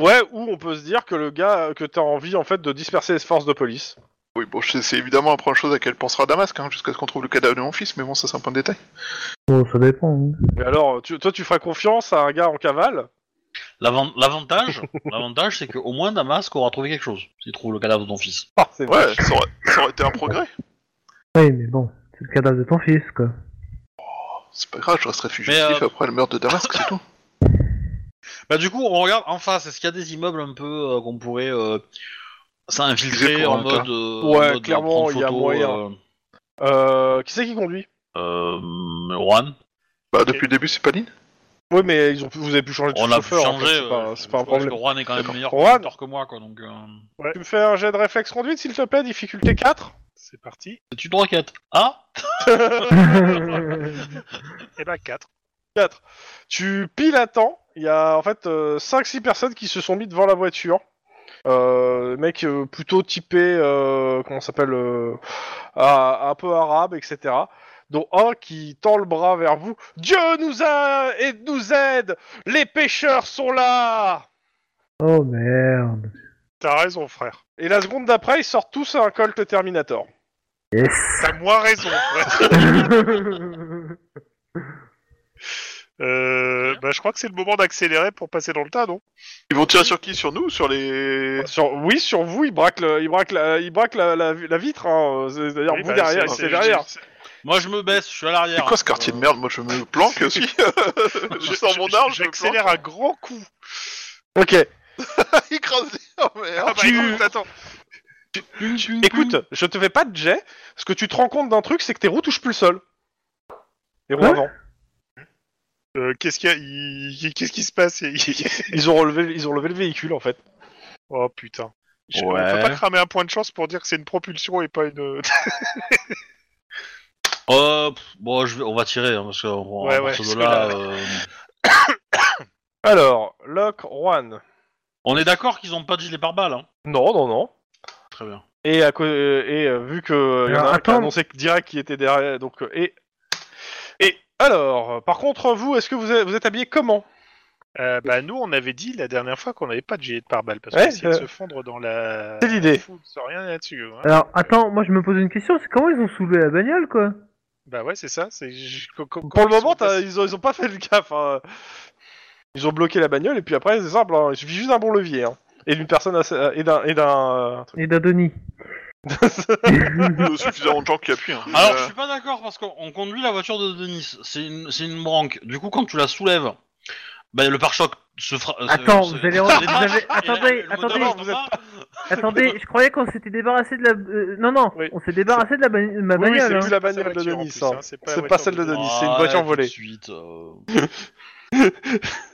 Speaker 2: Ouais, ou on peut se dire que le gars, euh, que t'as envie en fait de disperser les forces de police.
Speaker 5: Oui, bon, je- c'est évidemment la première chose à laquelle pensera Damasque, hein, jusqu'à ce qu'on trouve le cadavre de mon fils, mais bon, ça c'est un point de détail.
Speaker 3: Bon, ça dépend. hein.
Speaker 2: Mais alors, tu- toi, tu feras confiance à un gars en cavale
Speaker 1: L'avant- L'avantage, l'avantage, c'est qu'au moins Damasque aura trouvé quelque chose. S'il trouve le cadavre de ton fils.
Speaker 2: Ah, c'est vrai.
Speaker 5: Ouais, ça aurait, ça aurait été un progrès.
Speaker 3: Oui, mais bon, c'est le cadavre de ton fils,
Speaker 2: [LAUGHS]
Speaker 3: quoi.
Speaker 5: C'est pas grave, je reste réfugié
Speaker 1: Mais,
Speaker 5: justice
Speaker 1: euh,
Speaker 5: après le meurtre de Damasque, [LAUGHS] c'est tout.
Speaker 1: Bah du coup, on regarde en face. Est-ce qu'il y a des immeubles un peu euh, qu'on pourrait euh,
Speaker 5: Viser
Speaker 1: s'infiltrer
Speaker 5: pour
Speaker 1: en
Speaker 5: un
Speaker 1: mode, euh, en
Speaker 2: Ouais,
Speaker 1: mode, euh,
Speaker 2: clairement,
Speaker 1: prendre
Speaker 2: il y a
Speaker 1: photo,
Speaker 2: moyen.
Speaker 1: euh,
Speaker 2: Euh, qui c'est qui conduit
Speaker 1: euh, Juan.
Speaker 5: Bah, depuis le début, c'est pas Lynn
Speaker 2: Oui, mais ils ont, pu- vous avez pu changer de
Speaker 1: on l'a
Speaker 2: chauffeur. en
Speaker 1: changé.
Speaker 2: fait,
Speaker 1: euh,
Speaker 2: c'est pas, c'est
Speaker 1: je
Speaker 2: pas un
Speaker 1: pense
Speaker 2: problème.
Speaker 1: que Juan est quand même
Speaker 5: D'accord.
Speaker 1: meilleur
Speaker 2: Juan.
Speaker 1: conducteur que moi, quoi. Donc euh,
Speaker 2: Tu me fais un jet de réflexe conduite, s'il te plaît, difficulté 4
Speaker 4: C'est parti.
Speaker 1: c'est une roquette. Ah,
Speaker 4: Et bah, 4.
Speaker 2: 4. Tu piles à temps. Il y a en fait 5-6 personnes qui se sont mis devant la voiture. Euh, mec euh, plutôt typé, euh, comment ça s'appelle, euh, à- un peu arabe, etc. Dont un qui tend le bras vers vous. Dieu nous a et nous aide. Les pêcheurs sont là.
Speaker 3: oh merde.
Speaker 4: T'as raison, frère.
Speaker 2: Et la seconde d'après, ils sortent tous un Colt Terminator.
Speaker 3: Yes.
Speaker 4: T'as moins
Speaker 2: [LAUGHS]
Speaker 4: raison, frère.
Speaker 3: Moi,
Speaker 4: Euh, bah, je crois que c'est le moment d'accélérer pour passer dans le tas, non
Speaker 5: Ils vont tirer sur qui Sur nous ou Sur les.
Speaker 2: Sur, oui, sur vous, il braque, le, il braque, la, il braque la, la, la vitre. Hein. C'est- C'est-à-dire
Speaker 4: Oui,
Speaker 2: vous
Speaker 4: bah,
Speaker 2: derrière,
Speaker 4: c'est-
Speaker 2: c'est
Speaker 4: c'est-
Speaker 2: derrière.
Speaker 1: Moi, je me baisse, je suis à l'arrière. Euh,
Speaker 5: C'est quoi ce quartier de merde Moi je me planque aussi [LAUGHS] Je sors mon arme, je me [LAUGHS]
Speaker 4: J'accélère
Speaker 5: planque.
Speaker 4: à grands coups.
Speaker 2: Ok.
Speaker 5: Il crase les- Oh merde
Speaker 2: Ah, bah, Tu-
Speaker 4: Ah, bah, écoute, attends. Mmh.
Speaker 2: Écoute, je te fais pas de jet. Ce que tu te rends compte d'un truc, c'est que tes roues touchent plus le sol. Les roues
Speaker 3: Ouais.
Speaker 2: avant.
Speaker 4: Euh, Qu'est-ce qu'il y a Il- Qu'est-ce qui se passe Il-
Speaker 2: Ils ont relevé, ils ont levé le véhicule en fait.
Speaker 4: Oh putain. Je- On
Speaker 1: Ouais.
Speaker 4: peut pas cramer un point de chance pour dire que c'est une propulsion et pas [LAUGHS] une.
Speaker 1: Euh, pff, bon, je vais- on va tirer, hein, parce qu'on
Speaker 4: Ouais,
Speaker 1: à
Speaker 4: ouais,
Speaker 1: partir
Speaker 4: parce
Speaker 1: de
Speaker 4: que
Speaker 1: là.
Speaker 4: là-
Speaker 1: euh,
Speaker 2: Alors, Locke, Juan.
Speaker 1: On est d'accord qu'ils ont pas de gilet pare-balles. Hein.
Speaker 2: Non, non, non.
Speaker 1: Très bien.
Speaker 2: Et, à co- euh, et euh, vu que euh, y en a
Speaker 3: Alors,
Speaker 2: un qui a
Speaker 3: attends.
Speaker 2: annoncé que direct qui était derrière, donc euh, et et alors, euh, par contre, vous, est-ce que vous êtes, vous êtes habillé comment
Speaker 4: Euh, bah nous, on avait dit la dernière fois qu'on n'avait pas de gilet de pare-balles parce
Speaker 2: Ouais,
Speaker 4: qu'on essayait
Speaker 2: euh,
Speaker 4: de se fondre dans la.
Speaker 2: c'est l'idée.
Speaker 4: la foule, sans rien là-dessus. hein.
Speaker 3: [LAUGHS] Alors, attends, moi je me pose une question, c'est comment ils ont soulevé la bagnole, quoi
Speaker 4: Bah ouais, c'est ça. C'est. je- co- co-
Speaker 2: Pour le
Speaker 4: ils sont
Speaker 2: moment, t'as-
Speaker 4: passés-
Speaker 2: ils, ont, ils ont pas fait le gaffe. hein. Ils ont bloqué la bagnole et puis après, c'est simple. hein, Il suffit juste d'un bon levier hein, et d'une personne assez- euh, et d'un et d'un. euh, truc.
Speaker 3: Et d'Adonis.
Speaker 5: Il y a suffisamment de gens qui appuient. hein.
Speaker 1: Alors,
Speaker 5: Euh,
Speaker 1: je suis pas d'accord, parce qu'on on conduit la voiture de Denis. C'est une, c'est une branque. Du coup, quand tu la soulèves, bah, le pare-choc se fera. euh,
Speaker 3: Attends,
Speaker 1: se-
Speaker 3: vous
Speaker 1: se-
Speaker 3: allez-
Speaker 1: [LAUGHS] se
Speaker 3: vous
Speaker 1: détache,
Speaker 3: avez-
Speaker 1: et
Speaker 3: attendez,
Speaker 1: le
Speaker 3: attendez,
Speaker 1: moteur
Speaker 2: vous
Speaker 1: s'en va.
Speaker 3: Attendez, je croyais qu'on s'était débarrassé de la. euh, non, non,
Speaker 2: Oui.
Speaker 3: on s'est débarrassé de la bagn- ma
Speaker 2: Oui, oui,
Speaker 3: bagnole.
Speaker 2: c'est
Speaker 3: hein.
Speaker 2: plus la
Speaker 4: sa
Speaker 2: bagnole de
Speaker 4: voiture, en
Speaker 2: Denis.
Speaker 4: plus,
Speaker 2: hein.
Speaker 4: hein, C'est
Speaker 2: C'est
Speaker 4: la
Speaker 2: pas
Speaker 4: voiture
Speaker 2: celle de Denis. c'est une
Speaker 1: Ouais,
Speaker 2: voiture
Speaker 1: Ah, tout de
Speaker 2: volée.
Speaker 1: suite, euh,
Speaker 2: [LAUGHS]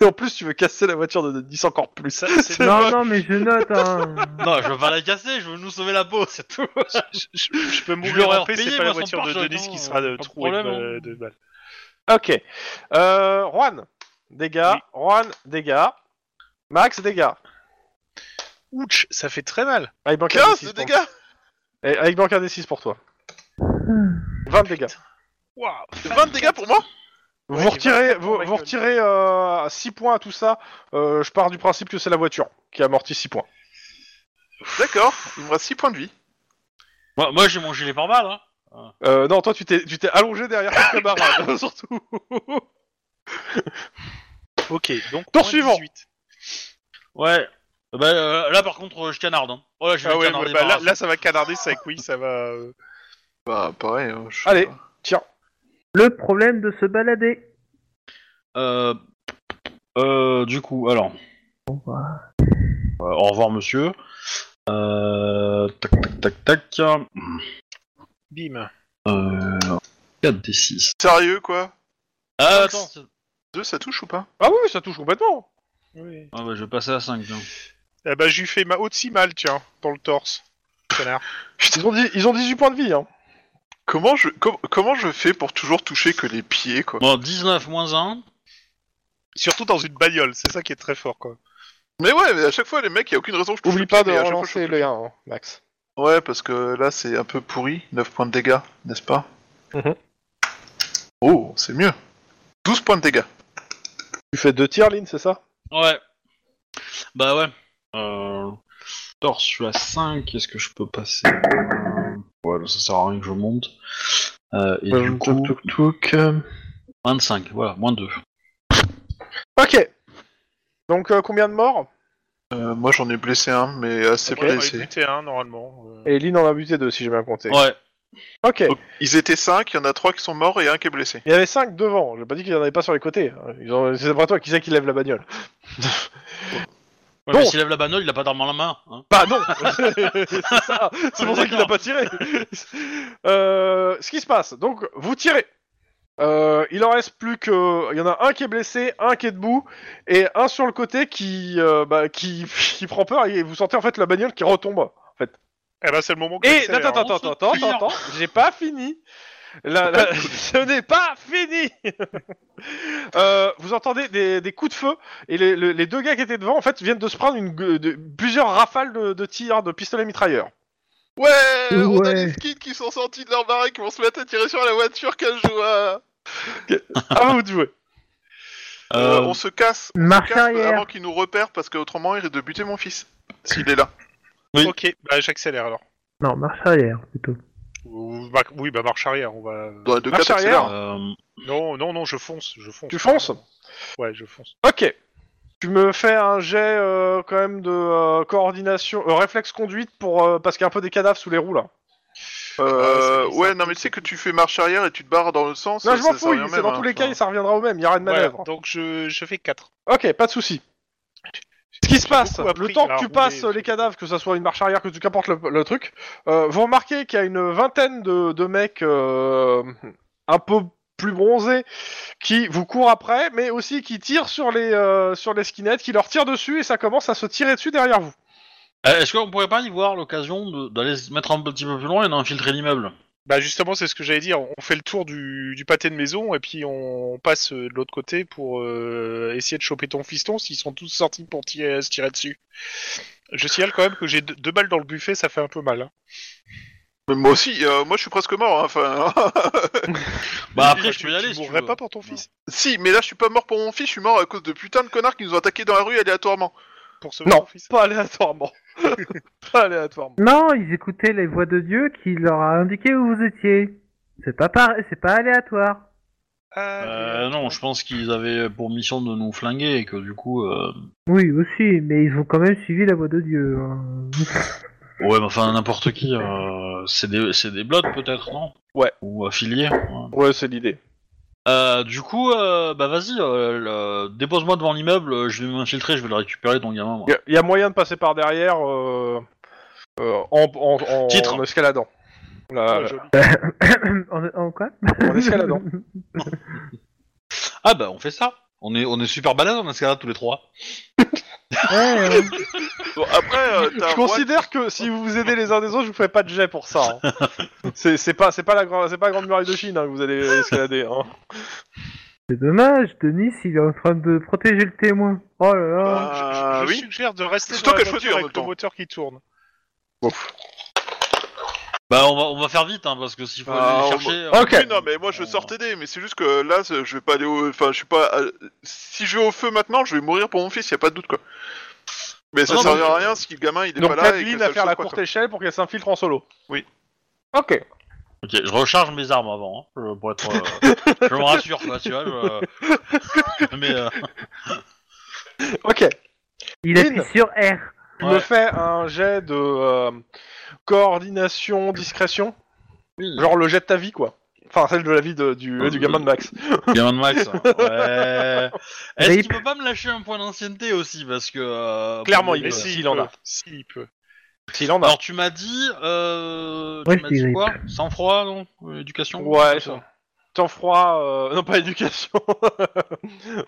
Speaker 2: Et en plus, tu veux casser la voiture de Denis encore plus.
Speaker 4: Ça,
Speaker 2: [LAUGHS]
Speaker 4: c'est-
Speaker 3: Non, non, mais je note. Hein.
Speaker 1: Non, je veux pas la casser, je veux nous sauver la peau, [LAUGHS] c'est tout.
Speaker 4: je, je- je peux
Speaker 1: Je
Speaker 4: mourir
Speaker 1: l'aurais
Speaker 4: en paix,
Speaker 1: repayé,
Speaker 4: c'est pas
Speaker 1: moi,
Speaker 4: la
Speaker 1: son
Speaker 4: voiture
Speaker 1: Porsche,
Speaker 4: de Denis
Speaker 1: attends,
Speaker 4: qui sera
Speaker 1: pas
Speaker 4: de
Speaker 1: de
Speaker 4: trouée de,
Speaker 1: problème, hein.
Speaker 4: ba- de balles.
Speaker 2: Ok. Euh, Juan, dégâts. Juan, dégâts. Max, dégâts.
Speaker 4: Ouch, ça fait très mal.
Speaker 2: Avec banque D6
Speaker 5: 15 de
Speaker 2: pour-
Speaker 5: dégâts
Speaker 2: Et avec banque d 6 pour toi. 20 dégâts.
Speaker 4: Waouh.
Speaker 5: 20 de dégâts pour moi
Speaker 2: vous retirez, vous,
Speaker 4: Michael.
Speaker 2: vous retirez 6 points à tout ça. euh, je pars du principe que c'est la voiture qui a amorti 6 points.
Speaker 5: D'accord, il me reste 6 points de vie.
Speaker 1: Moi, moi, j'ai mon gilet pare-balles. Hein.
Speaker 2: Euh, non, toi, tu t'es tu t'es allongé derrière ton [LAUGHS] camarade, surtout.
Speaker 4: Ok, donc.
Speaker 2: Tour
Speaker 4: moins
Speaker 2: suivant.
Speaker 4: 18.
Speaker 1: Ouais. Bah, euh, là, par contre, euh, je canarde. Hein. Oh là, je vais
Speaker 4: Ah ouais,
Speaker 1: canarder
Speaker 4: bah,
Speaker 1: par
Speaker 4: là,
Speaker 1: là.
Speaker 4: là, ça va canarder ça oui, ça va. euh,
Speaker 5: Bah pareil. hein, je-
Speaker 2: Allez.
Speaker 3: Le problème de se balader.
Speaker 1: Euh, euh, du coup, alors. Euh, au revoir, monsieur. Euh, tac, tac, tac, tac.
Speaker 4: Bim.
Speaker 1: Euh, 4 des 6.
Speaker 5: Sérieux quoi
Speaker 1: Ah, attends. c'est-
Speaker 5: 2 ça touche ou pas
Speaker 2: Ah oui, ça touche complètement.
Speaker 4: Oui.
Speaker 1: Ah, bah, je vais passer à 5. Tiens.
Speaker 4: Ah bah, je lui fais ma haute si mal, tiens, dans le torse. Connard.
Speaker 2: Ils ont, dix- ils ont 18 points de vie. Hein.
Speaker 5: Comment je com- comment je fais pour toujours toucher que les pieds quoi
Speaker 1: Bon, 19 moins 1.
Speaker 4: Surtout dans une bagnole, c'est ça qui est très fort, quoi.
Speaker 5: Mais ouais, mais à chaque fois les mecs, il y a aucune raison que je touche
Speaker 2: Oublie
Speaker 5: le
Speaker 2: pas
Speaker 5: pied,
Speaker 2: de
Speaker 5: mais à chaque fois, je
Speaker 2: relancer
Speaker 5: touche
Speaker 2: le 1, hein, Max.
Speaker 5: le- Ouais, parce que là c'est un peu pourri, 9 points de dégâts, n'est-ce pas
Speaker 2: Mhm.
Speaker 5: Oh, c'est mieux. 12 points de dégâts.
Speaker 2: Tu fais deux tirs, Lynn, c'est ça
Speaker 1: Ouais. Bah, ouais. Euh, torse, je suis à 5. Est-ce que je peux passer euh, Ouais, non, ça sert à rien que je monte. Euh, et du coup, 25. Voilà, moins 2.
Speaker 2: Ok. Donc, euh, combien de morts
Speaker 5: Euh, moi j'en ai blessé un, mais assez
Speaker 4: Après, on va
Speaker 5: blessé.
Speaker 4: lui buter un, normalement. euh.
Speaker 2: Et Lynn en a buté deux, si j'ai bien compté.
Speaker 1: Ouais.
Speaker 2: Mm. Oh. Ok.
Speaker 5: Ok. Ils étaient 5, il y en a 3 qui sont morts et un qui est blessé.
Speaker 2: Il y avait 5 devant, j'ai pas dit qu'il y en avait pas sur les côtés. hein. Ils ont- C'est pas toi qui c'est qui lève la bagnole.
Speaker 1: Ouais, mais
Speaker 2: Bon.
Speaker 1: s'il lève la bagnole, il a pas d'arme à la main. Hein.
Speaker 2: Bah non [LAUGHS] C'est ça C'est pour ça qu'il a pas tiré [LAUGHS] Euh, Ce qui se passe, donc vous tirez. Euh, il en reste plus que. Il y en a un qui est blessé, un qui est debout, et un sur le côté qui, euh, bah, qui, [LAUGHS] qui prend peur et vous sentez en fait la bagnole qui retombe.
Speaker 4: Eh ben, c'est le moment que
Speaker 2: Et
Speaker 4: j'accélère,
Speaker 2: attends,
Speaker 4: hein.
Speaker 2: attends,
Speaker 1: on
Speaker 2: attends,
Speaker 1: se
Speaker 2: attends,
Speaker 1: tire.
Speaker 2: attends, attends, j'ai pas fini. La- la- ce n'est pas
Speaker 5: [LAUGHS]
Speaker 2: fini. Euh, vous entendez des, des coups de feu et les, le- les deux gars qui étaient devant en fait viennent de se prendre une, gue- de- plusieurs rafales de, de tirs de pistolets mitrailleurs.
Speaker 5: Ouais, On a
Speaker 3: Ouais.
Speaker 5: les skids qui sont sortis de leur baraque qui vont se mettre à tirer sur la voiture qu'elle joue à...
Speaker 2: À vous de jouer.
Speaker 5: Euh,
Speaker 1: Euh,
Speaker 5: on se casse
Speaker 3: Marche
Speaker 5: casse avant
Speaker 3: arrière.
Speaker 5: qu'il nous repère parce qu'autrement il risque de buter [LAUGHS] mon fils. S'il est là.
Speaker 1: Oui.
Speaker 4: Ok, bah j'accélère alors.
Speaker 3: Non, marche arrière plutôt.
Speaker 4: Ou- ou mar- Oui, bah marche arrière, on va.
Speaker 5: Dans les deux
Speaker 2: Marche
Speaker 5: cas,
Speaker 2: arrière.
Speaker 5: t'accélères.
Speaker 1: Euh,
Speaker 4: Non, non, non, je fonce, je fonce.
Speaker 2: Tu fonces
Speaker 4: Ouais, je fonce.
Speaker 2: Ok. Tu me fais un jet euh, quand même de euh, coordination, euh, réflexe conduite pour euh, parce qu'il y a un peu des cadavres sous les roues là.
Speaker 5: Euh,
Speaker 2: Ah,
Speaker 4: Ouais, c'est-
Speaker 5: ouais, non, mais tu sais que tu fais marche arrière et tu te barres dans le sens.
Speaker 2: Non, je
Speaker 5: ça-
Speaker 2: m'en
Speaker 5: ça
Speaker 2: fous.
Speaker 5: revient
Speaker 2: C'est
Speaker 5: même,
Speaker 2: dans
Speaker 5: hein,
Speaker 2: tous les cas,
Speaker 5: enfin.
Speaker 2: ça reviendra au même. Il y aura une manœuvre.
Speaker 4: Voilà, donc je, je fais 4.
Speaker 2: Ok, pas de souci. Ce qui se passe,
Speaker 4: beaucoup appris.
Speaker 2: le temps que
Speaker 4: Alors,
Speaker 2: tu
Speaker 4: on
Speaker 2: passes
Speaker 4: est-
Speaker 2: les cadavres, que ce soit une marche arrière, que tu qu'importe le, le truc, euh, vous remarquez qu'il y a une vingtaine de, de mecs euh, un peu plus bronzés qui vous courent après, mais aussi qui tirent sur les euh, sur les skinheads, qui leur tirent dessus et ça commence à se tirer dessus derrière vous.
Speaker 1: euh, Est-ce qu'on pourrait pas y voir l'occasion de- d'aller se mettre un petit peu plus loin et d'infiltrer l'immeuble
Speaker 4: Bah justement, c'est ce que j'allais dire. On fait le tour du, du pâté de maison et puis on, passe euh, de l'autre côté pour euh, essayer de choper ton fiston s'ils sont tous sortis pour tirer- se tirer dessus. Je signale quand même que j'ai deux, deux balles dans le buffet, ça fait un peu mal. hein.
Speaker 5: Mais moi aussi, euh, moi je suis presque mort. hein, Enfin,
Speaker 1: Bah après,
Speaker 4: Bah,
Speaker 1: je
Speaker 4: tu-
Speaker 1: peux y aller.
Speaker 4: Tu
Speaker 1: si tu
Speaker 4: mourrais
Speaker 1: veux.
Speaker 4: pas pour ton fils
Speaker 5: [LAUGHS] si, mais là je suis pas mort pour mon fils, je suis mort à cause de putain de connards qui nous ont attaqués dans la rue aléatoirement.
Speaker 4: Pour sauver
Speaker 2: Non,
Speaker 4: ton fils
Speaker 2: pas aléatoirement. [LAUGHS] pas aléatoirement.
Speaker 3: Non, ils écoutaient les voix de Dieu qui leur a indiqué où vous étiez. C'est pas pareil, c'est pas aléatoire.
Speaker 4: Ah,
Speaker 1: Euh, non, je pense qu'ils avaient pour mission de nous flinguer et que du coup. euh,
Speaker 3: Oui, aussi, mais ils ont quand même suivi la voix de Dieu.
Speaker 5: [COUGHS]
Speaker 3: hein.
Speaker 1: Ouais, mais enfin, n'importe qui. euh, C'est des, c'est des blottes peut-être, non
Speaker 2: Ouais.
Speaker 1: Ou affiliés. ouais.
Speaker 2: Ouais, c'est l'idée.
Speaker 1: Euh, du coup, euh, bah vas-y, euh, le- dépose-moi devant l'immeuble, euh, je vais m'infiltrer, je vais le récupérer ton gamin. Moi.
Speaker 2: Il y, a moyen de passer par derrière euh, euh, en, en, en-
Speaker 1: Titre.
Speaker 2: en escaladant. Là,
Speaker 4: Oh, joli.
Speaker 3: en, en quoi
Speaker 2: en escaladant.
Speaker 1: Ah bah on fait ça. On est, on est super balades en escalade tous les trois.
Speaker 3: [LAUGHS] Ouais, hein.
Speaker 5: Bon, après, [LAUGHS] euh, t'as
Speaker 2: Je
Speaker 5: un roi-
Speaker 2: considère que si vous vous aidez les uns des autres, je vous fais pas de jet pour ça. hein. C'est c'est pas c'est pas la grande c'est pas la grande muraille de Chine hein, que vous allez escalader. hein.
Speaker 3: C'est dommage, Denis, il est en train de protéger le témoin. Oh là
Speaker 1: Ah,
Speaker 3: là.
Speaker 5: Bah,
Speaker 4: je
Speaker 5: oui.
Speaker 4: suggère de rester
Speaker 5: C'est
Speaker 4: dans
Speaker 5: toi
Speaker 4: la
Speaker 5: qui as choisi,
Speaker 4: voiture
Speaker 1: hein,
Speaker 4: avec
Speaker 5: en même
Speaker 4: le
Speaker 5: temps.
Speaker 4: moteur qui tourne.
Speaker 1: Bah on va, on va faire vite, hein, parce que s'il faut
Speaker 5: Ah,
Speaker 1: aller
Speaker 5: on-
Speaker 1: les chercher...
Speaker 2: Ok.
Speaker 1: euh,
Speaker 5: Oui, non, mais moi je
Speaker 1: on-
Speaker 2: Oh.
Speaker 5: sors t'aider, mais c'est juste que là, c'est- je vais pas aller au. Enfin, je suis pas. à- Si je vais au feu maintenant, je vais mourir pour mon fils, y a pas de doute quoi. Mais ça
Speaker 1: Non,
Speaker 5: sert
Speaker 1: mais-
Speaker 5: à rien si le gamin il est
Speaker 2: Donc
Speaker 5: pas là. et
Speaker 2: Kathleen
Speaker 5: que ça
Speaker 2: va
Speaker 5: le
Speaker 2: faire la
Speaker 5: choque pas,
Speaker 2: courte échelle pour qu'elle s'infiltre en solo.
Speaker 5: Oui.
Speaker 2: Ok.
Speaker 1: Ok, je recharge mes armes avant, hein, euh, pour être... euh, je me rassure, quoi, tu vois. Je... [LAUGHS] Mais... euh,
Speaker 2: Ok.
Speaker 3: Il
Speaker 2: Lynn.
Speaker 3: appuie sur R.
Speaker 2: Tu
Speaker 1: Ouais.
Speaker 2: me fais un jet de euh, coordination discrétion,
Speaker 1: oui,
Speaker 2: genre le jet de ta vie quoi. Enfin celle de la vie de- du,
Speaker 1: Euh,
Speaker 2: du gamin de Max.
Speaker 1: gamin de Max. hein. Ouais. Est-ce
Speaker 3: Rip.
Speaker 1: qu'il peut pas me lâcher un point d'ancienneté aussi, parce que... euh,
Speaker 2: Clairement,
Speaker 1: pour-
Speaker 2: il
Speaker 4: Mais
Speaker 2: est-
Speaker 1: euh,
Speaker 2: si,
Speaker 4: s'il
Speaker 2: il en
Speaker 4: peut,
Speaker 2: a.
Speaker 4: S'il peut.
Speaker 2: S'il en a.
Speaker 1: Alors tu m'as dit... Euh...
Speaker 3: Ouais,
Speaker 1: tu m'as
Speaker 3: je
Speaker 1: dit
Speaker 3: dirais.
Speaker 1: quoi Sans froid, non Euh, Éducation
Speaker 2: Ouais.
Speaker 1: c'est ça.
Speaker 2: Sans froid, euh, non pas éducation. [LAUGHS]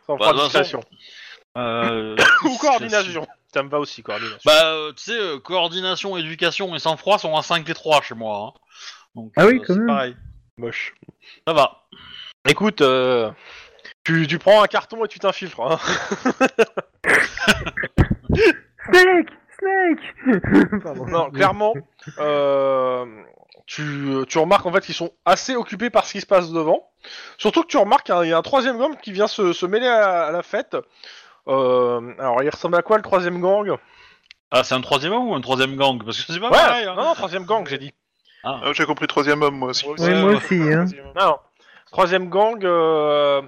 Speaker 2: Sans
Speaker 1: Bah, de
Speaker 2: froid
Speaker 1: toute façon,
Speaker 2: discrétion.
Speaker 1: Euh,
Speaker 2: Ou coordination. Ça me va aussi coordination.
Speaker 1: Bah, euh, tu sais, euh, coordination, éducation et sang-froid sont à 5 et 3 chez moi. hein. Donc,
Speaker 3: Ah oui,
Speaker 1: euh,
Speaker 3: quand
Speaker 1: c'est
Speaker 3: même.
Speaker 1: pareil.
Speaker 2: Moche.
Speaker 1: Ça va.
Speaker 2: Écoute, euh, tu, tu prends un carton et tu t'infiltres.
Speaker 1: [LAUGHS]
Speaker 2: Hein.
Speaker 3: Snake Snake Pardon. [LAUGHS]
Speaker 2: Non, clairement, euh, tu, tu remarques en fait qu'ils sont assez occupés par ce qui se passe devant. Surtout que tu remarques qu'il y a un- il y a un troisième gang qui vient se, se mêler à, à la fête. Euh, alors, il ressemble à quoi le troisième gang Ouais,
Speaker 1: Ah, c'est un troisième homme ou un troisième gang Parce que c'est pas pareil. hein.
Speaker 2: non, non, troisième gang, j'ai dit.
Speaker 1: Ah.
Speaker 5: quoi. Ah, j'ai compris troisième homme moi aussi.
Speaker 3: Oui, moi aussi, hein.
Speaker 2: Non, non. troisième gang, euh,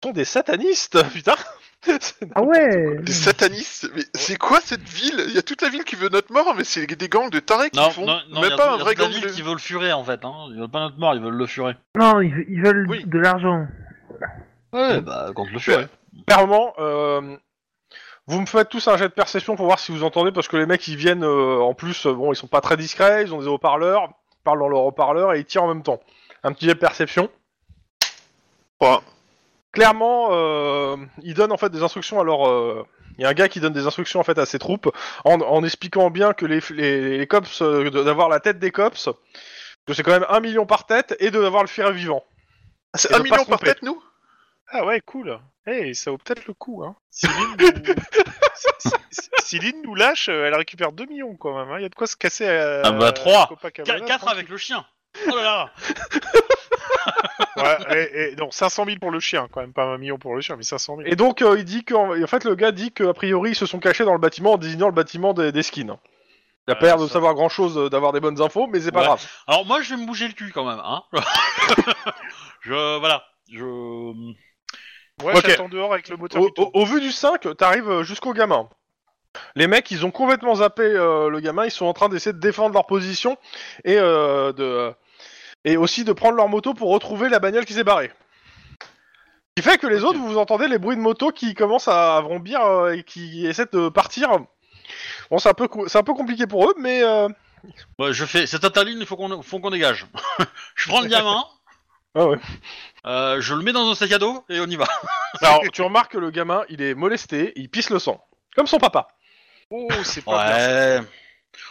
Speaker 2: qui sont des satanistes, [LAUGHS] putain. C'est-
Speaker 3: Ah ouais
Speaker 5: Des satanistes, mais c'est quoi cette ville Il y a toute la ville qui veut notre mort, mais c'est des gangs de tarés qui
Speaker 1: Non,
Speaker 5: font.
Speaker 1: non, non,
Speaker 5: même
Speaker 1: y a
Speaker 5: pas
Speaker 1: tout-
Speaker 5: un
Speaker 1: y a
Speaker 5: vrai
Speaker 1: toute la
Speaker 5: gang
Speaker 1: ville
Speaker 5: de-
Speaker 1: qui veut le furer en fait. Hein. Ils veulent pas notre mort, ils veulent le furer.
Speaker 3: Non, ils, ils veulent
Speaker 5: Oui.
Speaker 3: de l'argent.
Speaker 1: Ouais, bah, contre le furet.
Speaker 2: Clairement, euh, vous me faites tous un jet de perception pour voir si vous entendez, parce que les mecs ils viennent euh, en plus, euh, bon, ils sont pas très discrets, ils ont des haut-parleurs, ils parlent dans leur haut-parleur et ils tirent en même temps. Un petit jet de perception.
Speaker 5: Enfin,
Speaker 2: Clairement, euh, ils donnent en fait des instructions à leur. euh, Il y a un gars qui donne des instructions en fait à ses troupes en, en expliquant bien que les, les, les cops, euh, de- d'avoir la tête des cops, que c'est quand même un million par tête et de d'avoir le furet vivant.
Speaker 5: c'est
Speaker 2: Et
Speaker 5: un
Speaker 2: de pas
Speaker 5: million
Speaker 2: se
Speaker 5: par
Speaker 2: tromper.
Speaker 5: tête, nous
Speaker 4: Ah ouais, cool. Eh, ça vaut peut-être le coup, hein. Si Lynn nous, si- si- si Lynn nous lâche, euh, elle récupère 2 millions quand même. hein. Il y a de quoi se casser euh, à.
Speaker 1: Ah bah,
Speaker 4: à
Speaker 1: trois.
Speaker 4: Copacabana,
Speaker 1: 4 avec le chien. Oh là là
Speaker 4: tranquille. Ouais, et, et- non, 500 000 pour le chien, quand même. Pas 1 million pour le chien, mais 500 000.
Speaker 2: Et donc euh, il dit qu'en en fait le gars dit qu'a priori ils se sont cachés dans le bâtiment en désignant le bâtiment des, des skins. Il a
Speaker 1: Ouais,
Speaker 2: pas l'air de
Speaker 1: ça.
Speaker 2: savoir grand chose, d'avoir des bonnes infos, mais c'est pas
Speaker 1: Ouais.
Speaker 2: grave.
Speaker 1: Alors moi, je vais me bouger le cul quand même. Hein [LAUGHS] je voilà. Je
Speaker 4: Ouais,
Speaker 2: Ok.
Speaker 4: j'attends dehors avec le moteur.
Speaker 2: Au,
Speaker 4: qui tourne.
Speaker 2: au- au vu du 5, t'arrives euh, jusqu'au gamin. Les mecs, ils ont complètement zappé euh, le gamin, ils sont en train d'essayer de défendre leur position et, euh, de, et aussi de prendre leur moto pour retrouver la bagnole qui s'est barrée. Ce qui fait que les
Speaker 1: Ok.
Speaker 2: autres, vous entendez les bruits de moto qui commencent à vrombir euh, et qui essaient de partir. Bon, c'est un, peu co- c'est un peu compliqué pour eux, mais euh,
Speaker 1: ouais, je fais cette ataline, il faut qu'on faut qu'on dégage. [LAUGHS] je prends le gamin,
Speaker 2: ah ouais.
Speaker 1: euh, je le mets dans un sac à dos et on y va.
Speaker 2: Alors, tu remarques que le gamin, il est molesté, il pisse le sang. Comme son papa.
Speaker 4: Oh, c'est pas bien.
Speaker 1: Ouais.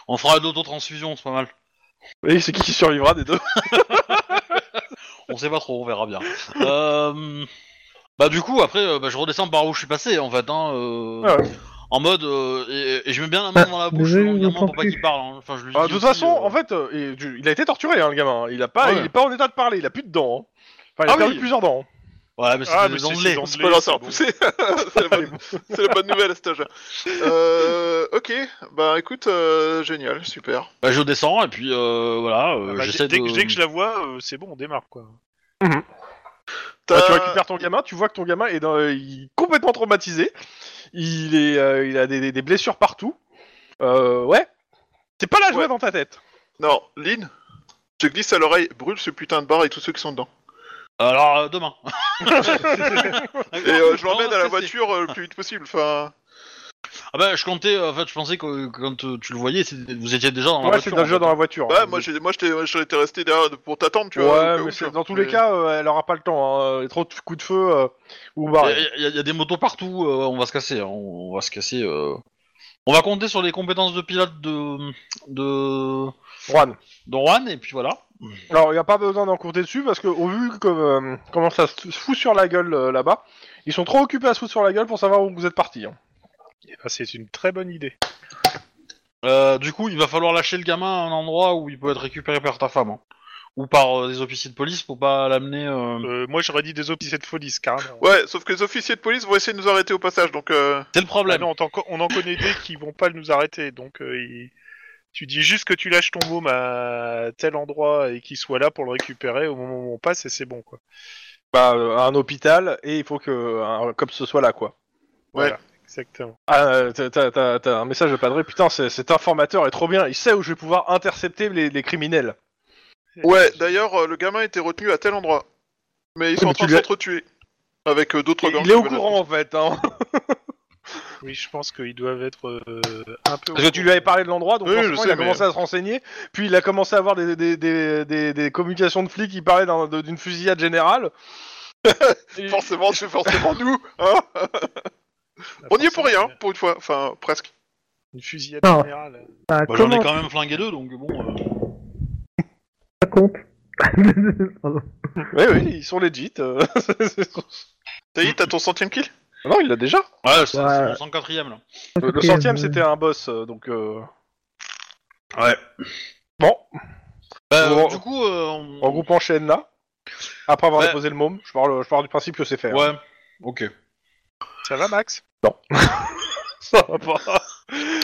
Speaker 1: On fera l'autotransfusion, c'est pas mal.
Speaker 2: Et c'est qui qui survivra des deux
Speaker 1: On sait pas trop, on verra bien. [LAUGHS] Euh, Bah du coup après euh, bah, je redescends par où je suis passé en fait hein, euh,
Speaker 2: Ah ouais.
Speaker 1: en mode euh, et, et je mets bien la main dans la
Speaker 3: Bah,
Speaker 1: bouche
Speaker 3: je
Speaker 1: mon gamin
Speaker 3: l'entends
Speaker 1: pour pas
Speaker 3: plus.
Speaker 1: qu'il parle hein. enfin je lui
Speaker 2: Ah,
Speaker 1: dis
Speaker 2: de toute
Speaker 1: aussi,
Speaker 2: façon,
Speaker 1: euh,
Speaker 2: en fait, euh, il, du- il a été torturé, hein, le gamin. Il a pas,
Speaker 1: Ouais.
Speaker 2: il est pas en état de parler. Il a plus de dents. hein. Enfin, il a
Speaker 4: Ah
Speaker 2: perdu
Speaker 4: oui.
Speaker 2: plusieurs dents. hein.
Speaker 1: ouais mais
Speaker 4: Ah, mais
Speaker 1: c'est des
Speaker 4: c'est-
Speaker 1: dents de
Speaker 4: c'est
Speaker 1: lait.
Speaker 4: des dents de
Speaker 5: C'est
Speaker 4: lait,
Speaker 5: pas grave,
Speaker 4: c'est
Speaker 5: ça va
Speaker 4: bon.
Speaker 5: pousser. [LAUGHS] c'est, la bonne... c'est la bonne nouvelle à cet âge. Euh, ok, bah écoute, euh, génial, super.
Speaker 1: Bah, je descends et puis euh, voilà euh,
Speaker 4: Ah bah,
Speaker 1: j'essaie
Speaker 4: dès,
Speaker 1: de
Speaker 4: que, dès que je la vois, euh, c'est bon, on démarre quoi.
Speaker 2: Bah, tu
Speaker 5: T'as-
Speaker 2: récupères ton gamin. Tu vois que ton gamin est, dans- euh, il est complètement traumatisé. Il est, euh, il a des, des- des blessures partout. Euh, ouais. C'est pas la joie
Speaker 5: Ouais.
Speaker 2: dans ta tête.
Speaker 5: Non, Lynn, je glisse à l'oreille, brûle ce putain de bar et tous ceux qui sont dedans.
Speaker 1: alors euh, demain [LAUGHS] Ah
Speaker 5: Et euh, je
Speaker 1: l'emmène
Speaker 5: l'emmène à la voiture euh, le plus vite possible. Enfin,
Speaker 1: Ah bah je comptais, euh, en fait je pensais que euh, quand euh, tu le voyais, c'était- vous étiez déjà dans la
Speaker 2: ouais, c'est
Speaker 1: voiture.
Speaker 2: déjà
Speaker 1: en fait.
Speaker 2: dans la voiture.
Speaker 5: bah,
Speaker 2: hein.
Speaker 5: moi, j'ai, moi, j'étais, moi, j'étais resté derrière de- pour t'attendre, tu vois. au
Speaker 2: ouais,
Speaker 5: cas où,
Speaker 2: mais
Speaker 5: tu
Speaker 2: c'est-
Speaker 5: vois.
Speaker 2: dans tous les
Speaker 5: Mais-
Speaker 2: cas, euh, elle aura pas le temps. Hein. Il y a Trop de coups de feu euh, ou barré.
Speaker 1: Il y, a- il y a des motos partout, euh, on va se casser, hein, on, on va se casser. euh. On va compter sur les compétences de pilote de de,
Speaker 2: Juan.
Speaker 1: de Juan et puis voilà.
Speaker 2: Alors, il n'y a pas besoin d'en compter dessus parce que, au vu que, euh, comment ça se fout sur la gueule euh, là-bas, ils sont trop occupés à se foutre sur la gueule pour savoir où vous êtes partis. hein.
Speaker 4: Eh ben, c'est une très bonne idée.
Speaker 1: Euh, du coup il va falloir lâcher le gamin à un endroit où il peut être récupéré par ta femme. hein. Ou par euh, des officiers de police pour pas l'amener... euh.
Speaker 4: Euh, moi j'aurais dit des officiers de folie, carrément.
Speaker 5: Ouais, sauf que les officiers de police vont essayer de nous arrêter au passage, donc. Euh...
Speaker 1: C'est le
Speaker 4: Ah
Speaker 1: problème.
Speaker 4: non, t'en co- on en connaît des qui vont pas nous arrêter, donc euh, ils- tu dis juste que tu lâches ton môme à tel endroit et qu'il soit là pour le récupérer au moment où on passe et c'est bon quoi.
Speaker 2: Bah, euh, à un hôpital et il faut que euh, un- comme ce soit là, quoi.
Speaker 4: Voilà, exactement.
Speaker 2: Ah, euh, t'as- t'as t'as- t'as un message de Padré, putain, c'est- cet informateur est trop bien, il sait où je vais pouvoir intercepter les, les criminels.
Speaker 5: Ouais, d'ailleurs, euh, le gamin était retenu à tel endroit. Mais ils sont
Speaker 2: mais
Speaker 5: en train
Speaker 2: tu
Speaker 5: de
Speaker 2: l'as-
Speaker 5: s'entretuer. Avec euh, d'autres gangs.
Speaker 2: il est au
Speaker 5: qui veulent-
Speaker 2: courant, en fait,
Speaker 5: [LAUGHS]
Speaker 2: hein.
Speaker 4: Oui, je pense qu'ils doivent être euh, un peu.
Speaker 2: Parce que tu lui avais parlé de l'endroit, donc
Speaker 5: Oui, je
Speaker 2: forcément,
Speaker 5: sais,
Speaker 2: il a
Speaker 5: mais-
Speaker 2: commencé à se renseigner. Puis il a commencé à avoir des, des, des, des- des communications de flics qui parlaient d'un- de- d'une fusillade générale. Et-
Speaker 5: Forcément, c'est forcément nous, hein On y est pour rien, pour une fois. Enfin, presque.
Speaker 4: Une fusillade
Speaker 3: Non.
Speaker 4: générale.
Speaker 3: Bah,
Speaker 1: Bah, J'en
Speaker 3: comment
Speaker 1: ai quand même flingué deux donc bon... euh.
Speaker 3: ça compte [LAUGHS]
Speaker 5: [LAUGHS]
Speaker 3: Pardon.
Speaker 2: Oui, oui, ils sont legit. euh. [LAUGHS]
Speaker 5: Ça y est, t'as ton centième kill
Speaker 2: non, il l'a déjà.
Speaker 1: Ouais, c'est
Speaker 3: Ouais.
Speaker 1: c'est mon 104ème là.
Speaker 2: Le, le
Speaker 3: Ok,
Speaker 2: centième,
Speaker 3: euh,
Speaker 2: c'était un boss, euh, donc. euh,
Speaker 1: Ouais.
Speaker 2: Bon,
Speaker 1: Bah, euh,
Speaker 2: Bon.
Speaker 1: du coup... euh, on-
Speaker 2: en groupe enchaîne là. Après avoir
Speaker 1: Bah-
Speaker 2: déposé le môme, je parle, je parle du principe que c'est fait. hein.
Speaker 1: Ouais, ok.
Speaker 4: Ça va, Max
Speaker 2: Ça va pas.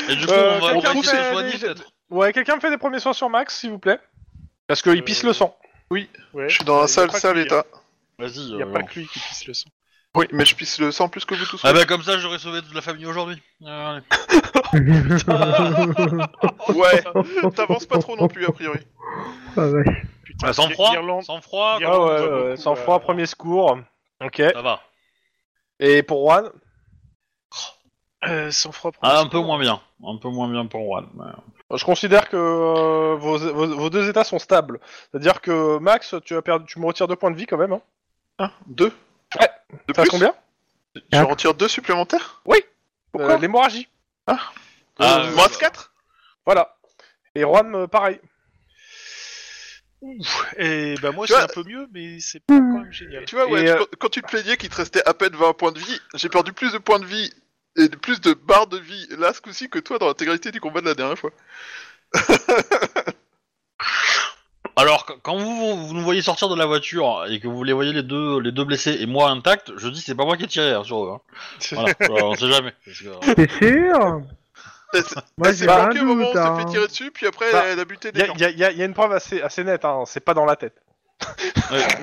Speaker 1: Et du coup,
Speaker 2: Euh,
Speaker 1: on va, on va
Speaker 2: quelqu'un
Speaker 1: essayer de
Speaker 2: fait
Speaker 1: soigner,
Speaker 2: des-
Speaker 1: peut-être.
Speaker 2: Ouais, quelqu'un me fait des premiers soins sur Max, s'il vous plaît Parce qu'il
Speaker 4: Euh,
Speaker 2: pisse le sang.
Speaker 4: Ouais.
Speaker 5: Je suis dans
Speaker 4: Euh, y
Speaker 5: un
Speaker 4: a
Speaker 5: sale,
Speaker 4: pas que
Speaker 5: sale
Speaker 4: lui, hein.
Speaker 5: état.
Speaker 1: Vas-y.
Speaker 4: Il n'y a
Speaker 1: euh,
Speaker 4: pas que lui qui pisse le sang.
Speaker 5: Oui, mais je pisse le sang plus que vous tous.
Speaker 1: Ah bah comme ça, j'aurais sauvé toute la famille aujourd'hui. Euh, allez.
Speaker 5: Ouais, t'avances pas trop non plus, a priori.
Speaker 3: Ah, vache.
Speaker 4: Putain,
Speaker 1: Ah, sans froid,
Speaker 4: l'Irlande,
Speaker 1: sans froid,
Speaker 4: Il y a-
Speaker 2: Ah
Speaker 4: on voit
Speaker 2: ouais, ouais,
Speaker 4: beaucoup,
Speaker 2: sans froid,
Speaker 4: euh,
Speaker 2: premier secours. Ok.
Speaker 1: ça va.
Speaker 2: Et pour Juan
Speaker 4: euh, sans froid.
Speaker 1: Ah, un peu moins bien, un peu moins bien pour Juan. mais-
Speaker 2: Je considère que euh, vos, vos- vos deux états sont stables. C'est-à-dire que Max, tu, as perdu, tu me retires deux points de vie quand même. Hein.
Speaker 5: Un, deux
Speaker 2: Ouais.
Speaker 5: De
Speaker 2: T'as
Speaker 5: plus
Speaker 2: combien
Speaker 5: Je retire deux supplémentaires
Speaker 2: Euh, L'hémorragie.
Speaker 1: Ah,
Speaker 5: Euh,
Speaker 1: ouais,
Speaker 5: Moins
Speaker 1: bah.
Speaker 5: 4
Speaker 2: Voilà. Et Juan, euh, pareil.
Speaker 4: Et bah moi
Speaker 5: Tu
Speaker 4: c'est
Speaker 5: vois-
Speaker 4: un peu mieux, mais c'est pas quand même génial.
Speaker 5: Tu vois, ouais,
Speaker 2: Et,
Speaker 5: tu-
Speaker 2: euh,
Speaker 5: quand- quand tu te plaignais qu'il te restait à peine 20 points de vie, j'ai perdu plus de points de vie et de- plus de barres de vie là ce coup-ci que toi dans l'intégralité du combat de la dernière fois.
Speaker 1: Alors qu- quand vous, vous nous voyez sortir de la voiture et que vous les voyez les deux les deux blessés et moi intact, [LAUGHS] je dis c'est pas moi qui ai tiré hein, sur eux. hein. Voilà, euh, on sait jamais. parce que, euh,
Speaker 3: T'es sûr
Speaker 5: Elle s'est
Speaker 3: Moi,
Speaker 5: elle s'est
Speaker 3: j'ai un
Speaker 5: planquée au moment où
Speaker 3: doute,
Speaker 5: on
Speaker 3: hein.
Speaker 5: s'est fait tirer dessus, puis après
Speaker 2: Bah,
Speaker 5: elle a buté
Speaker 2: Il y
Speaker 5: des
Speaker 2: a,
Speaker 5: gens.
Speaker 2: y a- y a- y a une preuve assez, assez nette, hein, c'est pas dans la tête.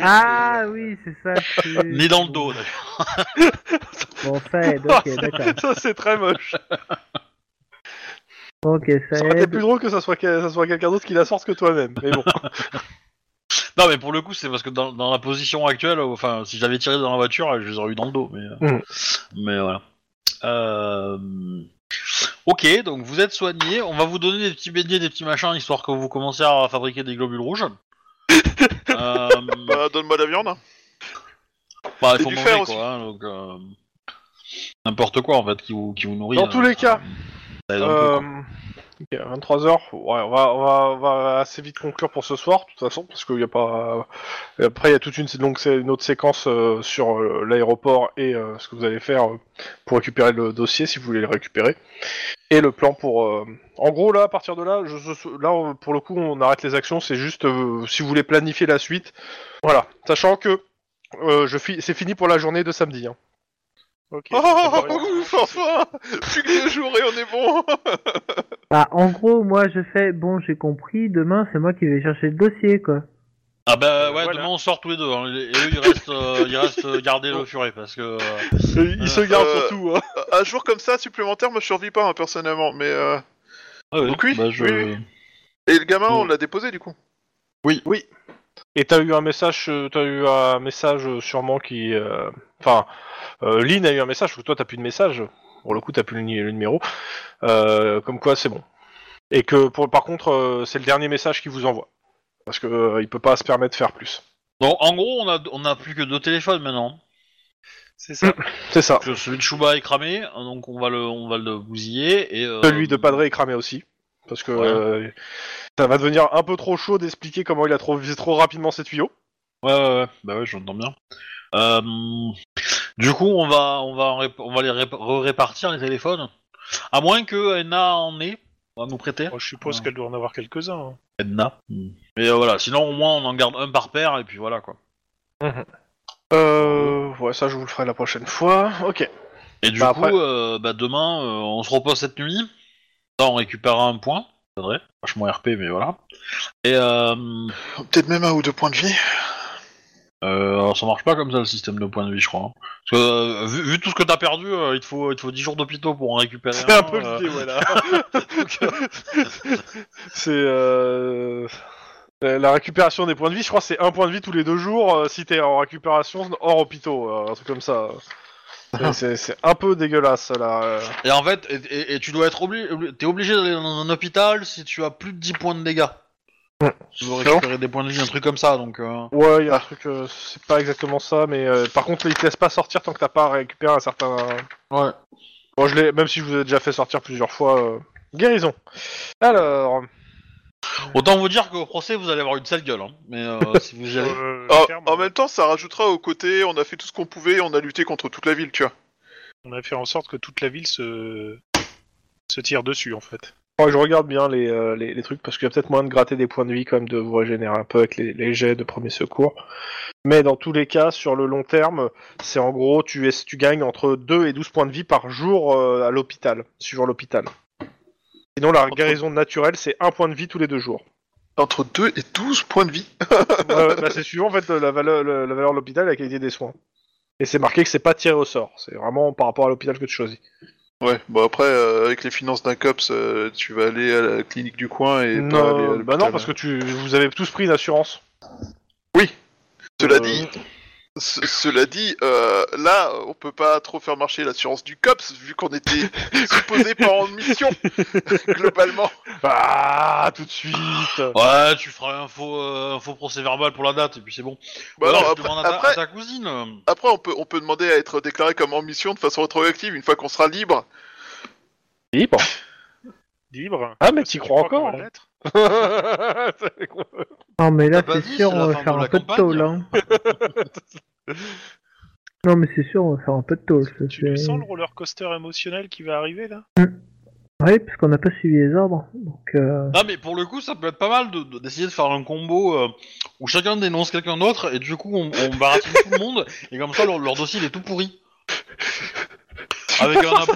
Speaker 3: Ah oui, c'est ça. c'est-
Speaker 1: Euh, Ni dans le dos, d'ailleurs.
Speaker 3: Bon, ça aide, ok, d'accord.
Speaker 2: [LAUGHS] ça c'est très moche.
Speaker 3: Ok, ça
Speaker 2: Ça aurait été
Speaker 3: aide.
Speaker 2: plus drôle que ça soit, que- ça soit quelqu'un d'autre qui la sorte que toi-même. Mais bon.
Speaker 1: Non, mais pour le coup, c'est parce que dans, dans la position actuelle, euh, enfin, si j'avais tiré dans la voiture, je les aurais eu dans le dos. Mais, euh,
Speaker 2: Mm.
Speaker 1: mais voilà. Euh, Ok, donc vous êtes soigné. On va vous donner des petits beignets, des petits machins, histoire que vous commencez à fabriquer des globules rouges. Euh,
Speaker 5: Bah, donne-moi de la viande. hein.
Speaker 1: bah,
Speaker 5: et
Speaker 1: il faut
Speaker 5: du
Speaker 1: manger,
Speaker 5: fer
Speaker 1: quoi.
Speaker 5: aussi.
Speaker 1: hein, donc, euh, N'importe quoi, en fait, qui vous, qui vous nourrit. hein.
Speaker 2: Dans tous les cas,
Speaker 1: ça aide un peu, quoi.
Speaker 2: Euh, 23h, on, va, on, va, on va assez vite conclure pour ce soir, de toute façon, parce qu'il n'y a pas. euh, Après, il y a toute une, donc, c'est une autre séquence euh, sur euh, l'aéroport et euh, ce que vous allez faire euh, pour récupérer le dossier, si vous voulez le récupérer. Et le plan pour. euh, En gros, là, à partir de là, je, je- là on- pour le coup, on arrête les actions, c'est juste euh, si vous voulez planifier la suite. Voilà, sachant que euh, je fi- c'est fini pour la journée de samedi. hein.
Speaker 4: Ok.
Speaker 5: Oh, ouf, enfin Plus que deux jours et on est bon
Speaker 3: Bah, en gros, moi, je fais, bon, j'ai compris, demain, c'est moi qui vais chercher le dossier, quoi.
Speaker 1: Ah bah ouais,
Speaker 4: voilà.
Speaker 1: demain on sort tous les deux. hein. Et eux, ils restent, euh, ils restent garder le furet parce que. euh,
Speaker 2: Il il se garde
Speaker 5: euh,
Speaker 2: surtout. hein.
Speaker 5: Un jour comme ça, supplémentaire, moi je survis pas, hein, personnellement, mais... euh, Donc oui,
Speaker 1: bah, je-
Speaker 5: oui, oui. Et le gamin,
Speaker 1: Bon.
Speaker 5: on l'a déposé, du coup
Speaker 2: Et t'as eu un message, euh, t'as eu un message euh, sûrement qui, euh, enfin, euh, Lynn a eu un message. parce que Toi, t'as plus de message. Pour le coup, t'as plus le, ni- le numéro. Euh, comme quoi, c'est bon. Et que, pour, par contre, euh, c'est le dernier message qu'il vous envoie, parce que euh, il peut pas se permettre de faire plus.
Speaker 1: Donc en gros, on a, on a plus que deux téléphones maintenant.
Speaker 4: C'est ça.
Speaker 2: C'est ça.
Speaker 1: Parce que celui de Chouba est cramé, hein, donc on va le, on va le bousiller. Et, euh,
Speaker 2: Celui de Padré est cramé aussi, parce que
Speaker 1: Ouais.
Speaker 2: euh, ça va devenir un peu trop chaud d'expliquer comment il a trouvé trop rapidement ses tuyaux.
Speaker 1: Ouais, ouais, ouais. Bah ouais, j'entends bien. Euh, Du coup, on va, on va, rép- on va les rép- répartir les téléphones. À moins que Edna en ait à nous prêter.
Speaker 4: Bon, je suppose
Speaker 1: Ouais.
Speaker 4: qu'elle doit en avoir quelques-uns. hein.
Speaker 1: Edna. Mais euh, voilà, sinon au moins on en garde un par paire et puis voilà quoi.
Speaker 2: Euh, ouais, ça, je vous le ferai la prochaine fois. Ok.
Speaker 1: Et du
Speaker 2: Bah,
Speaker 1: coup,
Speaker 2: après-
Speaker 1: euh, bah, demain, euh, on se repose cette nuit. Ça, on récupérera un point. C'est vrai. Vachement RP, mais voilà. Et euh,
Speaker 5: Peut-être même un ou deux points de vie.
Speaker 1: euh, alors, ça marche pas comme ça le système de points de vie, je crois. hein. Parce que, euh, vu, vu tout ce que t'as perdu, euh, il, te faut, il te faut 10 jours d'hôpitaux pour en récupérer
Speaker 2: C'est un peu
Speaker 1: euh,
Speaker 2: l'idée, voilà. [LAUGHS] c'est euh, la la récupération des points de vie. Je crois que c'est un point de vie tous les deux jours euh, si t'es en récupération hors hôpitaux, euh, un truc comme ça. C'est- C'est c'est un peu dégueulasse là. euh.
Speaker 1: Et en fait, et, et- et tu dois être obligé, t'es obligé d'aller dans un hôpital si tu as plus de 10 points de dégâts.
Speaker 2: Ouais.
Speaker 1: Tu veux récupérer des points de vie, un truc comme ça, donc. euh,
Speaker 2: Ouais, il y a un truc, euh, c'est pas exactement ça, mais euh, par contre, ils te laissent pas sortir tant que t'as pas récupéré un certain.
Speaker 1: Ouais.
Speaker 2: Bon, je l'ai, même si je vous ai déjà fait sortir plusieurs fois. euh, Guérison. Alors,
Speaker 1: Autant vous dire qu'au procès, vous allez avoir une sale gueule. hein. Mais euh, si vous y allez.
Speaker 4: Euh,
Speaker 5: Ah,
Speaker 4: clairement,
Speaker 5: en même temps, ça rajoutera au côté, on a fait tout ce qu'on pouvait, on a lutté contre toute la ville, tu vois.
Speaker 4: On a fait en sorte que toute la ville se se tire dessus en fait.
Speaker 2: faudra que je regarde bien les, euh, les, les trucs parce qu'il y a peut-être moyen de gratter des points de vie quand même, de vous régénérer un peu avec les, les jets de premier secours. Mais dans tous les cas, sur le long terme, c'est en gros, tu, es, tu gagnes entre 2 et 12 points de vie par jour euh, à l'hôpital, suivant l'hôpital. Sinon, la guérison naturelle, c'est un point de vie tous les deux [LAUGHS] jours.
Speaker 5: Entre 2 et 12 points de vie.
Speaker 2: Ouais, ouais, bah, c'est suivant en fait la valeur, le- la valeur de l'hôpital et la qualité des soins. Et c'est marqué que c'est pas tiré au sort, c'est vraiment par rapport à l'hôpital que tu choisis.
Speaker 5: Ouais, bon après, euh, avec les finances d'un COPS, euh, tu vas aller à la clinique du coin et pas aller à
Speaker 2: Non, bah
Speaker 5: l'hôpital.
Speaker 2: non, parce que tu, vous avez tous pris une assurance.
Speaker 5: Cela
Speaker 2: Euh,
Speaker 5: dit, ce- cela dit, euh, là, on peut pas trop faire marcher l'assurance du COPS, vu
Speaker 2: [LAUGHS]
Speaker 5: qu'on était supposé pas en mission, [LAUGHS] globalement.
Speaker 2: Ah, tout de suite
Speaker 1: Ouais, tu feras un faux, euh, un faux procès verbal pour la date, et puis c'est bon.
Speaker 5: Bah
Speaker 1: Ou alors,
Speaker 5: non,
Speaker 1: tu
Speaker 5: après,
Speaker 1: demandes à ta,
Speaker 5: après,
Speaker 1: à ta cousine. euh.
Speaker 5: après, on, peut, on peut demander à être déclaré comme en mission de façon rétroactive, une fois qu'on sera libre.
Speaker 2: Libre
Speaker 4: Libre.
Speaker 2: Ah, mais
Speaker 4: Parce
Speaker 2: t'y
Speaker 4: que
Speaker 2: crois
Speaker 4: tu qu'on
Speaker 2: encore,
Speaker 4: va
Speaker 2: hein.
Speaker 4: l'être
Speaker 2: [LAUGHS] C'est con.
Speaker 3: Non, mais là,
Speaker 1: T'as pas
Speaker 3: c'est
Speaker 1: dit,
Speaker 3: sûr,
Speaker 1: c'est
Speaker 3: on
Speaker 1: la
Speaker 3: va
Speaker 1: fin
Speaker 3: faire
Speaker 1: de
Speaker 3: un
Speaker 1: la
Speaker 3: peu de
Speaker 1: campagne.
Speaker 3: tôle, hein. non, mais c'est sûr, on va faire un peu de tôle. ça,
Speaker 4: Tu le
Speaker 3: c'est-
Speaker 4: sens le roller coaster émotionnel qui va arriver là
Speaker 3: Oui, parce qu'on n'a pas suivi les ordres. Donc, euh,
Speaker 1: Non, mais pour le coup, ça peut être pas mal de- de- d'essayer de, faire un combo euh, où chacun dénonce quelqu'un d'autre, et du coup, on, on baratine tout le monde, et comme ça, leur, leur dossier, il est tout pourri. Avec un, ab-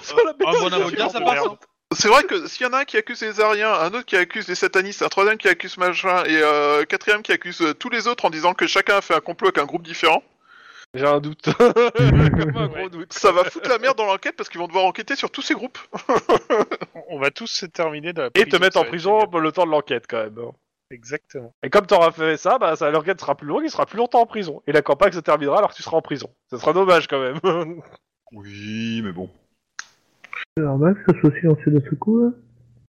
Speaker 1: un bon avocat, ça passe. hein.
Speaker 5: C'est vrai que s'il y en a un qui accuse les Ariens, un autre qui accuse les satanistes, un troisième qui accuse machin, et euh, quatrième qui accuse euh, tous les autres en disant que chacun a fait un complot avec un groupe différent,
Speaker 2: J'ai un doute. [LAUGHS] Comme un gros doute.
Speaker 5: ça va foutre la merde dans l'enquête parce qu'ils vont devoir enquêter sur tous ces groupes.
Speaker 4: On- On va tous se terminer dans la
Speaker 2: Et te mettre
Speaker 4: ça
Speaker 2: en
Speaker 4: va être
Speaker 2: prison
Speaker 4: génial.
Speaker 2: le temps de l'enquête quand même. hein.
Speaker 4: Exactement.
Speaker 2: Et comme t'auras fait ça, bah, ça l'enquête sera plus longue, il sera plus longtemps en prison. Et la campagne se terminera alors que tu seras en prison. Ce sera dommage quand [LAUGHS] même.
Speaker 1: Oui, mais bon.
Speaker 3: Alors, Max, ça se aussi lancé de ce coup, hein.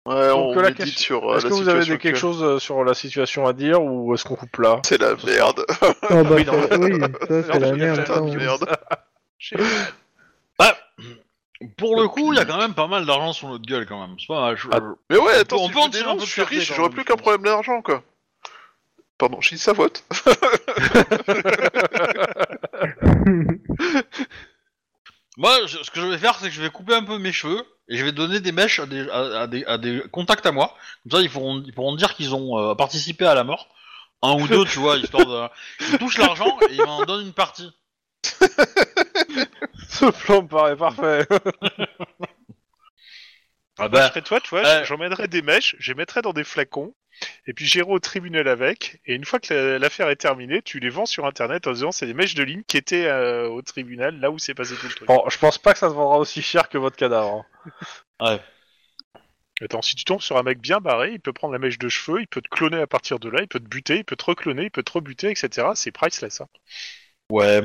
Speaker 3: là
Speaker 5: Ouais,
Speaker 2: Donc,
Speaker 5: on
Speaker 2: la
Speaker 5: médite
Speaker 2: question-
Speaker 5: sur euh,
Speaker 2: Est-ce
Speaker 5: la
Speaker 2: que vous avez
Speaker 5: situation
Speaker 2: des- quelque
Speaker 5: actuelle.
Speaker 2: chose euh, sur la situation à dire ou est-ce qu'on coupe là [LAUGHS]
Speaker 5: C'est la merde.
Speaker 3: Ah bah,
Speaker 2: oui, non.
Speaker 3: ça- oui, ça, c'est la
Speaker 2: Non,
Speaker 3: merde. hein.
Speaker 5: Putain
Speaker 3: attends.
Speaker 5: de merde.
Speaker 2: [LAUGHS]
Speaker 1: Bah, pour le coup, il y a quand même pas mal d'argent sur notre gueule quand même. C'est pas mal. Je-
Speaker 5: Ah, Mais ouais, attends,
Speaker 1: On
Speaker 5: si
Speaker 1: peut
Speaker 5: je
Speaker 1: en
Speaker 5: me
Speaker 1: tirer un
Speaker 5: dénonce,
Speaker 1: peu de
Speaker 5: je suis
Speaker 1: fierté
Speaker 5: riche,
Speaker 1: quand
Speaker 5: j'aurais
Speaker 2: hein,
Speaker 1: même,
Speaker 5: plus
Speaker 1: je
Speaker 5: qu'un
Speaker 2: euh.
Speaker 1: pense.
Speaker 5: problème d'argent, quoi. Pardon, je dis sa faute.
Speaker 1: Moi, je- ce que je vais faire, c'est que je vais couper un peu mes cheveux et je vais donner des mèches à des, à, à des, à des contacts à moi. Comme ça, ils pourront, ils pourront dire qu'ils ont euh, participé à la mort. Un ou deux, tu vois, histoire de. Ils touchent l'argent et ils m'en donnent une partie.
Speaker 2: Ce plan me paraît parfait.
Speaker 1: Ah
Speaker 4: Moi, je
Speaker 1: bah,
Speaker 4: serais toi, tu vois,
Speaker 1: euh,
Speaker 4: j'en mettrais des mèches, je les mettrais dans des flacons, et puis j'irai au tribunal avec, et une fois que la- l'affaire est terminée, tu les vends sur internet en disant c'est des mèches de ligne qui étaient euh, au tribunal, là où s'est passé tout le truc.
Speaker 2: Bon, je pense pas que ça se vendra aussi cher que votre cadavre. hein.
Speaker 4: Attends, si tu tombes sur un mec bien barré, il peut prendre la mèche de cheveux, il peut te cloner à partir de là, il peut te buter, il peut te recloner, il peut te rebuter, etc. C'est priceless. Hein.
Speaker 1: ouais.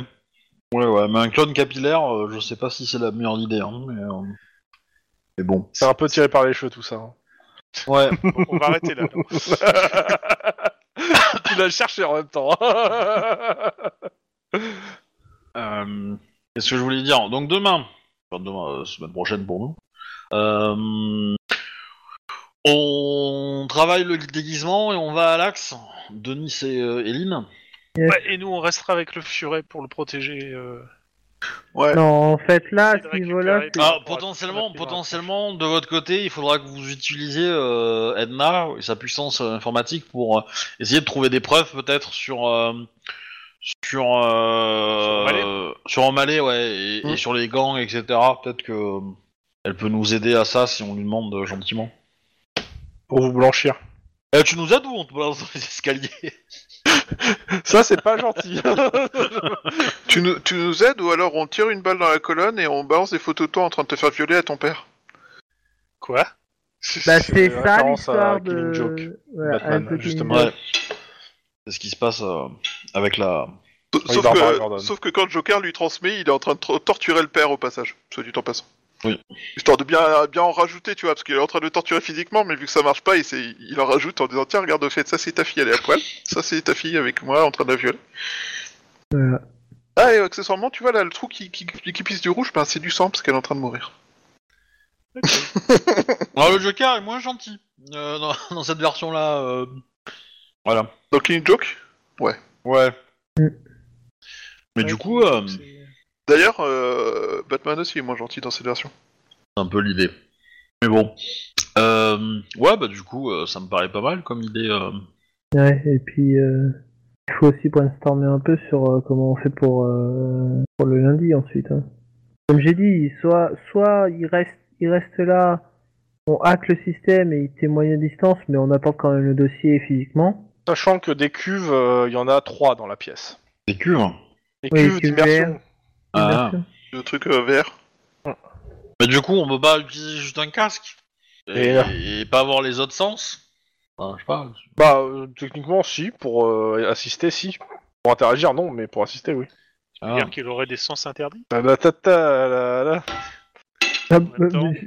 Speaker 1: Ouais, ouais, mais un clone capillaire, euh, je sais pas si c'est la meilleure idée. Hein, mais, euh, mais bon.
Speaker 2: C'est un peu tiré par les cheveux tout ça. hein.
Speaker 1: Ouais.
Speaker 4: Bon, on va arrêter là. non.
Speaker 2: tu l'as cherché en même temps.
Speaker 1: [LAUGHS] Euh, Qu'est-ce que je voulais dire Donc demain, enfin demain, euh, semaine prochaine pour nous, euh, on travaille le déguisement et on va à l'axe. Denis et euh, Eline.
Speaker 4: Ouais, et nous, on restera avec le furet pour le protéger. euh.
Speaker 5: Ouais.
Speaker 3: [LAUGHS] Non, en fait, là, à
Speaker 4: Essayer de
Speaker 3: ce niveau-là,
Speaker 4: récupérer.
Speaker 3: c'est-
Speaker 4: Ah,
Speaker 1: Ah, potentiellement,
Speaker 4: [LAUGHS]
Speaker 1: potentiellement, de votre côté, il faudra que vous utilisiez euh, Edna et sa puissance euh, informatique pour euh, essayer de trouver des preuves peut-être sur euh, sur Mm.
Speaker 4: Sur O'Malley.
Speaker 1: euh, sur O'Malley, ouais, et, et sur les gangs, etc. Peut-être que euh, elle peut nous aider à ça si on lui demande euh, gentiment.
Speaker 2: [LAUGHS] Pour vous blanchir.
Speaker 1: Euh, tu nous aides ou on te balance dans les escaliers
Speaker 2: Ça, c'est pas [LAUGHS] gentil.
Speaker 5: Tu nous, tu nous aides ou alors on tire une balle dans la colonne et on balance des photos de toi en train de te faire violer à ton père
Speaker 4: Quoi
Speaker 3: bah, c'est ça
Speaker 2: une référence à
Speaker 3: l'histoire
Speaker 2: Killing
Speaker 3: de.
Speaker 2: Joke,
Speaker 3: Voilà,
Speaker 2: Batman,
Speaker 3: un peu Killing
Speaker 2: justement.
Speaker 3: Joke.
Speaker 1: Ouais. C'est ce qui se passe euh, avec la.
Speaker 5: Sauf-
Speaker 2: Oui,
Speaker 5: sauf,
Speaker 2: Barbara
Speaker 5: que,
Speaker 2: Gordon.
Speaker 5: sauf que quand Joker lui transmet, il est en train de tro- torturer le père au passage, soit du temps passant.
Speaker 1: Oui.
Speaker 5: Histoire de bien, bien en rajouter, tu vois, parce qu'il est en train de le torturer physiquement, mais vu que ça marche pas, il, s'est- il en rajoute en disant Tiens, regarde, au fait, ça c'est ta fille, elle est à poil, ça c'est ta fille avec moi en train de la violer.
Speaker 3: Voilà.
Speaker 5: Ah, et accessoirement, tu vois, là, le trou qui, qui, qui pisse du rouge, ben, c'est du sang parce qu'elle est en train de mourir.
Speaker 1: Alors le Joker est moins gentil euh, dans, [LAUGHS] dans cette version-là. euh. Voilà.
Speaker 5: Donc, il y a une joke
Speaker 1: Ouais.
Speaker 3: Mm.
Speaker 1: Mais du coup, euh, c'est
Speaker 5: D'ailleurs, euh, Batman aussi est moins gentil dans cette version.
Speaker 1: un peu l'idée. Mais bon. Euh, ouais, bah du coup, euh, ça me paraît pas mal comme idée. euh.
Speaker 3: Ouais, et puis euh, il faut aussi brainstormer un peu sur euh, comment on fait pour, euh, pour le lundi ensuite. hein. Comme j'ai dit, soit, soit il, reste, il reste là, on hack le système et il témoigne à distance, mais on apporte quand même le dossier physiquement.
Speaker 2: Sachant que des cuves, euh, il y en a trois dans la pièce.
Speaker 1: Des cuves.
Speaker 2: Des
Speaker 3: Oui,
Speaker 2: cuves
Speaker 3: cuves
Speaker 2: d'immersion.
Speaker 3: Bien
Speaker 1: Ah.
Speaker 3: sûr.
Speaker 5: Le truc euh, vert.
Speaker 1: Mais du coup, on peut pas utiliser juste un casque et,
Speaker 2: Et, euh,
Speaker 1: et pas avoir les autres sens. Enfin, je sais pas.
Speaker 2: Bah, euh, techniquement, si. Pour euh, assister, si. Pour interagir, non, mais pour assister, oui.
Speaker 4: Tu
Speaker 1: Ah.
Speaker 4: veux dire qu'il aurait des sens interdits
Speaker 2: Ta- ta- ta- ta- la- la.
Speaker 3: Ah,
Speaker 4: En même temps,
Speaker 3: mais-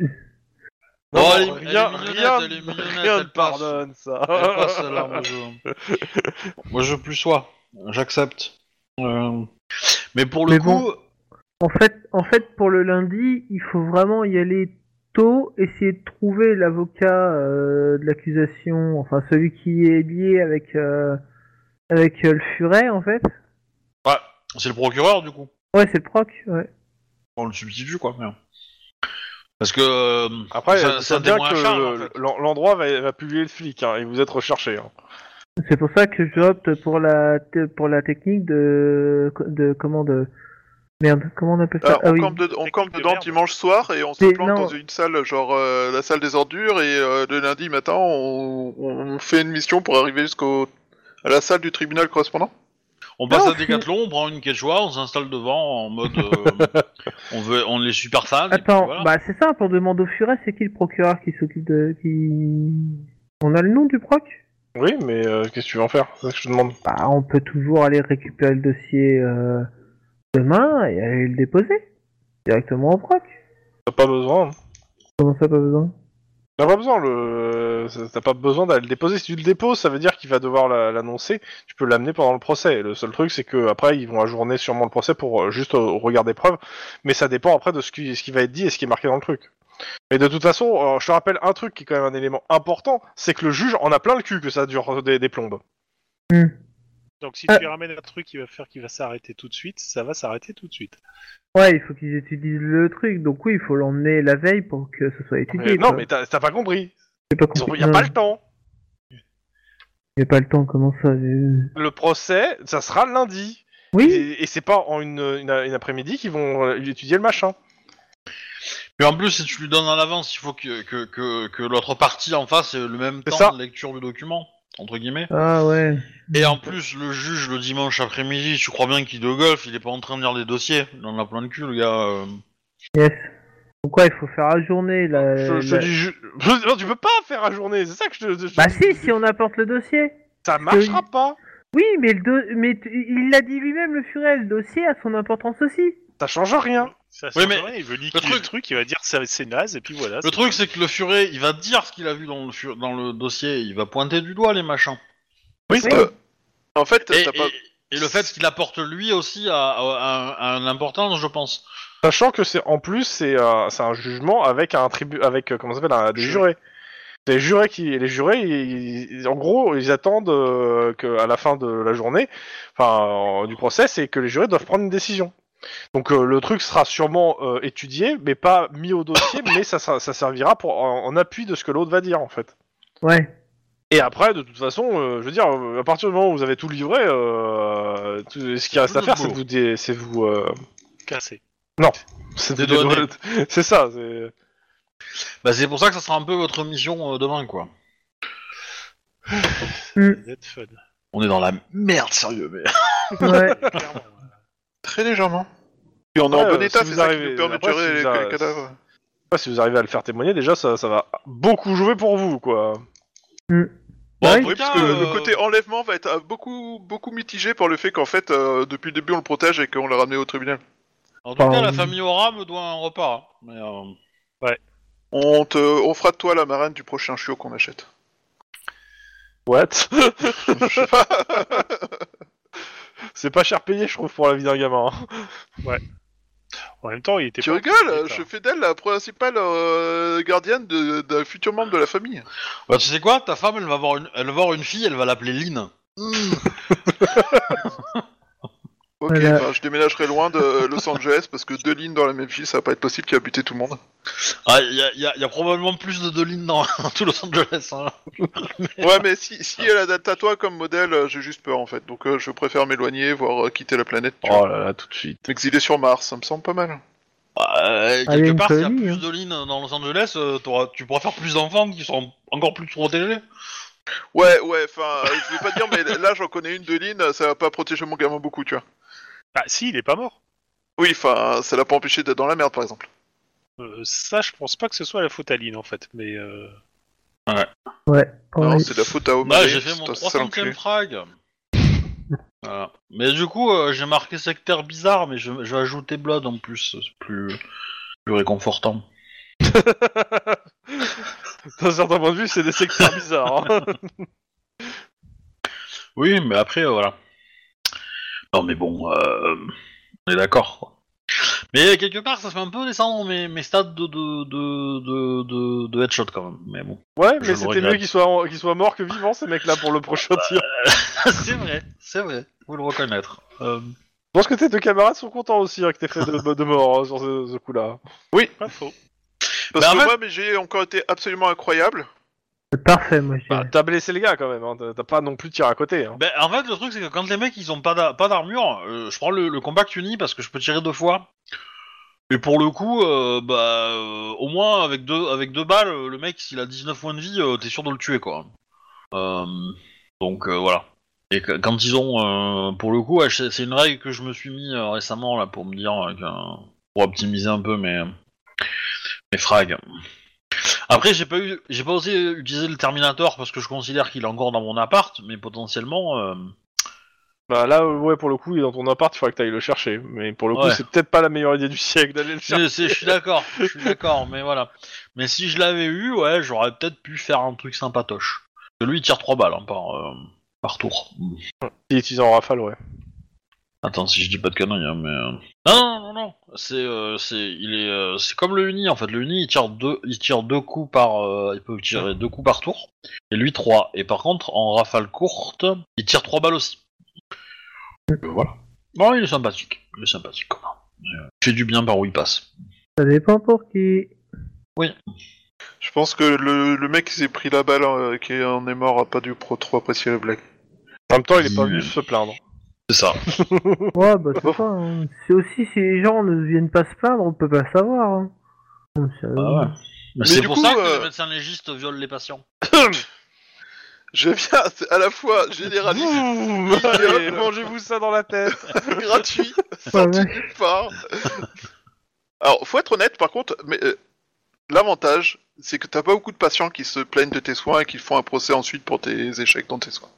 Speaker 1: Oh,
Speaker 2: Non,
Speaker 1: elle est-
Speaker 2: rien,
Speaker 1: elle est mignonnette,
Speaker 2: rien,
Speaker 1: elle est mignonnette,
Speaker 2: rien
Speaker 1: elle
Speaker 2: ne
Speaker 1: passe.
Speaker 2: pardonne ça.
Speaker 1: Elle passe, Eh, celle-là, moi, je- [LAUGHS] moi je plus sois, j'accepte. Euh, Mais pour le
Speaker 3: Mais
Speaker 1: coup,
Speaker 3: en, fait, en fait, pour le lundi, il faut vraiment y aller tôt, essayer de trouver l'avocat euh, de l'accusation, enfin celui qui est lié avec, euh, avec euh, le furet en fait.
Speaker 1: ouais, c'est le procureur du coup,
Speaker 3: Ouais, c'est le proc, ouais.
Speaker 1: on le substitue quoi. mais- Parce que euh,
Speaker 2: Après,
Speaker 1: ça,
Speaker 2: ça,
Speaker 1: ça
Speaker 2: bien
Speaker 1: témoin à
Speaker 2: que
Speaker 1: charge, en
Speaker 2: le-
Speaker 1: fait.
Speaker 2: l'en- l'endroit va, va publier le flic, hein, et vous êtes recherché. hein.
Speaker 3: C'est pour ça que j'opte pour la te- pour la technique de de comment de Merde, comment on appelle ça
Speaker 5: Alors,
Speaker 3: Ah
Speaker 5: on
Speaker 3: oui.
Speaker 5: campe, de- on
Speaker 4: Technique
Speaker 5: campe
Speaker 4: de
Speaker 5: dedans
Speaker 4: merde.
Speaker 5: dimanche soir et on se
Speaker 3: Mais
Speaker 5: plante
Speaker 3: non.
Speaker 5: dans une salle, genre euh, la salle des ordures, et euh, le lundi matin, on, on fait une mission pour arriver jusqu'au à la salle du tribunal correspondant.
Speaker 1: On passe
Speaker 3: Non,
Speaker 1: à Decathlon, on prend une quechua, on s'installe devant en mode euh, on veut, on est super fan. et puis
Speaker 3: Attends,
Speaker 1: voilà.
Speaker 3: bah c'est simple, on demande au furet c'est qui le procureur qui s'occupe de. qui. On a le nom du proc
Speaker 2: Oui, mais euh, qu'est-ce que tu veux en faire C'est ça que je te demande.
Speaker 3: Bah on peut toujours aller récupérer le dossier euh, demain et aller le déposer directement au proc.
Speaker 2: T'as pas besoin. hein.
Speaker 3: Comment ça pas besoin
Speaker 2: T'as pas besoin. Le... T'as pas besoin d'aller le déposer. Si tu le déposes, ça veut dire qu'il va devoir la- l'annoncer. Tu peux l'amener pendant le procès. Le seul truc, c'est que après, ils vont ajourner sûrement le procès pour euh, juste au, au regard des preuves. Mais ça dépend après de ce qui, ce qui va être dit et ce qui est marqué dans le truc. Mais de toute façon, euh, je te rappelle un truc qui est quand même un élément important, c'est que le juge en a plein le cul que ça dure des, des plombes.
Speaker 4: Donc si
Speaker 3: Euh.
Speaker 4: tu lui ramènes un truc qui va faire qu'il va s'arrêter tout de suite, ça va s'arrêter tout de suite.
Speaker 3: Ouais, il faut qu'ils étudient le truc, donc oui, il faut l'emmener la veille pour que ce soit étudié.
Speaker 2: Mais non,
Speaker 3: quoi.
Speaker 2: mais t'as t'as pas compris.
Speaker 3: J'ai pas
Speaker 2: Ils ont-
Speaker 3: compris.
Speaker 2: Il y a
Speaker 3: Non,
Speaker 2: pas le temps.
Speaker 3: j'ai pas le temps, comment ça euh,
Speaker 2: Le procès, ça sera lundi.
Speaker 3: Oui,
Speaker 2: Et, et c'est pas en une, une- une après-midi qu'ils vont euh, étudier le machin.
Speaker 1: Mais en plus, si tu lui donnes en avance, il faut que, que, que, que l'autre partie en face ait le même
Speaker 2: C'est
Speaker 1: temps
Speaker 2: ça.
Speaker 1: de lecture du document, entre guillemets.
Speaker 3: ah ouais.
Speaker 1: Et en plus, le juge, le dimanche après-midi, tu crois bien qu'il de golf, il est pas en train de lire des dossiers. Il en a plein de cul, le gars. euh.
Speaker 3: Yes. Donc ouais, il faut faire la journée. La,
Speaker 2: Je, je te
Speaker 3: la-
Speaker 2: dis, ju- [LAUGHS] je- non, tu peux pas faire à journée, c'est ça que je te. je-
Speaker 3: Bah si, si on apporte le dossier.
Speaker 2: Ça marchera pas.
Speaker 3: Oui, mais, le do- mais tu- il l'a dit lui-même, le furet, le dossier a son importance aussi.
Speaker 2: Ça change rien.
Speaker 4: Ça
Speaker 1: Oui,
Speaker 4: change
Speaker 1: mais
Speaker 4: rien, il veut niquer le truc,
Speaker 1: truc-
Speaker 4: il va dire ça, c'est naze et puis voilà.
Speaker 1: Le truc, c'est que le furet, il va dire ce qu'il a vu dans le, fu- dans le dossier, il va pointer du doigt les machins.
Speaker 3: Oui,
Speaker 5: Euh, en fait,
Speaker 1: Et,
Speaker 5: t'as pas-
Speaker 1: et- et le fait qu'il apporte lui aussi à, à- à- à l'importance, je pense.
Speaker 2: Sachant que c'est en plus c'est euh, c'est un jugement avec un tribu avec euh, comment ça s'appelle un- des jurés. Les jurés qui les jurés ils- ils- en gros ils attendent euh, que à la fin de la journée enfin euh, du procès c'est que les jurés doivent prendre une décision. Donc euh, le truc sera sûrement euh, étudié mais pas mis au
Speaker 3: [COUGHS]
Speaker 2: dossier mais ça sera- ça servira pour en- en appui de ce que l'autre va dire en fait.
Speaker 3: Ouais.
Speaker 2: Et après, de toute façon, euh, je veux dire, euh, à partir du moment où vous avez tout livré, euh, tout- ce qu'il reste à faire, c'est vous, dé- c'est vous, euh,
Speaker 4: cassé.
Speaker 2: c'est vous
Speaker 1: Dédouaner.
Speaker 2: dédouaner. [LAUGHS] C'est ça. c'est-
Speaker 1: Bah, c'est pour ça que ça sera un peu votre mission euh, demain, quoi.
Speaker 4: Ça doit être fun.
Speaker 1: On est dans la merde, sérieux, mais. [LAUGHS]
Speaker 2: [LAUGHS]
Speaker 3: ouais.
Speaker 4: [LAUGHS] Clairement.
Speaker 5: très légèrement. Et on est en
Speaker 2: Ouais,
Speaker 5: bon
Speaker 2: euh,
Speaker 5: état,
Speaker 2: si
Speaker 5: c'est
Speaker 2: vous
Speaker 5: ça qui
Speaker 2: arrivez-
Speaker 5: nous permet de
Speaker 2: après,
Speaker 5: gérer
Speaker 2: si
Speaker 5: les,
Speaker 2: vous a-
Speaker 5: les
Speaker 2: Je
Speaker 5: cadavres.
Speaker 2: sais pas si vous arrivez à le faire témoigner, déjà, ça, ça va beaucoup jouer pour vous, quoi.
Speaker 1: Bon,
Speaker 3: Ouais,
Speaker 1: en tout
Speaker 5: Oui,
Speaker 1: cas,
Speaker 5: parce que le
Speaker 1: euh,
Speaker 5: côté enlèvement va être euh, beaucoup, beaucoup mitigé par le fait qu'en fait, euh, depuis le début, on le protège et qu'on l'a ramené au tribunal.
Speaker 1: En tout cas,
Speaker 3: Enfin,
Speaker 1: la famille Aura me doit un repas. hein. Mais, euh,
Speaker 5: On, te, on fera de toi la marraine du prochain chiot qu'on [LAUGHS] achète.
Speaker 2: What [LAUGHS]
Speaker 5: Je sais pas.
Speaker 2: C'est pas cher payé, je trouve, pour la vie d'un gamin. hein.
Speaker 4: En même temps, il était
Speaker 5: Tu
Speaker 4: pas-
Speaker 5: rigoles
Speaker 4: il était
Speaker 5: Je
Speaker 4: pas-
Speaker 5: fais d'elle la principale euh, gardienne de- d'un futur membre de la famille.
Speaker 1: bah, tu sais quoi, ta femme, elle va voir une, elle va voir une fille, elle va l'appeler Lynn.
Speaker 5: Ok,
Speaker 3: Voilà.
Speaker 5: enfin, je déménagerai loin de euh, Los Angeles parce que deux lignes dans la même ville, ça va pas être possible qu'il a buté tout le monde.
Speaker 1: Ah, il y, a- il y a- il y a probablement plus de deux Lynn dans, [LAUGHS] dans tout Los Angeles. hein.
Speaker 5: Ouais, mais si, si elle adapte à toi comme modèle, euh, j'ai juste peur en fait. Donc euh, je préfère m'éloigner, voire euh, quitter la planète. tu vois.
Speaker 2: Oh là là, tout de suite.
Speaker 5: M'exiler sur Mars, ça me semble pas mal.
Speaker 1: Euh,
Speaker 3: Ah, il y a
Speaker 1: quelque
Speaker 3: une
Speaker 1: part, s'il y a
Speaker 3: famille,
Speaker 1: plus
Speaker 3: hein.
Speaker 1: de lignes dans Los Angeles, euh, t'auras- tu pourras faire plus d'enfants qui seront encore plus protégés.
Speaker 5: Ouais, ouais, enfin, euh, je vais pas dire, mais là j'en connais une de lignes, ça va pas protéger mon gamin beaucoup, tu vois.
Speaker 4: Ah si, il est pas mort.
Speaker 5: Oui, enfin, ça l'a pas empêché d'être dans la merde par exemple.
Speaker 4: Euh, ça, je pense pas que ce soit la faute à Lynn en fait, mais euh,
Speaker 3: Ouais.
Speaker 5: Non,
Speaker 3: Ouais.
Speaker 5: c'est de la faute à Omar.
Speaker 1: Bah, j'ai fait mon 300ème frag. Voilà. Mais du coup, euh, j'ai marqué secteur bizarre, mais je, je vais ajouter Blood en plus, c'est plus, plus réconfortant.
Speaker 2: [LAUGHS] D'un certain point de vue, c'est des secteurs bizarres. [LAUGHS] hein.
Speaker 1: Oui, mais après, euh, voilà. Non, mais bon, euh, on est d'accord. quoi. Mais quelque part, ça fait un peu descendre mes, mes stades de, de, de, de, de- de headshot quand même. Mais bon.
Speaker 2: Ouais,
Speaker 1: Je
Speaker 2: mais
Speaker 1: le
Speaker 2: c'était
Speaker 1: regrette.
Speaker 2: mieux qu'ils soient, qu'ils soient morts que vivants, ces mecs-là, pour le prochain tir.
Speaker 1: [LAUGHS] c'est vrai, c'est vrai, faut le reconnaître. Euh,
Speaker 2: Je pense que tes deux camarades sont contents aussi hein, que t'aies fait de, de mort hein, sur ce, ce coup-là.
Speaker 4: pas faux.
Speaker 5: Parce
Speaker 1: Bah, en
Speaker 5: que
Speaker 1: fait-
Speaker 5: moi, mes j'ai encore été absolument incroyable.
Speaker 3: C'est parfait, moi, je
Speaker 2: Bah,
Speaker 3: dirais.
Speaker 2: t'as blessé le gars quand même, hein, t'as- t'as pas non plus tiré à côté. hein.
Speaker 1: Ben, en fait, le truc, c'est que quand les mecs, ils ont pas d'a- pas d'armure, euh, je prends le, le combat uni parce que je peux tirer deux fois. Et pour le coup, euh, bah, euh, au moins, avec deux, avec deux balles, euh, le mec, s'il a 19 points de vie, euh, t'es sûr de le tuer, quoi. Euh, donc, euh, voilà. Et que- quand ils ont, euh, pour le coup, ouais, c'est c'est une règle que je me suis mis euh, récemment, là, pour me dire, euh, qu'un- pour optimiser un peu mes, mes frags. Après, j'ai pas eu, j'ai pas osé utiliser le Terminator parce que je considère qu'il est encore dans mon appart, mais potentiellement, euh,
Speaker 2: Bah là, euh, ouais, pour le coup, il est dans ton appart, il faudrait que t'ailles le chercher. Mais pour le coup,
Speaker 1: Ouais.
Speaker 2: c'est peut-être pas la meilleure idée du siècle d'aller le chercher.
Speaker 1: c'est- c'est- je suis d'accord, je suis d'accord, mais voilà. Mais si je l'avais eu, ouais, j'aurais peut-être pu faire un truc sympatoche. Parce que lui, il tire trois balles hein, par, euh, par tour.
Speaker 2: Il est utilisé en rafale, ouais.
Speaker 1: Attends, si je dis pas de conneries, hein, mais euh, non, non, non, non, c'est, euh, c'est, il est, euh, c'est comme le uni en fait. Le uni, il tire deux, il tire deux coups par, euh, il peut tirer deux coups par tour, et lui trois. Et par contre, en rafale courte, il tire trois balles aussi. Donc, euh, voilà. Bon, il est sympathique, il est sympathique. quand même. Euh, Il fait du bien par où il passe.
Speaker 3: Ça dépend pour qui.
Speaker 5: Je pense que le, le mec qui s'est pris la balle euh, qui en est mort a pas dû pro- trop apprécier la blague.
Speaker 2: En même temps, il est pas
Speaker 1: Il-
Speaker 2: venu se plaindre.
Speaker 1: C'est ça.
Speaker 3: Ouais, bah c'est ça. hein. C'est aussi si les gens ne viennent pas se plaindre, on peut pas savoir. hein. Donc, ça-
Speaker 1: Mais c'est
Speaker 5: du
Speaker 1: pour
Speaker 5: coup,
Speaker 1: ça que
Speaker 5: euh,
Speaker 1: les médecins légistes violent les patients.
Speaker 5: Je viens c'est à la fois
Speaker 1: [LAUGHS]
Speaker 2: Ah,
Speaker 5: généraliste,
Speaker 2: Boum [LAUGHS]
Speaker 5: Allez,
Speaker 2: Mangez-vous ça dans la tête.
Speaker 5: gratuit,
Speaker 3: Ouais, bah,
Speaker 5: sorti de nulle part. Alors, faut être honnête, par contre, mais euh, l'avantage, c'est que t'as pas beaucoup de patients qui se plaignent de tes soins et qui font un procès ensuite pour tes échecs dans tes soins.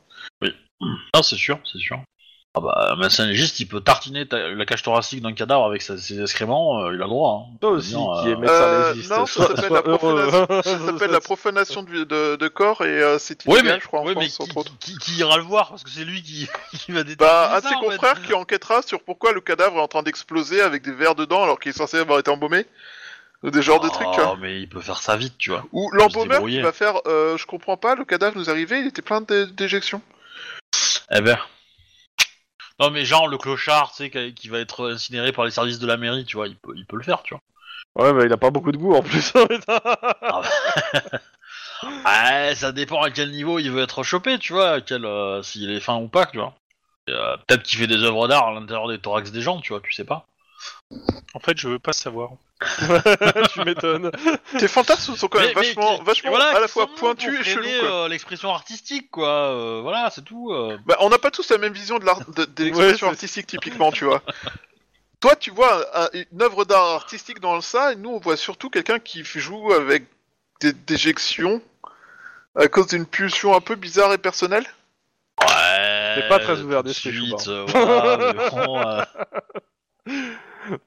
Speaker 1: Ah, c'est sûr, c'est sûr. Ah bah, un médecin légiste, il peut tartiner ta- la cage thoracique d'un cadavre avec sa- ses excréments, euh, il a le droit. Hein.
Speaker 2: Toi aussi,
Speaker 1: Non,
Speaker 2: qui
Speaker 1: euh,
Speaker 2: est médecin
Speaker 5: euh,
Speaker 2: légiste.
Speaker 5: non, ça
Speaker 2: sois-
Speaker 5: s'appelle
Speaker 2: sois
Speaker 5: la profanation.
Speaker 2: heureux.
Speaker 5: Ça s'appelle la profanation de, de- de corps et euh, c'est
Speaker 1: Oui,
Speaker 5: illégal,
Speaker 1: mais,
Speaker 5: je crois, en
Speaker 1: oui, mais
Speaker 5: France, entre autres.
Speaker 1: qui, qui- qui ira le voir Parce que c'est lui qui, [LAUGHS] qui va déterminer
Speaker 5: Bah, un de
Speaker 1: ça,
Speaker 5: ses
Speaker 1: en fait.
Speaker 5: confrères qui enquêtera sur pourquoi le cadavre est en train d'exploser avec des verres dedans alors qu'il est censé avoir été embaumé. Des genres de trucs,
Speaker 1: Ah,
Speaker 5: tu vois.
Speaker 1: mais il peut faire ça vite, tu vois.
Speaker 5: Ou
Speaker 1: Ah, se
Speaker 5: l'embaumeur qui
Speaker 1: débrouiller.
Speaker 5: va faire euh, Je comprends pas, le cadavre nous arrivait, il était plein de
Speaker 1: [LAUGHS]
Speaker 5: déjections.
Speaker 1: Eh ben... Non, mais genre, le clochard, tu sais, qui- qui va être incinéré par les services de la mairie, tu vois, il peut, il peut le faire, tu vois.
Speaker 2: [LAUGHS] Ouais, bah il a pas beaucoup de goût en [LAUGHS] plus.
Speaker 1: Ah, ça dépend à quel niveau il veut être chopé, tu vois, à quel, euh, s'il est fin ou pas, tu vois. Et, euh, Peut-être qu'il fait des œuvres d'art à l'intérieur des thorax des gens, tu vois, tu sais pas.
Speaker 4: En fait, je veux pas [LAUGHS] savoir.
Speaker 2: tu m'étonnes.
Speaker 5: Tes fantasmes sont quand même
Speaker 1: Mais- mais
Speaker 5: vachement,
Speaker 1: qui-
Speaker 5: vachement
Speaker 1: et voilà,
Speaker 5: à la
Speaker 1: qui
Speaker 5: fois
Speaker 1: sont bons
Speaker 5: pointus
Speaker 1: pour
Speaker 5: et chelous.
Speaker 1: freiner,
Speaker 5: quoi.
Speaker 1: euh, L'expression artistique, quoi. euh, voilà, c'est tout. euh.
Speaker 5: Bah, on n'a pas tous la même vision de l'art- de, de l'expression
Speaker 2: Ouais, c'est-
Speaker 5: artistique, typiquement,
Speaker 1: [LAUGHS]
Speaker 5: tu vois. Toi, tu vois un- une œuvre d'art artistique dans ça, et nous, on voit surtout quelqu'un qui joue avec des déjections à cause d'une pulsion un peu bizarre et personnelle.
Speaker 1: Ouais.
Speaker 2: T'es pas très ouvert
Speaker 1: tout de
Speaker 2: d'esprit,
Speaker 1: suite,
Speaker 2: Chouba.
Speaker 1: euh,
Speaker 2: [LAUGHS]
Speaker 1: voilà, mais bon, euh.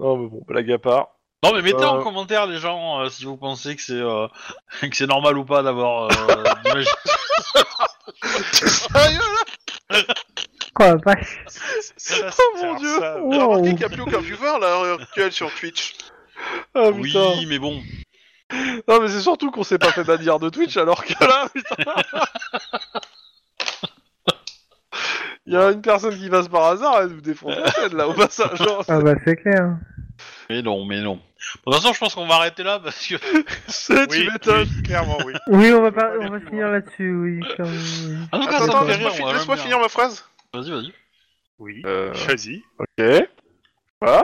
Speaker 2: Non, mais bon, blague à part.
Speaker 1: Non, mais mettez en
Speaker 2: Euh.
Speaker 1: commentaire, les gens, euh, si vous pensez que c'est euh, [LAUGHS] que c'est normal ou pas d'avoir. euh,
Speaker 2: [LAUGHS]
Speaker 1: d'imaginer-
Speaker 5: T'es sérieux, là
Speaker 3: Oh la vache.
Speaker 2: Oh mon
Speaker 4: Alors
Speaker 2: dieu.
Speaker 4: ça,
Speaker 5: J'ai remarqué
Speaker 3: Wow.
Speaker 5: qu'il n'y a plus aucun viewer, là, à l'heure actuelle, sur Twitch.
Speaker 2: Ah,
Speaker 1: oui,
Speaker 2: putain.
Speaker 1: mais bon.
Speaker 2: Non, mais c'est surtout qu'on s'est pas fait bannir de Twitch alors que là, [LAUGHS] putain. Il y a une personne qui passe par hasard, elle nous défonce la tête là au passage. genre,
Speaker 3: Ah bah c'est clair.
Speaker 1: Mais non, mais non. De toute façon, je pense qu'on va arrêter là parce que.
Speaker 2: [LAUGHS] c'est-
Speaker 4: Oui,
Speaker 2: tu m'étonnes.
Speaker 4: oui, clairement, oui.
Speaker 3: Oui, on va, pas,
Speaker 4: aller
Speaker 3: on va
Speaker 4: plus
Speaker 3: finir là-dessus, oui. quand même, oui.
Speaker 1: En tout cas, ça
Speaker 5: Attends,
Speaker 1: me
Speaker 5: attends,
Speaker 1: fait
Speaker 5: laisse-moi
Speaker 1: rire,
Speaker 5: fi-
Speaker 1: moi,
Speaker 5: laisse-moi
Speaker 1: j'aime
Speaker 5: finir ma phrase.
Speaker 1: bien. Vas-y, vas-y.
Speaker 4: Oui.
Speaker 2: Euh,
Speaker 4: Vas-y.
Speaker 2: ok. Voilà.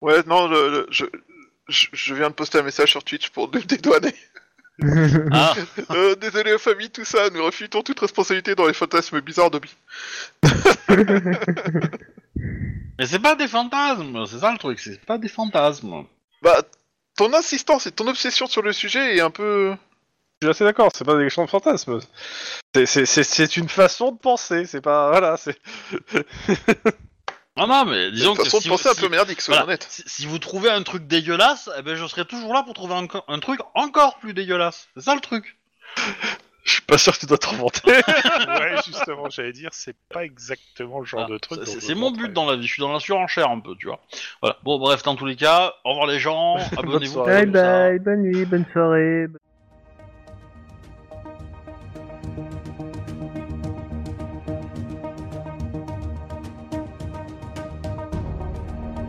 Speaker 5: Ouais, non, le- le- je, je, je viens de poster un message sur Twitch pour
Speaker 2: [LAUGHS]
Speaker 5: nous dédouaner.
Speaker 1: Ah,
Speaker 5: Euh, désolé aux familles, tout ça, nous refutons toute responsabilité dans les fantasmes bizarres d'Obi.
Speaker 1: [LAUGHS] mais c'est pas des fantasmes, c'est ça le truc, c'est pas des fantasmes.
Speaker 5: Bah, ton insistance et ton obsession sur le sujet est un peu...
Speaker 2: Je suis assez d'accord, c'est pas des questions de fantasmes. C'est- c'est- C'est c'est une façon de penser, c'est pas. Voilà, c'est.
Speaker 1: Ah non, mais disons
Speaker 5: De
Speaker 1: que
Speaker 5: toute façon
Speaker 1: si
Speaker 5: de penser
Speaker 1: vous,
Speaker 5: un peu merdique, soyons
Speaker 1: voilà.
Speaker 5: honnêtes.
Speaker 1: si- si vous trouvez un truc dégueulasse, eh ben je serai toujours là pour trouver un, un truc encore plus dégueulasse. C'est ça le truc.
Speaker 2: Je suis pas sûr que tu dois te remonter.
Speaker 4: Ouais, justement, j'allais dire, c'est pas exactement le genre
Speaker 1: Voilà.
Speaker 4: de truc.
Speaker 1: C'est-
Speaker 4: dont
Speaker 1: Ah, c'est
Speaker 4: je
Speaker 1: c'est mon
Speaker 4: parlerai.
Speaker 1: but dans la vie, je suis dans la surenchère un peu, tu vois. Voilà. Bon, bref, dans tous les cas, au revoir les gens,
Speaker 2: Bonne
Speaker 1: abonnez-vous.
Speaker 2: soirée.
Speaker 1: comme
Speaker 2: Ouais,
Speaker 3: Bye
Speaker 1: Oh, ça.
Speaker 3: bye, bonne nuit, bonne soirée.